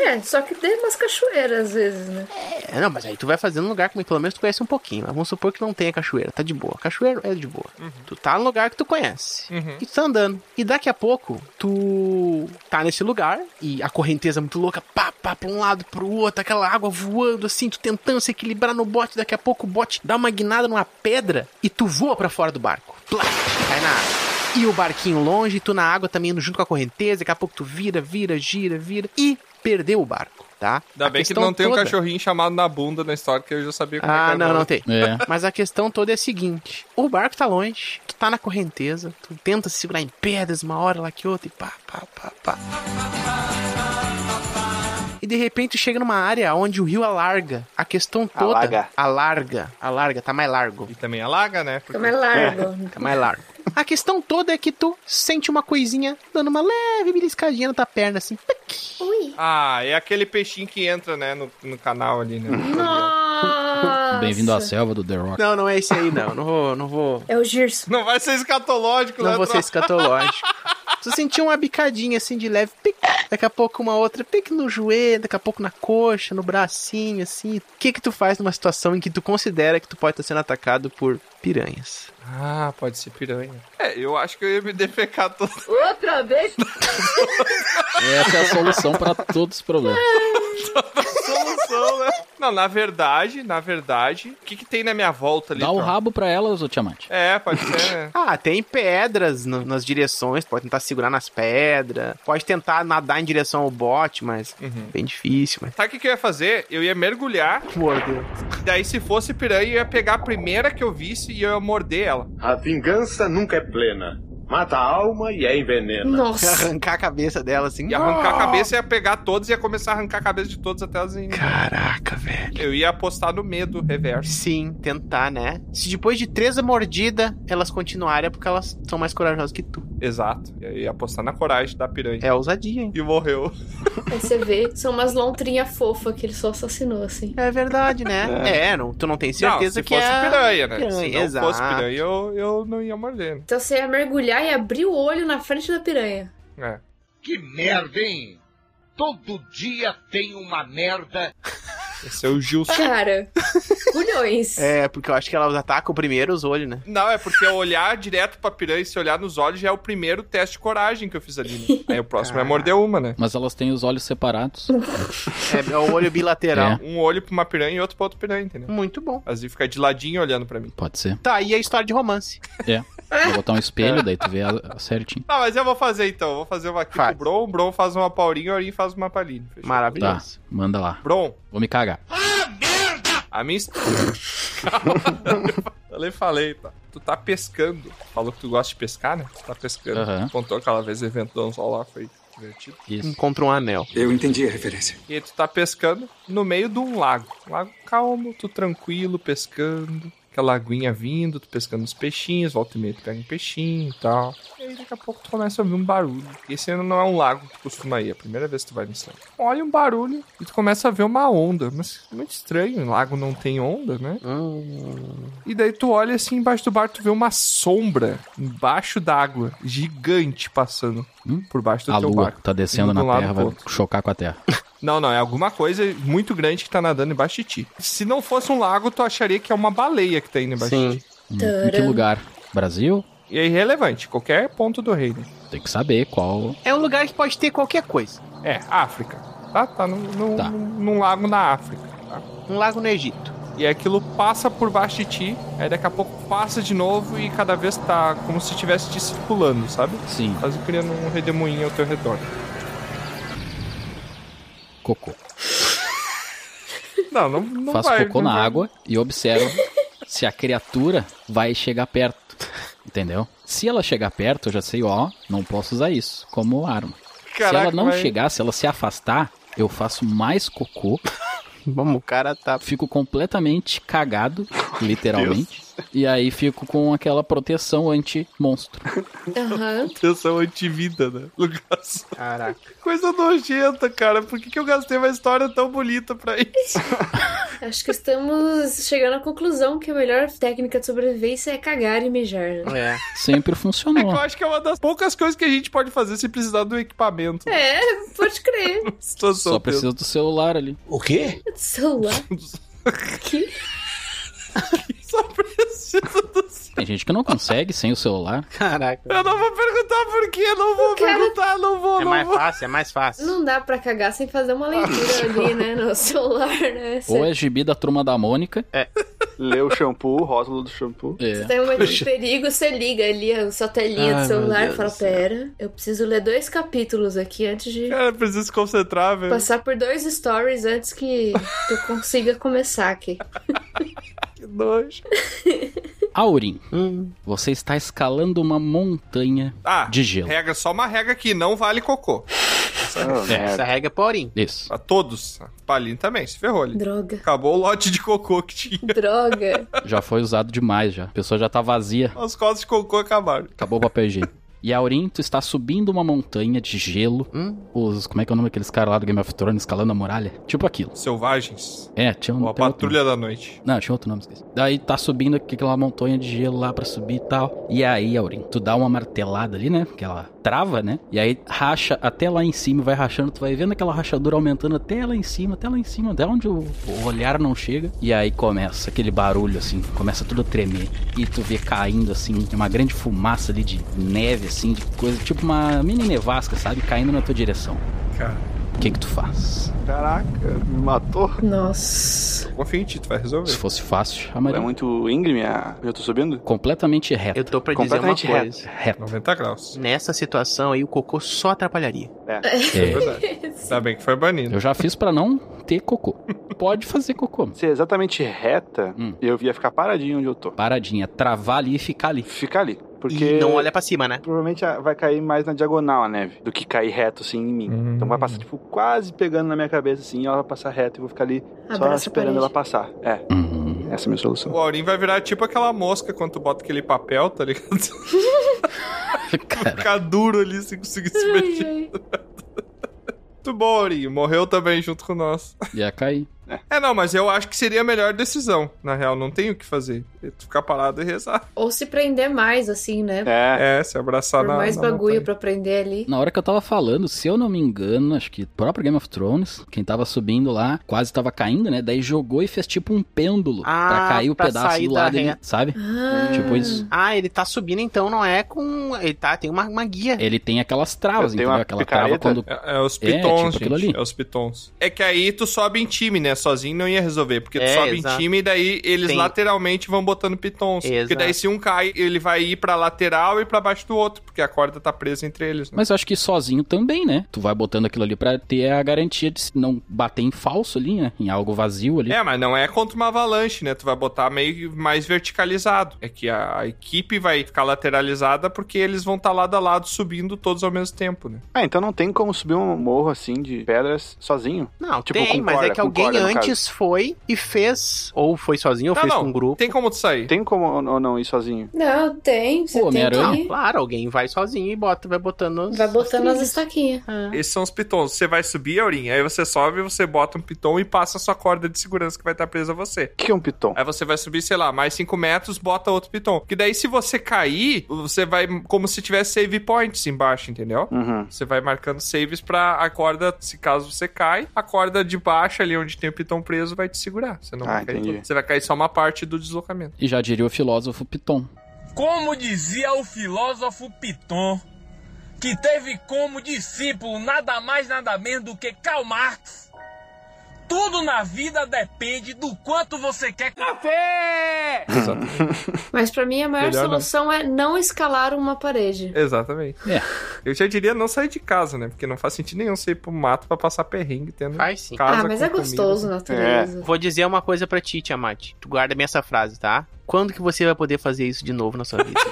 [SPEAKER 3] É, só que tem umas cachoeiras às vezes, né?
[SPEAKER 5] É, não, mas aí tu vai fazer num lugar que pelo menos tu conhece um pouquinho. Mas vamos supor que não tenha cachoeira, tá de boa. Cachoeiro é de boa. Tu tá num lugar que tu conhece. E tu tá andando. E daqui a pouco, tu tá nesse lugar e a correnteza é muito louca, pá, pá, pra um lado, pro outro, aquela água voando assim, tu tentando se equilibrar no bote. Daqui a pouco o bote dá uma guinada numa pedra e tu voa pra fora do barco. Plá, cai na água. E o barquinho longe, e tu na água também indo junto com a correnteza. Daqui a pouco tu vira, vira, gira, vira e perdeu o barco, tá?
[SPEAKER 1] Ainda
[SPEAKER 5] A
[SPEAKER 1] bem que
[SPEAKER 5] questão
[SPEAKER 1] não tem um
[SPEAKER 5] toda-
[SPEAKER 1] cachorrinho chamado na bunda na história, que eu já sabia como é que
[SPEAKER 5] ah,
[SPEAKER 1] era o
[SPEAKER 5] não,
[SPEAKER 1] nome.
[SPEAKER 5] não tem.
[SPEAKER 7] É.
[SPEAKER 5] Mas a questão toda é a seguinte: o barco tá longe, tu tá na correnteza, tu tenta se segurar em pedras uma hora lá que outra e pá, pá, pá, pá. E de repente tu chega numa área onde o rio alarga. A questão toda.
[SPEAKER 6] Alaga.
[SPEAKER 5] Alarga. Alarga, tá mais largo.
[SPEAKER 1] E também alaga, né? Porque-
[SPEAKER 3] Fica mais largo.
[SPEAKER 5] Tá mais largo. A questão toda é que tu sente uma coisinha dando uma leve beliscadinha na tua perna, assim.
[SPEAKER 24] Ui.
[SPEAKER 1] Ah, é aquele peixinho que entra, né, no, no canal ali, né?
[SPEAKER 3] Nossa!
[SPEAKER 7] Bem-vindo à selva do The Rock.
[SPEAKER 5] Não, não é esse aí, não. Não vou, não vou.
[SPEAKER 3] É o Girso.
[SPEAKER 1] Não vai ser escatológico,
[SPEAKER 5] Não
[SPEAKER 1] né?
[SPEAKER 5] vou ser
[SPEAKER 1] Tro-
[SPEAKER 5] escatológico. Tu sentiu uma bicadinha assim de leve, pic, daqui a pouco uma outra, pic no joelho, daqui a pouco na coxa, no bracinho, assim. O que que tu faz numa situação em que tu considera que tu pode estar sendo atacado por piranhas?
[SPEAKER 1] Ah, pode ser piranha. É, eu acho que eu ia me defecar todo.
[SPEAKER 3] Outra vez?
[SPEAKER 7] Essa é a solução pra todos os problemas.
[SPEAKER 1] solução, né? Não, na verdade, na verdade, o que, que tem na minha volta ali?
[SPEAKER 7] Dá um o
[SPEAKER 1] Tron?
[SPEAKER 7] rabo pra elas, ô Tiamat.
[SPEAKER 1] É, pode ser, né?
[SPEAKER 5] Ah, tem pedras no- nas direções, pode tentar segurar nas pedras, pode tentar nadar em direção ao bote, mas
[SPEAKER 1] Uhum.
[SPEAKER 5] bem difícil, mas.
[SPEAKER 1] Sabe o que, que eu ia fazer? Eu ia mergulhar,
[SPEAKER 5] Mordeu.
[SPEAKER 1] e daí se fosse piranha, eu ia pegar a primeira que eu visse e eu ia morder ela.
[SPEAKER 25] A vingança nunca é plena. Mata a alma e a envenena.
[SPEAKER 3] Nossa.
[SPEAKER 5] Arrancar a cabeça dela assim.
[SPEAKER 1] E arrancar a cabeça, ia pegar todos e ia começar a arrancar a cabeça de todos até as... em-
[SPEAKER 5] Caraca, velho.
[SPEAKER 1] Eu ia apostar no medo reverso.
[SPEAKER 5] Sim, tentar, né? Se depois de três mordidas elas continuarem, é porque elas são mais corajosas que tu.
[SPEAKER 1] Exato. Eu ia apostar na coragem da piranha.
[SPEAKER 5] É ousadia, hein?
[SPEAKER 1] E morreu.
[SPEAKER 3] Aí você vê, são umas lontrinhas fofas que ele só assassinou, assim.
[SPEAKER 5] É verdade, né? É, não, tu não tem certeza
[SPEAKER 1] não, se
[SPEAKER 5] que
[SPEAKER 1] fosse
[SPEAKER 5] é.
[SPEAKER 1] piranha, né? se
[SPEAKER 5] piranha,
[SPEAKER 1] não
[SPEAKER 5] exato.
[SPEAKER 1] fosse piranha, eu, eu não ia morder. né?
[SPEAKER 3] Então você ia mergulhar e abrir o olho na frente da piranha.
[SPEAKER 1] É.
[SPEAKER 8] Que merda, hein? Todo dia tem uma merda.
[SPEAKER 1] Esse é o Gilson.
[SPEAKER 3] Cara, Culhões.
[SPEAKER 5] É, porque eu acho que elas atacam primeiro os olhos, né?
[SPEAKER 1] Não, é porque olhar direto pra piranha e se olhar nos olhos já é o primeiro teste de coragem que eu fiz ali. Né? Aí o próximo é morder uma, né?
[SPEAKER 7] Mas elas têm os olhos separados.
[SPEAKER 5] É, é o olho bilateral.
[SPEAKER 1] Um olho pra uma piranha e outro pra outra piranha, entendeu?
[SPEAKER 5] Muito bom.
[SPEAKER 1] Mas ele fica de ladinho olhando pra mim.
[SPEAKER 7] Pode ser.
[SPEAKER 5] Tá, e a história de romance?
[SPEAKER 7] É. Vou botar um espelho, daí tu vê a- a certinho.
[SPEAKER 1] Ah, mas eu vou fazer então. Vou fazer uma aqui
[SPEAKER 5] Faz.
[SPEAKER 1] pro Bron. O Bron faz uma paulinha e o Aurim faz uma palhinha. Fechou?
[SPEAKER 7] Tá,
[SPEAKER 5] Maravilhoso.
[SPEAKER 7] manda lá.
[SPEAKER 1] Bron,
[SPEAKER 7] Vou me cagar.
[SPEAKER 1] a minha. his- Calma, eu nem falei, tá? Tu tá pescando. Falou que tu gosta de pescar, né? Tu tá pescando.
[SPEAKER 7] Aham.
[SPEAKER 1] Contou aquela vez o evento do anzol lá, foi divertido.
[SPEAKER 7] Isso.
[SPEAKER 5] Encontra um anel.
[SPEAKER 13] Eu entendi a referência.
[SPEAKER 1] E aí tu tá pescando no meio de um lago. Um lago calmo, tu tranquilo, pescando. Aquela aguinha vindo, tu pescando os peixinhos, volta e meia tu pega um peixinho e tal. E aí daqui a pouco tu começa a ouvir um barulho. Esse ainda não é um lago que tu costuma ir, é a primeira vez que tu vai nesse lago. Olha um barulho e tu começa a ver uma onda. Mas muito estranho, um lago não tem onda, né?
[SPEAKER 7] Ah.
[SPEAKER 1] E daí tu olha assim embaixo do barco, tu vê uma sombra embaixo d'água, gigante passando por baixo do
[SPEAKER 7] Hum? A
[SPEAKER 1] é teu
[SPEAKER 7] lua
[SPEAKER 1] barco.
[SPEAKER 7] tá descendo
[SPEAKER 1] Indo de
[SPEAKER 7] na
[SPEAKER 1] um lado
[SPEAKER 7] terra,
[SPEAKER 1] pro
[SPEAKER 7] vai
[SPEAKER 1] outro.
[SPEAKER 7] chocar com a terra.
[SPEAKER 1] Não, não, é alguma coisa muito grande que tá nadando embaixo de ti. Se não fosse um lago, tu acharia que é uma baleia que tá indo embaixo de ti.
[SPEAKER 7] Hum, Em que lugar? Brasil?
[SPEAKER 1] E é irrelevante, qualquer ponto do reino.
[SPEAKER 7] Tem que saber qual.
[SPEAKER 5] É um lugar que pode ter qualquer coisa.
[SPEAKER 1] É, África. Tá, tá, num, num-
[SPEAKER 7] Tá.
[SPEAKER 1] num- num lago na África. tá?
[SPEAKER 5] Um lago no Egito.
[SPEAKER 1] E aquilo passa por baixo de ti, aí daqui a pouco passa de novo e cada vez tá como se estivesse te circulando, sabe?
[SPEAKER 7] Sim,
[SPEAKER 1] Quase criando um redemoinho ao teu redor.
[SPEAKER 7] cocô.
[SPEAKER 1] Não, não, não
[SPEAKER 7] Faz
[SPEAKER 1] vai.
[SPEAKER 7] cocô
[SPEAKER 1] não
[SPEAKER 7] na
[SPEAKER 1] vai.
[SPEAKER 7] água e observa se a criatura vai chegar perto. Entendeu? Se ela chegar perto, eu já sei, ó, não posso usar isso como arma. se
[SPEAKER 1] Caraca,
[SPEAKER 7] ela não
[SPEAKER 1] vai-
[SPEAKER 7] chegar, se ela se afastar, eu faço mais cocô,
[SPEAKER 5] Vamos, o cara tá.
[SPEAKER 7] fico completamente cagado, literalmente, e aí fico com aquela proteção anti-monstro.
[SPEAKER 3] Aham.
[SPEAKER 1] Proteção antivida, né? Lucas.
[SPEAKER 5] Caraca.
[SPEAKER 1] Coisa nojenta, cara. Por que, que eu gastei uma história tão bonita pra isso?
[SPEAKER 3] Acho que estamos chegando à conclusão que a melhor técnica de sobrevivência é cagar e mijar. né?
[SPEAKER 5] É.
[SPEAKER 7] Sempre
[SPEAKER 1] É que eu
[SPEAKER 7] funcionou.
[SPEAKER 1] acho que é uma das poucas coisas que a gente pode fazer se precisar do equipamento.
[SPEAKER 3] É, pode crer.
[SPEAKER 1] Situação
[SPEAKER 7] Só precisa do celular ali.
[SPEAKER 2] O quê?
[SPEAKER 3] Celular. Que?
[SPEAKER 1] Só precisa do...
[SPEAKER 7] Tem gente que não consegue sem o celular.
[SPEAKER 5] Caraca.
[SPEAKER 1] Eu não vou perguntar por quê, não vou
[SPEAKER 3] Cara.
[SPEAKER 1] perguntar, não vou,
[SPEAKER 5] É
[SPEAKER 1] não
[SPEAKER 5] mais
[SPEAKER 1] vou. Ah,
[SPEAKER 5] fácil, é mais fácil.
[SPEAKER 3] Não dá pra cagar sem fazer uma leitura ali, né? No celular, né? Você
[SPEAKER 7] Ou é gibi da turma da Mônica.
[SPEAKER 6] É. Lê o shampoo, o rótulo do shampoo.
[SPEAKER 7] É.
[SPEAKER 3] tem um momento de perigo, você liga ali a sua telinha
[SPEAKER 5] Ai,
[SPEAKER 3] do celular
[SPEAKER 5] Ah, meu
[SPEAKER 3] e fala:
[SPEAKER 5] Deus do céu.
[SPEAKER 3] Pera, eu preciso ler dois capítulos aqui antes de
[SPEAKER 1] Cara, precisa se concentrar, velho.
[SPEAKER 3] passar por dois stories antes que que eu consiga começar aqui.
[SPEAKER 1] Que nojo.
[SPEAKER 7] Aurim,
[SPEAKER 5] Hum.
[SPEAKER 7] você está escalando uma montanha
[SPEAKER 1] Ah,
[SPEAKER 7] de gelo.
[SPEAKER 1] regra, só uma regra aqui, não vale cocô.
[SPEAKER 6] Ah, merda.
[SPEAKER 5] Essa regra é porim.
[SPEAKER 7] Isso.
[SPEAKER 1] Pra todos. Palinho também, se ferrou ali.
[SPEAKER 3] Droga.
[SPEAKER 1] Acabou o lote de cocô que tinha.
[SPEAKER 3] Droga.
[SPEAKER 7] Já foi usado demais já. A pessoa já tá vazia.
[SPEAKER 1] As costas de cocô acabaram.
[SPEAKER 7] Acabou o papel higiênico. E Aurim, tu está subindo uma montanha de gelo.
[SPEAKER 5] Hum.
[SPEAKER 7] Os. Como é que é o nome daqueles caras lá do Game of Thrones escalando a muralha? Tipo aquilo.
[SPEAKER 1] Selvagens.
[SPEAKER 7] É, tinha um.
[SPEAKER 1] Ou a
[SPEAKER 7] tem outro
[SPEAKER 1] patrulha da noite.
[SPEAKER 7] nome. Não, tinha outro nome, esqueci. Daí tá subindo aqui aquela montanha de gelo lá pra subir e tal. E aí, Aurim, tu dá uma martelada ali, né? Porque ela trava, né? E aí racha até lá em cima, e vai rachando, tu vai vendo aquela rachadura aumentando até lá em cima, até lá em cima, até onde o o olhar não chega. E aí começa aquele barulho assim, começa tudo a tremer. E tu vê caindo assim, uma grande fumaça ali de neve, assim, de coisa, tipo uma mini nevasca, sabe? Caindo na tua direção.
[SPEAKER 1] Cara.
[SPEAKER 7] O que que tu faz?
[SPEAKER 6] Caraca, me matou.
[SPEAKER 3] Nossa.
[SPEAKER 1] Confia em ti, tu vai resolver.
[SPEAKER 7] Se fosse fácil, a Maria.
[SPEAKER 6] É muito íngreme a... Eu tô subindo?
[SPEAKER 7] Completamente reto.
[SPEAKER 5] Eu tô pra dizer uma
[SPEAKER 6] Completamente reto.
[SPEAKER 5] coisa.
[SPEAKER 7] Reto.
[SPEAKER 1] 90 graus.
[SPEAKER 5] Nessa situação aí, o cocô só atrapalharia.
[SPEAKER 1] É verdade. Ainda bem que foi banido.
[SPEAKER 7] Eu já fiz pra não ter cocô. Pode fazer cocô.
[SPEAKER 6] Ser exatamente reta,
[SPEAKER 7] Hum.
[SPEAKER 6] eu ia ficar paradinho onde eu tô.
[SPEAKER 7] Paradinha, travar ali e ficar ali.
[SPEAKER 6] Fica ali. Porque.
[SPEAKER 5] E não olha pra cima, né?
[SPEAKER 6] Provavelmente ah, vai cair mais na diagonal a neve do que cair reto assim em mim.
[SPEAKER 1] Hum.
[SPEAKER 6] Então vai passar, tipo, quase pegando na minha cabeça assim, e ela vai passar reto e eu vou ficar ali só
[SPEAKER 3] Abraça a
[SPEAKER 6] esperando
[SPEAKER 3] parede.
[SPEAKER 6] ela passar. É,
[SPEAKER 1] Uhum.
[SPEAKER 7] Hum.
[SPEAKER 6] essa é a minha solução.
[SPEAKER 1] O Aurim vai virar tipo aquela mosca quando tu bota aquele papel, tá ligado?
[SPEAKER 7] Cara,
[SPEAKER 1] Ficar duro ali sem conseguir se mexer.
[SPEAKER 3] Ai, ai.
[SPEAKER 1] Muito bom, Aurim. Morreu também junto com nós.
[SPEAKER 7] ia cair.
[SPEAKER 1] É. é, não, mas eu acho que seria a melhor decisão. Na real, não tem o que fazer. É Ficar parado e rezar.
[SPEAKER 3] Ou se prender mais, assim, né?
[SPEAKER 1] É, é se abraçar
[SPEAKER 3] Por
[SPEAKER 1] na.
[SPEAKER 3] mais
[SPEAKER 1] na
[SPEAKER 3] bagulho
[SPEAKER 1] montanha.
[SPEAKER 3] pra prender ali.
[SPEAKER 7] Na hora que eu tava falando, se eu não me engano, acho que o próprio Game of Thrones, quem tava subindo lá, quase tava caindo, né? Daí jogou e fez tipo um pêndulo pra
[SPEAKER 5] Ah,
[SPEAKER 7] cair o
[SPEAKER 5] pra
[SPEAKER 7] pedaço
[SPEAKER 5] sair
[SPEAKER 7] do
[SPEAKER 5] da
[SPEAKER 7] lado,
[SPEAKER 5] reta.
[SPEAKER 7] ele- sabe? Tipo isso.
[SPEAKER 5] Ah, ele tá subindo então, não é com. Ele tá, tem uma, uma guia.
[SPEAKER 7] Ele tem aquelas travas,
[SPEAKER 5] Eu tenho
[SPEAKER 7] entendeu?
[SPEAKER 5] uma
[SPEAKER 7] Aquela trava
[SPEAKER 5] picareta.
[SPEAKER 7] quando.
[SPEAKER 1] É, é os
[SPEAKER 7] É, tipo
[SPEAKER 1] pitons,
[SPEAKER 7] aquilo
[SPEAKER 1] gente.
[SPEAKER 7] ali.
[SPEAKER 1] É os pitons. É que aí tu sobe em time, né? Sozinho não ia resolver. Porque tu
[SPEAKER 5] É,
[SPEAKER 1] sobe em
[SPEAKER 5] exato.
[SPEAKER 1] time e daí eles
[SPEAKER 5] Tem-
[SPEAKER 1] lateralmente vão botando pitons. Porque
[SPEAKER 5] Exato.
[SPEAKER 1] daí se um cai, ele vai ir pra lateral e pra baixo do outro. Porque a corda tá presa entre eles, né?
[SPEAKER 7] Mas eu acho que sozinho também, né? Tu vai botando aquilo ali pra ter a garantia de se não bater em falso ali, né? Em algo vazio ali.
[SPEAKER 1] É, mas não é contra uma avalanche, né? Tu vai botar meio mais verticalizado. É que a, a equipe vai ficar lateralizada porque eles vão estar lado a lado subindo todos ao mesmo tempo, né?
[SPEAKER 6] Ah, então não tem como subir um morro assim de pedras sozinho?
[SPEAKER 5] Não,
[SPEAKER 6] Tipo,
[SPEAKER 5] tem,
[SPEAKER 6] com
[SPEAKER 5] mas
[SPEAKER 6] corda,
[SPEAKER 5] é que
[SPEAKER 6] com
[SPEAKER 5] alguém
[SPEAKER 6] corda, no caso.
[SPEAKER 5] antes foi e fez. Ou foi sozinho, ou
[SPEAKER 6] Não,
[SPEAKER 5] fez
[SPEAKER 6] não,
[SPEAKER 5] com um grupo.
[SPEAKER 1] Tá, Tem como tu sair?
[SPEAKER 6] Tem como ou não ir sozinho?
[SPEAKER 3] Não, tem. Você tem
[SPEAKER 5] Não,
[SPEAKER 3] que...
[SPEAKER 5] claro, alguém vai sozinho e bota, vai botando os.
[SPEAKER 3] Vai botando as
[SPEAKER 5] trilhas.
[SPEAKER 3] estaquinhas.
[SPEAKER 5] Ah.
[SPEAKER 1] Esses são os pitons. Você vai subir, Aurinha, aí você sobe, você bota um piton e passa a sua corda de segurança que vai estar presa a você. O
[SPEAKER 6] que é um piton?
[SPEAKER 1] Aí você vai subir, sei lá, mais 5 metros, bota outro piton. Que daí, se você cair, você vai como se tivesse save points embaixo, entendeu?
[SPEAKER 6] Uhum.
[SPEAKER 1] Você vai marcando saves pra a corda, se caso você cai, a corda de baixo ali onde tem o piton preso vai te segurar. Você não
[SPEAKER 6] Ah,
[SPEAKER 1] vai cair
[SPEAKER 6] entendi.
[SPEAKER 1] todo. Você vai cair só uma parte do deslocamento.
[SPEAKER 7] E já diria o filósofo Piton.
[SPEAKER 10] Como dizia o filósofo Piton, que teve como discípulo nada mais nada menos do que Karl Marx, tudo na vida depende do quanto você quer café!
[SPEAKER 3] Mas pra mim a maior
[SPEAKER 1] Melhor não.
[SPEAKER 3] solução é não escalar uma parede.
[SPEAKER 1] Exatamente.
[SPEAKER 7] É.
[SPEAKER 1] Eu já diria não sair de casa, né? Porque não faz sentido nenhum você ir pro mato pra passar perrengue tendo
[SPEAKER 5] Faz sim.
[SPEAKER 1] casa
[SPEAKER 3] Ah, mas
[SPEAKER 1] com
[SPEAKER 3] é gostoso,
[SPEAKER 1] comida.
[SPEAKER 3] natureza.
[SPEAKER 5] Vou dizer uma coisa pra ti, Tiamat. Tu guarda bem essa frase, tá? Quando que você vai poder fazer isso de novo na sua vida?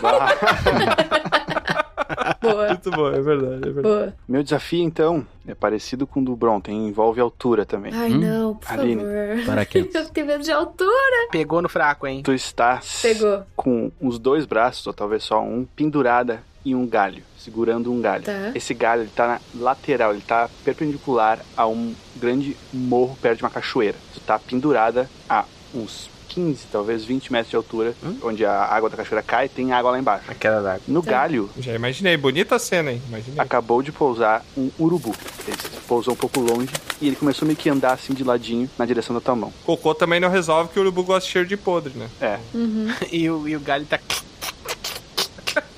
[SPEAKER 1] Muito bom, é verdade, é verdade.
[SPEAKER 3] Boa.
[SPEAKER 6] Meu desafio, então, é parecido com o do Bronton, envolve altura também.
[SPEAKER 3] Ai,
[SPEAKER 1] Hum?
[SPEAKER 3] não, por
[SPEAKER 6] Aline,
[SPEAKER 3] favor.
[SPEAKER 6] paraquedas.
[SPEAKER 3] Eu tenho medo de altura.
[SPEAKER 5] Pegou no fraco, hein?
[SPEAKER 6] Tu está
[SPEAKER 3] Pegou.
[SPEAKER 6] com os dois braços, ou talvez só um, pendurada em um galho, segurando um galho.
[SPEAKER 3] Tá.
[SPEAKER 6] Esse galho, ele tá na lateral, ele tá perpendicular a um grande morro perto de uma cachoeira. Tu tá pendurada a uns 15, talvez 20 metros de altura, onde a água da cachoeira cai, tem água lá embaixo. A
[SPEAKER 5] Hum? queda d'água.
[SPEAKER 6] No
[SPEAKER 1] Tá.
[SPEAKER 6] galho,
[SPEAKER 1] Já imaginei, bonita a cena, hein? Imaginei.
[SPEAKER 6] acabou de pousar um urubu. Ele pousou um pouco longe e ele começou meio que a andar assim de ladinho na direção da tua mão.
[SPEAKER 1] Cocô também não resolve que o urubu gosta de cheiro de podre, né?
[SPEAKER 6] É.
[SPEAKER 3] Uhum.
[SPEAKER 5] e, o, e o galho tá.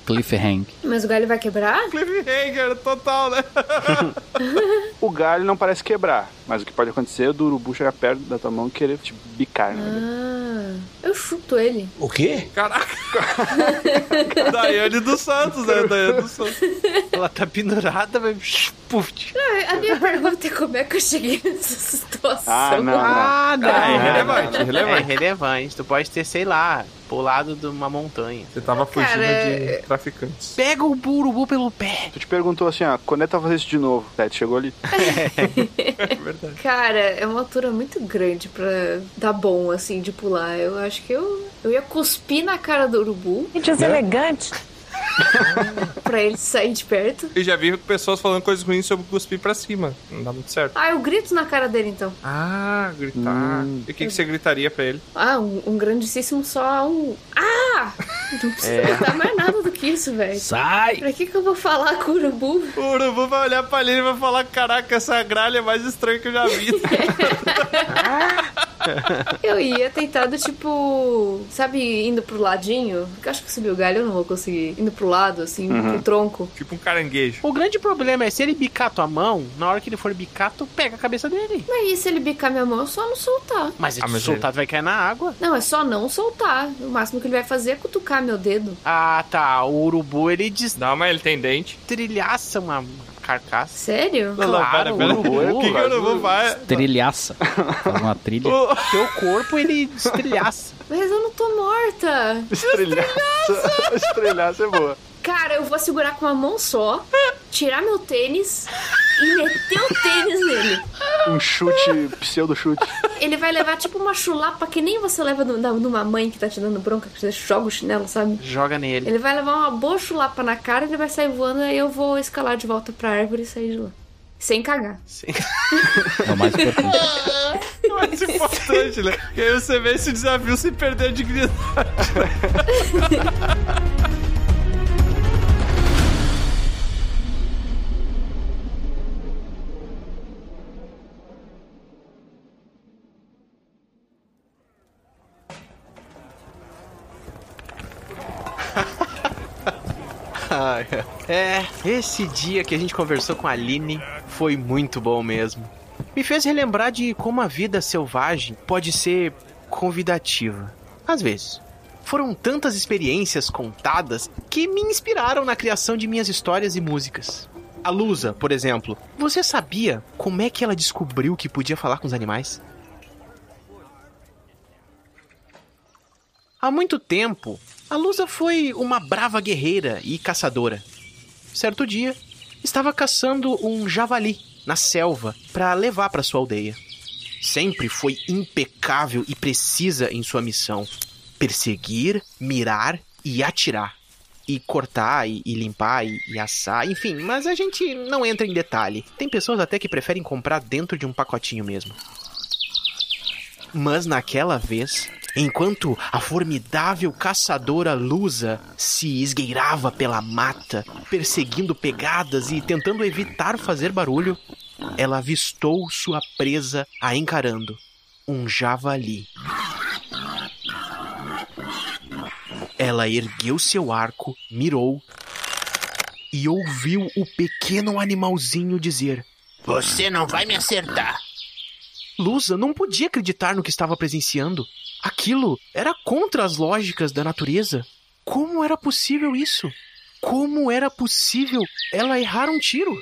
[SPEAKER 7] Cliffhang.
[SPEAKER 3] Mas o galho vai quebrar?
[SPEAKER 1] Cliffhanger total, né?
[SPEAKER 6] O galho não parece quebrar, mas o que pode acontecer é do urubu chegar perto da tua mão e querer te bicar, né?
[SPEAKER 3] Ah, eu chuto ele.
[SPEAKER 6] O quê?
[SPEAKER 1] Daiane dos Santos, né? Daiane dos Santos.
[SPEAKER 5] Ela tá pendurada, vai. Puf.
[SPEAKER 3] Ah, a minha pergunta é como é que eu cheguei nessa situação.
[SPEAKER 5] Ah, não.
[SPEAKER 1] Ah, é irrelevante,
[SPEAKER 5] não.
[SPEAKER 1] irrelevante.
[SPEAKER 5] É relevante. Tu pode ter, sei lá, pulado de uma montanha.
[SPEAKER 1] Você tava fugindo
[SPEAKER 5] é-
[SPEAKER 1] de traficantes.
[SPEAKER 5] Pega o urubu pelo pé.
[SPEAKER 6] Tu te perguntou assim, ó, quando é que tu vai fazer isso de novo? Daí tu chegou ali.
[SPEAKER 3] Cara, é uma altura muito grande pra dar bom, assim, de pular. Eu acho que eu, eu ia cuspir na cara do urubu. Gente, é
[SPEAKER 1] Né?
[SPEAKER 3] elegante. pra ele sair de perto.
[SPEAKER 1] Eu já vi pessoas falando coisas ruins sobre cuspir pra cima. Não dá muito certo.
[SPEAKER 3] Ah, eu grito na cara dele, então.
[SPEAKER 1] Ah, gritar.
[SPEAKER 6] Hum.
[SPEAKER 1] E o que, que você gritaria pra ele?
[SPEAKER 3] Ah, um, um grandíssimo só um... Ah! Não precisa
[SPEAKER 1] É.
[SPEAKER 3] gritar mais nada do que isso, velho.
[SPEAKER 1] Sai!
[SPEAKER 3] Pra que que eu vou falar com o urubu?
[SPEAKER 1] O urubu vai olhar pra ele e vai falar: Caraca, essa gralha é mais estranha que eu já vi.
[SPEAKER 3] Eu ia tentar do tipo, sabe, indo pro ladinho? Porque eu acho que subir o galho eu não vou conseguir. Indo pro lado, assim,
[SPEAKER 5] Uhum.
[SPEAKER 3] pro tronco.
[SPEAKER 1] tipo um caranguejo.
[SPEAKER 5] O grande problema é se ele bicar tua mão, na hora que ele for bicar, tu pega a cabeça dele.
[SPEAKER 3] Mas e se ele bicar minha mão, é só não soltar.
[SPEAKER 5] Mas se
[SPEAKER 3] Ah,
[SPEAKER 5] tu
[SPEAKER 3] mas
[SPEAKER 5] soltar, tu vai cair na água.
[SPEAKER 3] Não, é só não soltar. O máximo que ele vai fazer é cutucar meu dedo.
[SPEAKER 5] Ah, tá. O urubu, ele des...
[SPEAKER 1] Não, mas ele tem dente.
[SPEAKER 5] Trilhaça uma carcaça.
[SPEAKER 3] Sério?
[SPEAKER 5] Claro, o urubu,
[SPEAKER 1] O que, que o urubu vai?
[SPEAKER 7] Trilhaça. Faz uma trilha.
[SPEAKER 5] Teu corpo, ele destrilhaça.
[SPEAKER 3] Mas eu não tô morta.
[SPEAKER 6] Estrelhaça! Estrelhaça é boa.
[SPEAKER 3] Cara, eu vou segurar com uma mão só, tirar meu tênis e meter o tênis nele.
[SPEAKER 6] Um chute, pseudo-chute.
[SPEAKER 3] Ele vai levar tipo uma chulapa que nem você leva do- da- de uma mãe que tá te dando bronca, que você joga o chinelo, sabe?
[SPEAKER 5] Joga nele.
[SPEAKER 3] Ele vai levar uma boa chulapa na cara, ele vai sair voando, aí eu vou escalar de volta pra árvore e sair de lá. Sem cagar.
[SPEAKER 5] Sem...
[SPEAKER 7] É o mais importante.
[SPEAKER 1] mais importante, né? Porque aí você vê esse desafio sem perder a dignidade.
[SPEAKER 5] Ai, É, esse dia que a gente conversou com a Aline foi muito bom mesmo. Me fez relembrar de como a vida selvagem pode ser convidativa. Às vezes. Foram tantas experiências contadas que me inspiraram na criação de minhas histórias e músicas. A Lusa, por exemplo, você sabia como é que ela descobriu que podia falar com os animais? Há muito tempo, a Lusa foi uma brava guerreira e caçadora. Certo dia, estava caçando um javali na selva para levar para sua aldeia. Sempre foi impecável e precisa em sua missão: perseguir, mirar e atirar. E cortar, e, e limpar, e, e assar, enfim, mas a gente não entra em detalhe. Tem pessoas até que preferem comprar dentro de um pacotinho mesmo. Mas naquela vez, enquanto a formidável caçadora Lusa se esgueirava pela mata, perseguindo pegadas e tentando evitar fazer barulho, ela avistou sua presa a encarando um javali. Ela ergueu seu arco, mirou e ouviu o pequeno animalzinho dizer:
[SPEAKER 18] Você não vai me acertar.
[SPEAKER 5] Lusa não podia acreditar no que estava presenciando. Aquilo era contra as lógicas da natureza. Como era possível isso? Como era possível ela errar um tiro?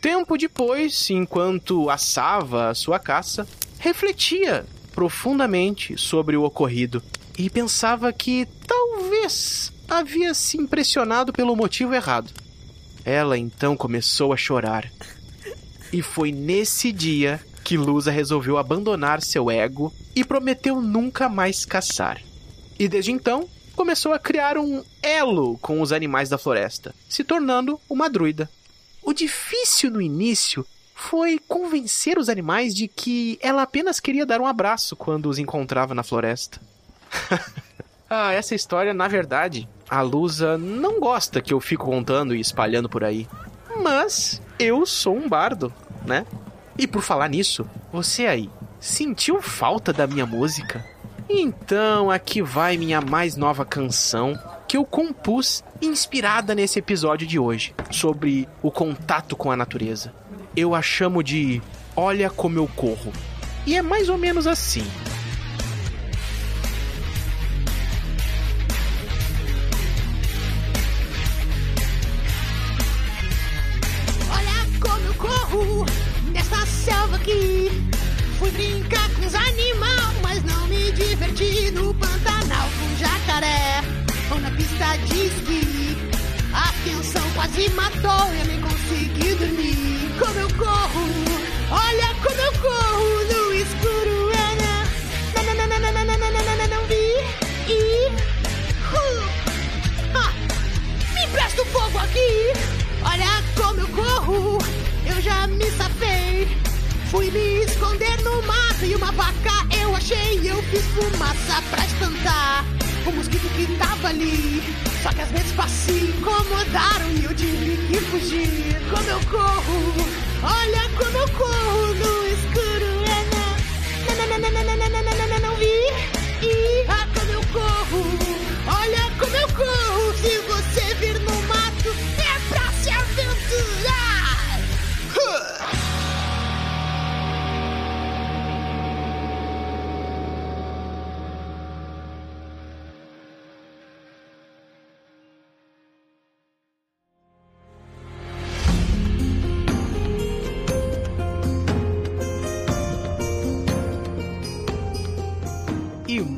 [SPEAKER 5] Tempo depois, enquanto assava a sua caça, refletia profundamente sobre o ocorrido e pensava que talvez havia se impressionado pelo motivo errado. Ela então começou a chorar. E foi nesse dia que Lusa resolveu abandonar seu ego e prometeu nunca mais caçar. E desde então, começou a criar um elo com os animais da floresta, se tornando uma druida. O difícil no início foi convencer os animais de que ela apenas queria dar um abraço quando os encontrava na floresta. Ah, essa história, na verdade, a Lusa não gosta que eu fico contando e espalhando por aí. Mas eu sou um bardo, né? E por falar nisso, você aí, sentiu falta da minha música? Então aqui vai minha mais nova canção que eu compus inspirada nesse episódio de hoje, sobre o contato com a natureza. Eu a chamo de Olha Como Eu Corro. E é mais ou menos assim.
[SPEAKER 4] Fui brincar com os animal, mas não me diverti no Pantanal com jacaré ou na pista de esqui. A tensão quase matou e eu nem consegui dormir. Como eu corro, olha como eu corro no escuro. Ana, não, não, não, não, não, não, não, não, não, não vi. E. Uh, ah, me empresta um pouco aqui. Olha como eu corro, eu já me safei. Fui me esconder no mato e uma vaca eu achei. Eu fiz fumaça pra espantar o mosquito que tava ali. Só que as vezes se incomodaram e eu tive que fugir. Como eu corro, olha como eu corro no escuro. É na, na, na, na, na, na, na, na, na, na, não vi. E ah, como eu corro, olha como eu corro. Se você vir no mato, é pra se aventurar. Huh.